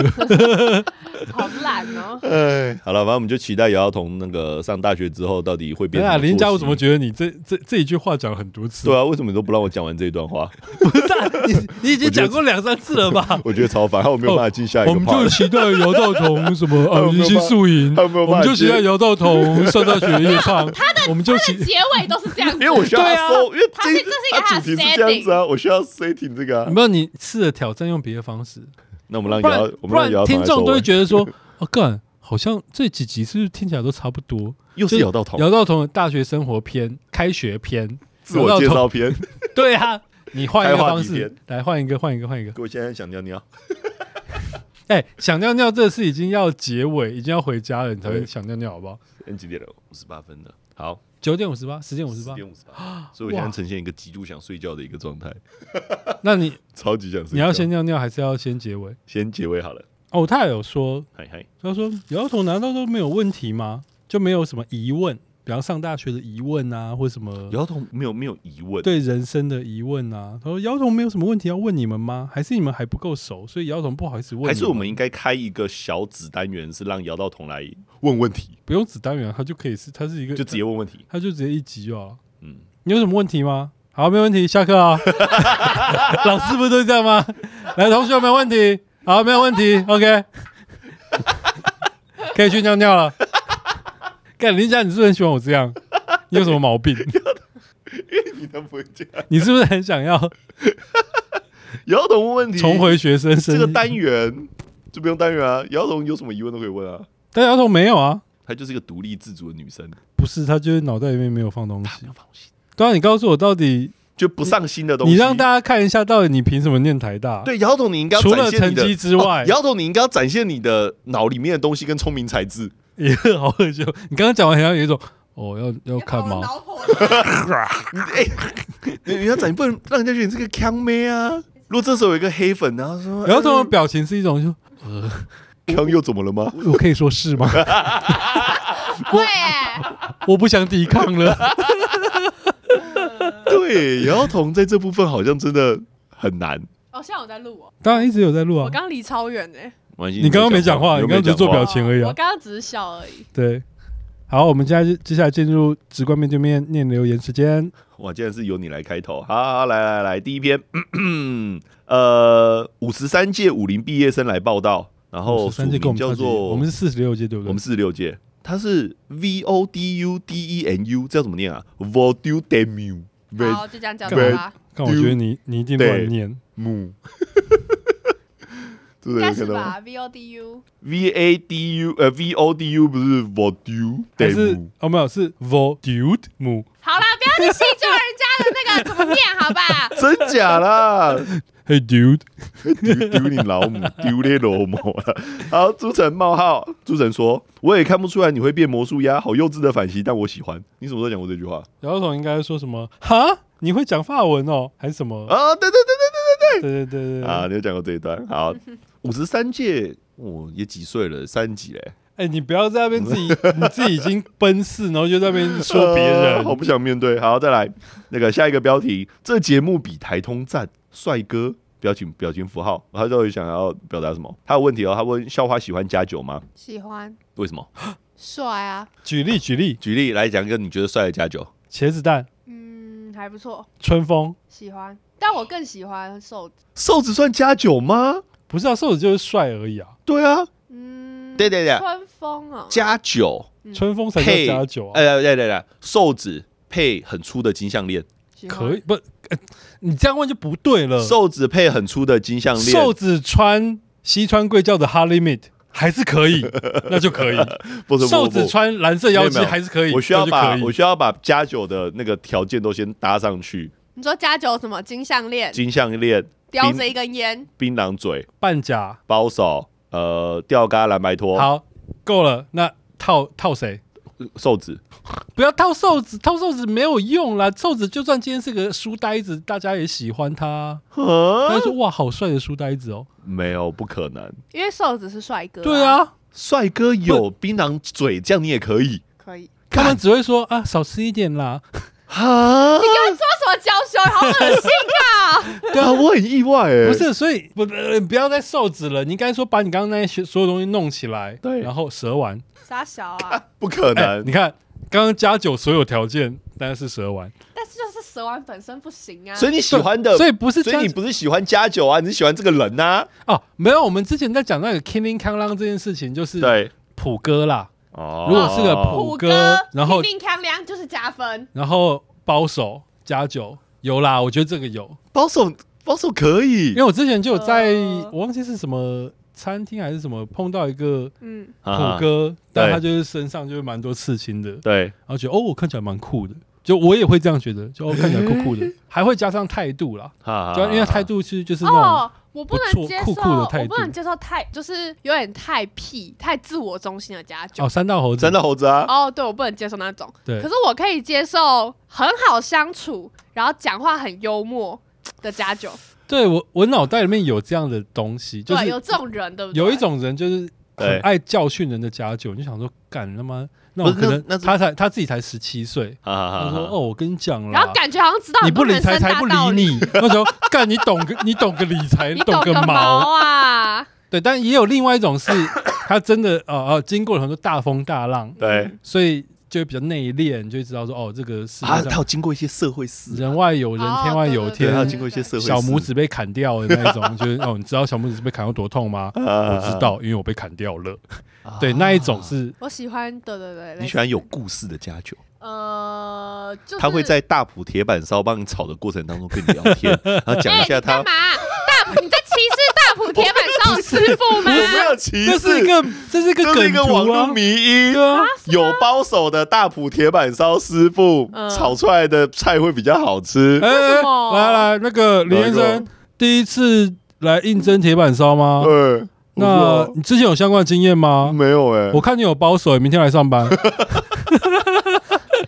Speaker 3: 好懒哦
Speaker 2: 哎， 好了，反正我们就期待姚姚彤那个上大学之后到底会变
Speaker 1: 对
Speaker 2: 成什
Speaker 1: 啊，
Speaker 2: 么作息。
Speaker 1: 林家，我怎么觉得你这这这一句话讲了很多次？
Speaker 2: 对啊，为什么你都不让我讲完这一段话？？
Speaker 1: 不是、啊、你你已经讲过两三次了吧
Speaker 2: 我觉得超烦，还有没有办法进下一个
Speaker 1: 哦我们就
Speaker 2: part？
Speaker 1: 期待姚道彤什么
Speaker 2: 他
Speaker 1: 呃
Speaker 2: 有没
Speaker 1: 迎
Speaker 2: 有
Speaker 1: 新宿营，
Speaker 2: 他有没有
Speaker 1: 我
Speaker 2: 办
Speaker 1: 们
Speaker 2: 法
Speaker 1: 就期待姚道彤上大学夜唱，我们就期
Speaker 3: 结尾都是这样子
Speaker 2: 因为，我需要
Speaker 1: 对
Speaker 2: 他
Speaker 1: 啊
Speaker 2: 收，因为
Speaker 3: 他是这是一个
Speaker 2: 他
Speaker 3: 他
Speaker 2: 主题
Speaker 3: 的
Speaker 2: 是这样子啊，我需要 setting 这个啊。
Speaker 1: 没有你试着挑战用别的方式，
Speaker 2: 那我们让
Speaker 1: 嗯不然
Speaker 2: 姚，
Speaker 1: 不
Speaker 2: 我们
Speaker 1: 然
Speaker 2: 让姚姚彤
Speaker 1: 听
Speaker 2: 来
Speaker 1: 众
Speaker 2: 收
Speaker 1: 都会
Speaker 2: 尾。
Speaker 1: 觉得说，哦，干，好像这几集是不是听起来都差不多？
Speaker 2: 又是姚道彤，
Speaker 1: 姚道彤的大学生活篇、开学篇、
Speaker 2: 自我介
Speaker 1: 姚道
Speaker 2: 绍篇。
Speaker 1: 彤，对啊，你换一个方
Speaker 2: 开话题
Speaker 1: 式
Speaker 2: 篇，
Speaker 1: 来换一个，换一个，换一个。
Speaker 2: 我现在想尿尿，
Speaker 1: 哎、想尿尿这次已经要结尾，已经要回家了，你才会
Speaker 2: 对
Speaker 1: 想尿尿，好不好？
Speaker 2: 现在几点了？五十八分了。好，
Speaker 1: 九点五十八，十点五十八，啊
Speaker 2: 点五十八，所以我现在呈现一个极度想睡觉的一个状 态，
Speaker 1: 那你
Speaker 2: 超级想睡觉。
Speaker 1: 你要先尿尿还是要先结尾？
Speaker 2: 先结尾好了，
Speaker 1: 哦，他有说，
Speaker 2: 嗨嗨，
Speaker 1: 他说姚头难道都没有问题吗？就没有什么疑问，比方上大学的疑问啊，或什么
Speaker 2: 姚彤没有没有疑问，
Speaker 1: 对人生的疑问啊。他说姚童没有什么问题要问你们吗？还是你们还不够熟，所以姚童不好意思问你
Speaker 2: 还是我们应该开一个小子单元，是让姚道彤来问问题，
Speaker 1: 不用子单元，他就可以是，他是一个，
Speaker 2: 就直接问问题。
Speaker 1: 他就直接一集就好了。
Speaker 2: 嗯，
Speaker 1: 你有什么问题吗？好，没问题，下课 啊。老师不都这样吗？来，同学有没有问题？好，没有问题，OK，可以去尿尿了。干林家，你是不是很喜欢我这样？你有什么毛病？
Speaker 2: 你能不会这样？
Speaker 1: 你是不是很想要
Speaker 2: 姚董问问题，
Speaker 1: 重回学生生
Speaker 2: 这
Speaker 1: 涯？
Speaker 2: 个单元就不用单元啊。姚董有什么疑问都可以问啊，
Speaker 1: 但丫头没有啊，
Speaker 2: 她就是一个独立自主的女生，
Speaker 1: 不是，她就是脑袋里面没有放东西。
Speaker 2: 放心，
Speaker 1: 对啊，你告诉我到底，
Speaker 2: 就不上心的东西。
Speaker 1: 你让大家看一下，到底你凭什么念台大？，
Speaker 2: 对姚董，你应该要
Speaker 1: 除了
Speaker 2: 展现
Speaker 1: 成
Speaker 2: 你的
Speaker 1: 绩之外
Speaker 2: 哦姚董，你应该要展现你的脑里面的东西跟聪明才智。
Speaker 1: 也好恶心哦。你刚刚讲完，好像有一种哦，要要 看吗？
Speaker 3: 脑火了
Speaker 2: 你哎、你你要展，不能让人家觉得你是个康妹啊。如果这时候有一个黑粉，然后说，
Speaker 1: 然后这种表情是一种， 就
Speaker 2: 康又怎么了吗？
Speaker 1: 我可以说 是吗？
Speaker 3: 对耶，
Speaker 1: 我不想抵抗 了。
Speaker 2: 对，姚童在这部分好像真的很难。
Speaker 3: 哦，现在我在录哦，
Speaker 1: 当然一直有在录
Speaker 3: 我
Speaker 1: 啊。
Speaker 3: 刚离超远哎，
Speaker 2: 你
Speaker 1: 你刚刚没讲话，你刚刚只是做表情而已
Speaker 3: 我
Speaker 1: 啊。
Speaker 3: 刚刚只是笑而已。
Speaker 1: 对，好，我们接下来接下来进入直观面对面念留言时间。
Speaker 2: 哇，竟然是由你来开头，好好，好来来来，第一篇， 呃，五十三届武林毕业生来报道，然后署
Speaker 1: 三届跟我
Speaker 2: 名
Speaker 1: 们差
Speaker 2: 叫
Speaker 1: 不多
Speaker 2: 做
Speaker 1: 我们是四十六届，对不
Speaker 2: 我
Speaker 1: 对
Speaker 2: 们？四十六届，他是 V O D U D E N U，这要怎么念啊？Vodu Demu
Speaker 3: 好，就这样叫
Speaker 1: 干嘛
Speaker 3: 他，
Speaker 1: 看，我觉得你你一定乱
Speaker 2: 对
Speaker 1: 念。
Speaker 2: Vedmu，对不
Speaker 3: 应
Speaker 2: 对？
Speaker 3: 该
Speaker 2: 有
Speaker 3: 是
Speaker 2: 看到吗
Speaker 3: 吧？V O D U，
Speaker 2: ？V A D U 呃 V O D U 不是 Vodu
Speaker 1: 还是
Speaker 2: Demu，
Speaker 1: 哦没有是 Vodude m
Speaker 3: 好啦，不要去细究人家的那个怎么念，好吧？
Speaker 2: 真 假啦？
Speaker 1: Hey dude，
Speaker 2: 丢丢你老母，丢你老母了。好，朱晨冒号，朱晨说，我也看不出来你会变魔术呀，好幼稚的反击，但我喜欢。你什么时候讲过这句话
Speaker 1: 姚总应该说什么？哈，你会讲法文哦，还是什么？
Speaker 2: 啊？对对
Speaker 1: 对对
Speaker 2: 对
Speaker 1: 对对
Speaker 2: 对对
Speaker 1: 对
Speaker 2: 啊，！你有讲过这一段。好，五十三届，我、也几岁了，三级嘞，
Speaker 1: 哎，你不要在那边自己，你自己已经奔四，然后就在那边 说别
Speaker 2: 啊
Speaker 1: 人
Speaker 2: 好。不想面对。好，再来那个下一个标题，这节目比台通赞，帅哥。表情表情符号，他到底想要表达什么？他有问题哦，他问校花喜欢加酒吗？
Speaker 3: 喜欢
Speaker 2: 为什么？
Speaker 3: 帅啊，
Speaker 1: 举例举例，
Speaker 2: 举例来讲一个你觉得帅的加酒，
Speaker 1: 茄子蛋、
Speaker 3: 嗯，还不错，
Speaker 1: 春风，
Speaker 3: 喜欢。但我更喜欢瘦子，
Speaker 2: 瘦子算加酒吗？
Speaker 1: 不是啊，瘦子就是帅而已啊，
Speaker 2: 对啊，
Speaker 3: 嗯，
Speaker 2: 对对对
Speaker 3: 春风哦，
Speaker 2: 加酒，
Speaker 3: 嗯
Speaker 1: 春风才
Speaker 2: 配
Speaker 1: 叫加酒啊，
Speaker 2: 呃，对对对，瘦子配很粗的金项链，
Speaker 3: 喜欢
Speaker 1: 可以不？哎你这样问就不对了。
Speaker 2: 瘦子配很粗的金项链，
Speaker 1: 瘦子穿西川贵教的哈 l i m i t 还是可 以，那就可以。
Speaker 2: 不是不
Speaker 1: 瘦
Speaker 2: 不不
Speaker 1: 子穿蓝色
Speaker 2: 没
Speaker 1: 腰
Speaker 2: 有没
Speaker 1: 肌
Speaker 2: 有
Speaker 1: 还是可以，
Speaker 2: 我需要
Speaker 1: 那就
Speaker 2: 把
Speaker 1: 可以
Speaker 2: 我需要把加酒的那个条件都先搭上去，
Speaker 3: 你说加酒什么金项链，
Speaker 2: 金项链、
Speaker 3: 叼着一根烟，
Speaker 2: 槟榔嘴、
Speaker 1: 半甲。
Speaker 2: 包手、呃吊嘎蓝白拖，
Speaker 1: 好，够了，那套套谁？
Speaker 2: 瘦子
Speaker 1: 不要套瘦子，套瘦子没有用啦。瘦子就算今天是个书呆子，大家也喜欢他啊。大家说哇，好帅的书呆子哦。
Speaker 2: 没有不可能，
Speaker 3: 因为瘦子是帅哥。
Speaker 1: 对，啊，
Speaker 2: 帅哥有槟榔嘴，这样你也可以
Speaker 3: 可以。你
Speaker 1: 他们只会说啊，少吃一点啦。
Speaker 2: 哈。
Speaker 3: 刚说什么娇羞，好恶 心啊！
Speaker 2: 对啊，我很意外哎，
Speaker 1: 不是，所以不、呃、不要再瘦子了。你应该说把你刚刚那些所有东西弄起来，
Speaker 2: 对
Speaker 1: 然后蛇丸。
Speaker 3: 傻小啊！
Speaker 2: 不可
Speaker 1: 哎
Speaker 2: 能
Speaker 1: 你，看刚刚加九所有条件，但是蛇丸，
Speaker 3: 但是就是蛇丸本身不行啊。
Speaker 2: 所以你喜欢的
Speaker 1: 所以不是
Speaker 2: 所以
Speaker 1: 加
Speaker 2: 你不是喜欢加酒啊，你是喜欢这个人呐、
Speaker 1: 哦，没有。我们之前在讲那个 Killing k a n g 这件事情，就是
Speaker 2: 对，
Speaker 1: 普哥啦，
Speaker 2: 哦
Speaker 1: 如果是个
Speaker 3: 虎
Speaker 1: 普
Speaker 3: 哥
Speaker 1: 哥，然后
Speaker 3: 命康良就是加分，
Speaker 1: 然后包手加九有啦，我觉得这个有，
Speaker 2: 保守保守可
Speaker 1: 因
Speaker 2: 以
Speaker 1: 为我之前就有在，
Speaker 3: 呃
Speaker 1: 我忘记是什么餐厅还是什么，碰到一个
Speaker 3: 嗯，
Speaker 1: 普
Speaker 2: 啊
Speaker 1: 哥，但
Speaker 2: 对
Speaker 1: 他就是身上就是蛮多刺青的，然
Speaker 2: 对，
Speaker 1: 后觉得哦，我看起来蛮酷的。就我也会这样觉得，就、哦、看起来酷酷 的，还会加上态度啦，
Speaker 2: 哈
Speaker 1: 就因为态度其实就是那种、
Speaker 3: 哦，我
Speaker 1: 不
Speaker 3: 不
Speaker 1: 错
Speaker 3: 能接受，
Speaker 1: 酷酷的态
Speaker 3: 我
Speaker 1: 度
Speaker 3: 不能接受太就是有点太屁、太自我中心的家酒。
Speaker 1: 哦，三道猴子
Speaker 2: 真的猴子啊，
Speaker 3: 哦，对，我不能接受那种。
Speaker 1: 对
Speaker 3: 可是我可以接受很好相处，然后讲话很幽默的家酒。
Speaker 1: 对我，我脑袋里面有这样的东西，就是
Speaker 3: 对，啊有这种人，对不对？
Speaker 1: 有一种人就是很
Speaker 2: 对
Speaker 1: 爱教训人的家酒，你就想说干他妈，那我
Speaker 2: 不
Speaker 1: 可
Speaker 2: 是那
Speaker 1: 能
Speaker 2: 那是啊
Speaker 1: 他才他自己才十七岁，
Speaker 2: 哈哈
Speaker 1: 他
Speaker 2: 哈
Speaker 1: 说
Speaker 2: 哈
Speaker 1: 哦，我跟你讲
Speaker 3: 然后
Speaker 1: 啦，
Speaker 3: 感觉好像知道
Speaker 1: 你
Speaker 3: 很
Speaker 1: 不
Speaker 3: 多
Speaker 1: 理
Speaker 3: 人生
Speaker 1: 财才
Speaker 3: 大
Speaker 1: 不
Speaker 3: 道
Speaker 1: 理
Speaker 3: 理，
Speaker 1: 你， 那时候干你懂个你懂个理财，
Speaker 3: 你懂
Speaker 1: 个
Speaker 3: 个
Speaker 1: 毛。
Speaker 3: 毛啊！
Speaker 1: 对，但也有另外一种是他真的呃呃，经过了很多大风大浪，
Speaker 2: 对
Speaker 1: 所以就会比较内敛，就会知道说哦，这个世界
Speaker 2: 啊，他
Speaker 1: 上
Speaker 2: 有经过一些社会事，
Speaker 1: 人外有人，
Speaker 3: 哦
Speaker 1: 天外
Speaker 3: 对
Speaker 1: 有
Speaker 3: 对对
Speaker 2: 对，
Speaker 1: 天
Speaker 2: 他有
Speaker 3: 啊。
Speaker 2: 经过一些社会事
Speaker 1: 小拇指被砍掉的那一种，就是哦，你知道小拇指被砍有多痛吗？
Speaker 2: 啊啊
Speaker 1: 我
Speaker 2: 啊
Speaker 1: 知道，因为我被砍掉了。
Speaker 2: 啊
Speaker 1: 对，那一种是
Speaker 3: 我喜欢，对对对，
Speaker 2: 你
Speaker 3: 类
Speaker 2: 喜
Speaker 3: 似
Speaker 2: 欢有故事的家酒，
Speaker 3: 呃，就 是
Speaker 2: 他会在大埔铁板烧帮你炒的过程当中跟你聊 天，然后讲一
Speaker 3: 哎
Speaker 2: 下
Speaker 3: 你
Speaker 2: 他
Speaker 3: 干。嘛？大埔你在歧视大埔铁板烧的师 傅吗？
Speaker 2: 歧
Speaker 1: 这是一个这是一个
Speaker 2: 这是一
Speaker 1: 梗
Speaker 2: 个网
Speaker 1: 图
Speaker 2: 络
Speaker 1: 啊，
Speaker 2: 迷因，
Speaker 1: 对啊，
Speaker 2: 有包手的大埔铁板烧师傅、
Speaker 3: 嗯
Speaker 2: 炒出来的菜会比较好 吃。
Speaker 1: 哎
Speaker 3: 为
Speaker 1: 哎
Speaker 3: 什么
Speaker 1: 来来，那个李先
Speaker 2: 哪一
Speaker 1: 生第一次来应征铁板烧吗？
Speaker 2: 对，呃我
Speaker 1: 嗯那
Speaker 2: 说
Speaker 1: 你之前有相关的经验吗？
Speaker 2: 没有哎、
Speaker 1: 我看你有包手，明天来上班。
Speaker 2: 嗯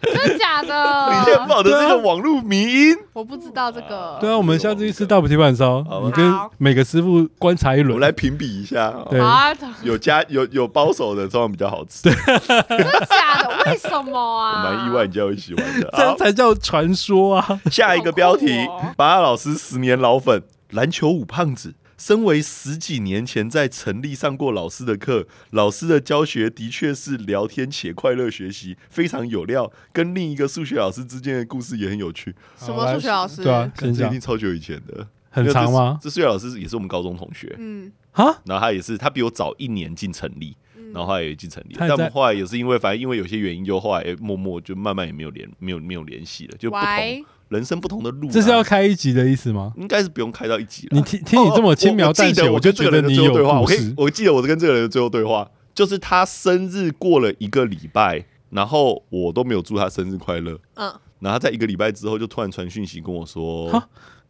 Speaker 3: 真的 假
Speaker 2: 你现在
Speaker 3: 的？
Speaker 2: 报的这个网络迷因，
Speaker 1: 啊
Speaker 3: 我不知道这个。
Speaker 1: 对啊，我们下次去吃大补铁板烧
Speaker 2: 好，吧
Speaker 1: 你跟每个师傅观察一
Speaker 2: 我
Speaker 1: 轮
Speaker 2: 们。来评比一下。
Speaker 1: 对
Speaker 3: 好啊，
Speaker 2: 有加有有包手的，通常比较好吃。
Speaker 3: 真的假的？为什么
Speaker 2: 我
Speaker 3: 啊？
Speaker 2: 蛮意外，你就会喜欢的。
Speaker 1: 这样
Speaker 2: 好，
Speaker 1: 才叫传说啊！
Speaker 2: 下一个标题
Speaker 3: 好酷哦：
Speaker 2: 巴拉老师十年老粉，篮球五胖子。身为十几年前在城立上过老师的课，老师的教学的确是聊天且快乐学习，非常有料。跟另一个数学老师之间的故事也很 有趣。
Speaker 3: 什么数学老师
Speaker 1: 对啊，
Speaker 2: 看
Speaker 1: 先
Speaker 2: 这一
Speaker 1: 讲
Speaker 2: 定超久以前的，
Speaker 1: 很
Speaker 2: 没有这
Speaker 1: 长吗
Speaker 2: 这数学老师也是我们高中同学，
Speaker 3: 嗯，
Speaker 1: 啊，
Speaker 2: 然后他也是他比我早一年进城立，
Speaker 3: 嗯
Speaker 2: 然后后来也进城立，
Speaker 1: 他
Speaker 2: 但
Speaker 1: 也在
Speaker 2: 我们后来也是因为反正因为有些原因，就后来默默就慢慢也没有联没有没有联系了，就不同
Speaker 3: 喂，
Speaker 2: 人生不同的路啊，
Speaker 1: 这是要开一集的意思吗？
Speaker 2: 应该是不用开到一集了。
Speaker 1: 你听听你这么轻描淡写，
Speaker 2: 哦我我
Speaker 1: 就
Speaker 2: 记
Speaker 1: 觉
Speaker 2: 得
Speaker 1: 得
Speaker 2: 我跟这个人的
Speaker 1: 你
Speaker 2: 最
Speaker 1: 有
Speaker 2: 后对话，我
Speaker 1: 故
Speaker 2: 可以
Speaker 1: 事。
Speaker 2: 我记得我跟这个人的最后对话，就是他生日过了一个礼拜，然后我都没有祝他生日快乐，
Speaker 3: 嗯，
Speaker 2: 然后他在一个礼拜之后就突然传讯息跟我说
Speaker 1: 哈，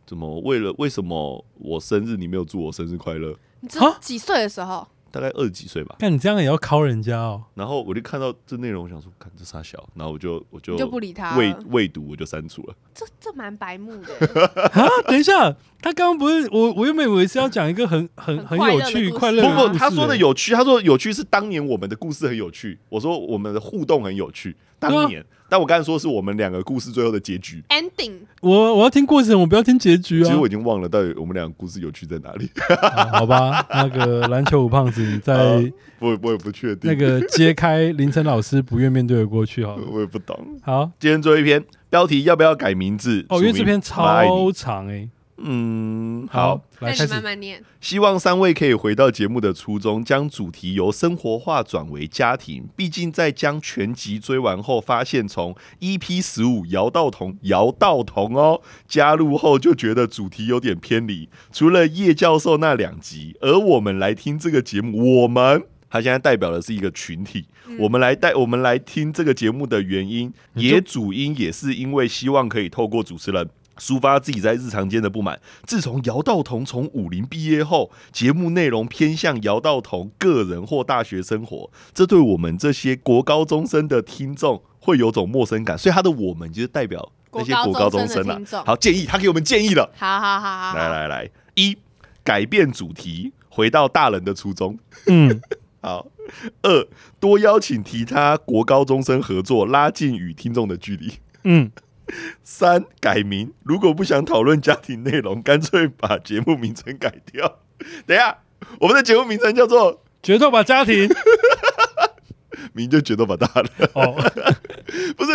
Speaker 2: 怎么为了为什么我生日你没有祝我生日快乐？
Speaker 3: 你这
Speaker 1: 啊
Speaker 3: 几岁的时候？
Speaker 2: 大概二十几岁吧。
Speaker 1: 看你这样也要敲人家 哦，
Speaker 2: 然后我就看到这内容，我想说，看这傻小，然后我就我就
Speaker 3: 你就不理他了
Speaker 2: 未未读我就删除了。
Speaker 3: 这这蛮白目 的，
Speaker 1: 啊，等一下，他刚刚不是我，我原本以为是要讲一个很很很
Speaker 3: 很快乐
Speaker 1: 有
Speaker 3: 的
Speaker 1: 趣、
Speaker 3: 故事
Speaker 1: 快乐
Speaker 2: 不
Speaker 1: 的
Speaker 3: 啊
Speaker 1: 故
Speaker 2: 不
Speaker 1: 事。，
Speaker 2: 他说的有趣，他说有趣是当年我们的故事很有趣，我说我们的互动很有趣，
Speaker 1: 啊
Speaker 2: 当年。但我刚才说是我们两个故事最后的结局，
Speaker 3: ending
Speaker 1: 我我要听过程，我不要听结局
Speaker 2: 其
Speaker 1: 啊
Speaker 2: 实。我已经忘了到底我们两个故事有趣在哪里，
Speaker 1: 啊好吧，那个篮球五胖子，你在
Speaker 2: 我也我也不确定，
Speaker 1: 那个揭开林晨老师不愿面对的过去好了。
Speaker 2: 我也不懂。
Speaker 1: 好，
Speaker 2: 今天最后一篇标题要不要改名字？
Speaker 1: 哦，因为
Speaker 2: 署
Speaker 1: 这
Speaker 2: 名
Speaker 1: 篇
Speaker 2: 妈爱你
Speaker 1: 超长哎、
Speaker 2: 嗯好
Speaker 1: 好，，
Speaker 3: 那
Speaker 1: 来
Speaker 3: 你
Speaker 1: 开
Speaker 3: 慢
Speaker 1: 始。
Speaker 3: 慢念。
Speaker 2: 希望三位可以回到节目的初衷，将主题由生活化转为家庭。毕竟在将全集追完后，发现从 EP 十五姚道同姚道同哦加入后，就觉得主题有点偏离。除了叶教授那两集，而我们来听这个节目，我们。他现在代表的是一个群体，我们来带我们来听这个节目的原因，也主因也是因为希望可以透过主持人抒发自己在日常间的不满，自从姚道彤从武林毕业后，节目内容偏向姚道彤个人或大学生活，这对我们这些国高中生的听众会有种陌生感。所以他的我们就是代表那些国
Speaker 3: 国
Speaker 2: 高
Speaker 3: 高
Speaker 2: 中
Speaker 3: 中
Speaker 2: 生
Speaker 3: 生的
Speaker 2: 啊
Speaker 3: 听众
Speaker 2: 好，建议他给我们建议了，
Speaker 3: 好好好好，
Speaker 2: 来，来来，一改变主题，回到大人的初衷。
Speaker 1: 嗯，
Speaker 2: 好，二多邀请其他国高中生合作，拉近与听众的距离。
Speaker 1: 嗯，
Speaker 2: 三改名，如果不想讨论家庭内容，干脆把节目名称改掉。 等一下，我们的节目名称叫做
Speaker 1: 决斗吧家庭。
Speaker 2: “名就决斗吧大人
Speaker 1: 哦，”，
Speaker 2: 不是？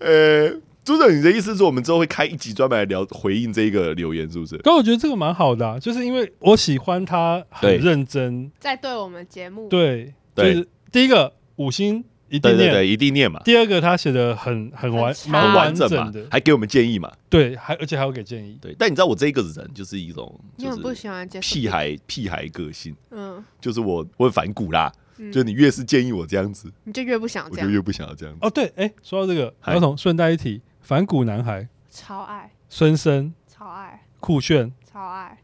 Speaker 2: 呃，朱总，你的意思是我们之后会开一集专门来聊回应这个留言，是不是？
Speaker 1: 可我觉得这个蛮好的啊、就是因为我喜欢他
Speaker 2: 对
Speaker 1: 很认真，
Speaker 3: 再对我们节目，
Speaker 1: 对，
Speaker 2: 对
Speaker 1: 就是第一个五星一定念，，
Speaker 2: 一定念嘛，
Speaker 1: 第二个他写的很很完
Speaker 3: 很长
Speaker 1: 蛮
Speaker 2: 很完
Speaker 1: 整
Speaker 2: 整
Speaker 1: 的，
Speaker 2: 嘛，还给我们建议嘛。
Speaker 1: 对，还而且还要给建议，
Speaker 2: 对，但你知道我这个人就是一种
Speaker 3: 你很
Speaker 2: 就
Speaker 3: 不
Speaker 2: 是
Speaker 3: 喜欢接受
Speaker 2: 屁，孩屁孩个性，
Speaker 3: 嗯，
Speaker 2: 就是我我很反骨啦，
Speaker 3: 嗯
Speaker 2: 就你越是建议我这样子，
Speaker 3: 你就越不想
Speaker 2: 我
Speaker 3: 这
Speaker 2: 就
Speaker 3: 样，
Speaker 2: 越不想要这样子。
Speaker 1: 哦，对，哎、说到这个，
Speaker 2: 嗨
Speaker 1: 儿童顺带一提，反骨男孩
Speaker 3: 超爱，
Speaker 1: 孙生
Speaker 3: 超爱，
Speaker 1: 酷炫，
Speaker 3: 超爱，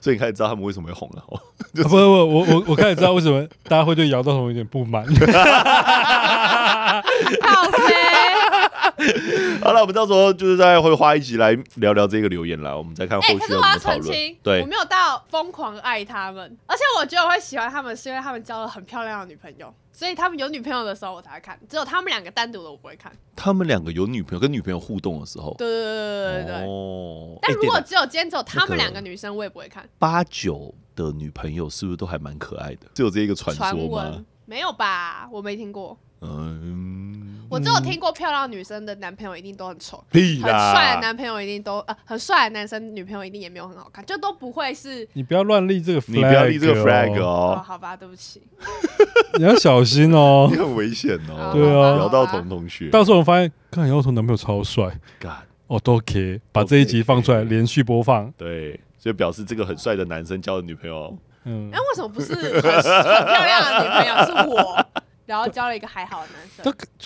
Speaker 2: 所以你开始知道他们为什么会红了哦。
Speaker 1: 啊、不不，我我我开始知道为什么大家会对姚道彤有点不 满。
Speaker 3: 靠谁？
Speaker 2: 好了，我们到时候就是大概会花一集来聊聊这个留言啦，我们再看后
Speaker 3: 哎，
Speaker 2: 续
Speaker 3: 可是
Speaker 2: 要
Speaker 3: 我
Speaker 2: 怎
Speaker 3: 要
Speaker 2: 么讨
Speaker 3: 澄
Speaker 2: 论
Speaker 3: 清。，我
Speaker 2: 对，
Speaker 3: 没有到疯狂爱他们，而且我觉得我会喜欢他们是因为他们交了很漂亮的女朋友，所以他们有女朋友的时候我才会看，只有他们两个单独的我不会看。
Speaker 2: 他们两个有女朋友跟女朋友互动的时候，
Speaker 3: 对对对对对对对。
Speaker 2: 哦，
Speaker 3: 但
Speaker 2: 哎
Speaker 3: 如
Speaker 2: 对
Speaker 3: 果
Speaker 2: 了
Speaker 3: 只有今天只有他
Speaker 2: 那个
Speaker 3: 们两个女生，我也不会看。
Speaker 2: 八九的女朋友是不是都还蛮可爱的？只有这一个传
Speaker 3: 传
Speaker 2: 说吗
Speaker 3: 闻？没有吧？我没听过。
Speaker 2: 嗯，啊
Speaker 3: 我只有听过漂亮女生的男朋友一定都很丑，
Speaker 2: 屁
Speaker 3: 很
Speaker 2: 啦
Speaker 3: 帅的！男朋友一定都呃，很帅的男生女朋友一定也没有很好看，就都不会是
Speaker 1: 你不要乱立这个 flag，
Speaker 2: 你不要立这个 flag
Speaker 1: 哦，
Speaker 3: 哦，
Speaker 2: 哦，
Speaker 3: 好吧，对不起，
Speaker 1: 你要小心哦
Speaker 2: 你。很危险哦。
Speaker 1: 对啊
Speaker 2: 聊到童同学，
Speaker 1: 到时候我发现，看姚彤男朋友超帅，
Speaker 2: 干
Speaker 1: 哦，都 OK，把这一集放出来连续播放。
Speaker 2: 对，所以表示这个很帅的男生交的女朋友，
Speaker 1: 嗯
Speaker 3: 那，为什么不是很很漂亮的女朋友是我，然后交了一个还好的男生？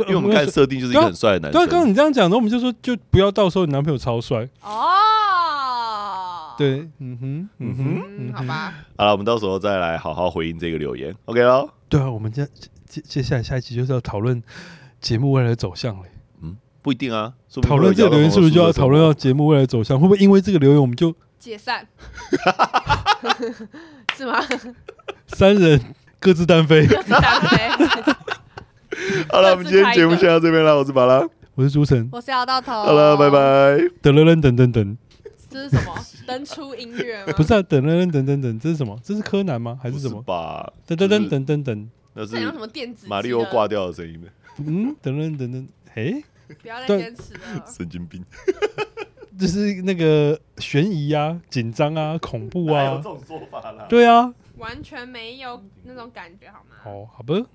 Speaker 1: 因
Speaker 2: 因为我们看设定就是一个很帅的
Speaker 1: 对啊，
Speaker 2: 男
Speaker 1: 刚刚
Speaker 2: 生。
Speaker 1: 你这样讲的，我们就说就不要到时候你男朋友超帅。
Speaker 3: 哦，，
Speaker 1: 对，嗯哼，嗯哼，
Speaker 3: 嗯，好吧，
Speaker 2: 好了，我们到时候再来好好回应这个留言，OK 喽？
Speaker 1: 对啊，我们接接接下来下一集就是要讨论节目未来的走向了。
Speaker 2: 不一定啊，说不定
Speaker 1: 讨论这个留言是不是就要
Speaker 2: 会有聊到
Speaker 1: 讨论到节目未来的走向？会不会因为这个留言我们就
Speaker 3: 解散， 是吗？
Speaker 1: 三人 各自单飞？
Speaker 3: 就是单飞，
Speaker 2: 好了，我们今天节目先到这边了，我是巴拉，
Speaker 1: 我是朱晨，
Speaker 3: 我是姚到头，
Speaker 2: 好啊了，拜。拜。
Speaker 1: 等等等等等等，
Speaker 3: 这是什么？登出音乐吗？
Speaker 1: 不是啊，等等等等等，这是什么？这是柯南吗？还
Speaker 2: 不
Speaker 1: 是什么？
Speaker 2: 吧？
Speaker 1: 等等等等等等，
Speaker 2: 那
Speaker 3: 在讲
Speaker 2: 是
Speaker 3: 什么电子？
Speaker 2: 马里奥挂，掉的声音呢，
Speaker 1: 嗯，等等等等，诶，
Speaker 3: 不要再
Speaker 1: 对
Speaker 3: 坚持了。
Speaker 2: 神经病！
Speaker 1: 这是那个悬疑啊、紧张啊、恐怖
Speaker 2: 哪有
Speaker 1: 啊
Speaker 2: 这，种说法啦。
Speaker 1: 对啊，
Speaker 3: 完全没有那种感觉，好吗？
Speaker 1: 哦，好吧。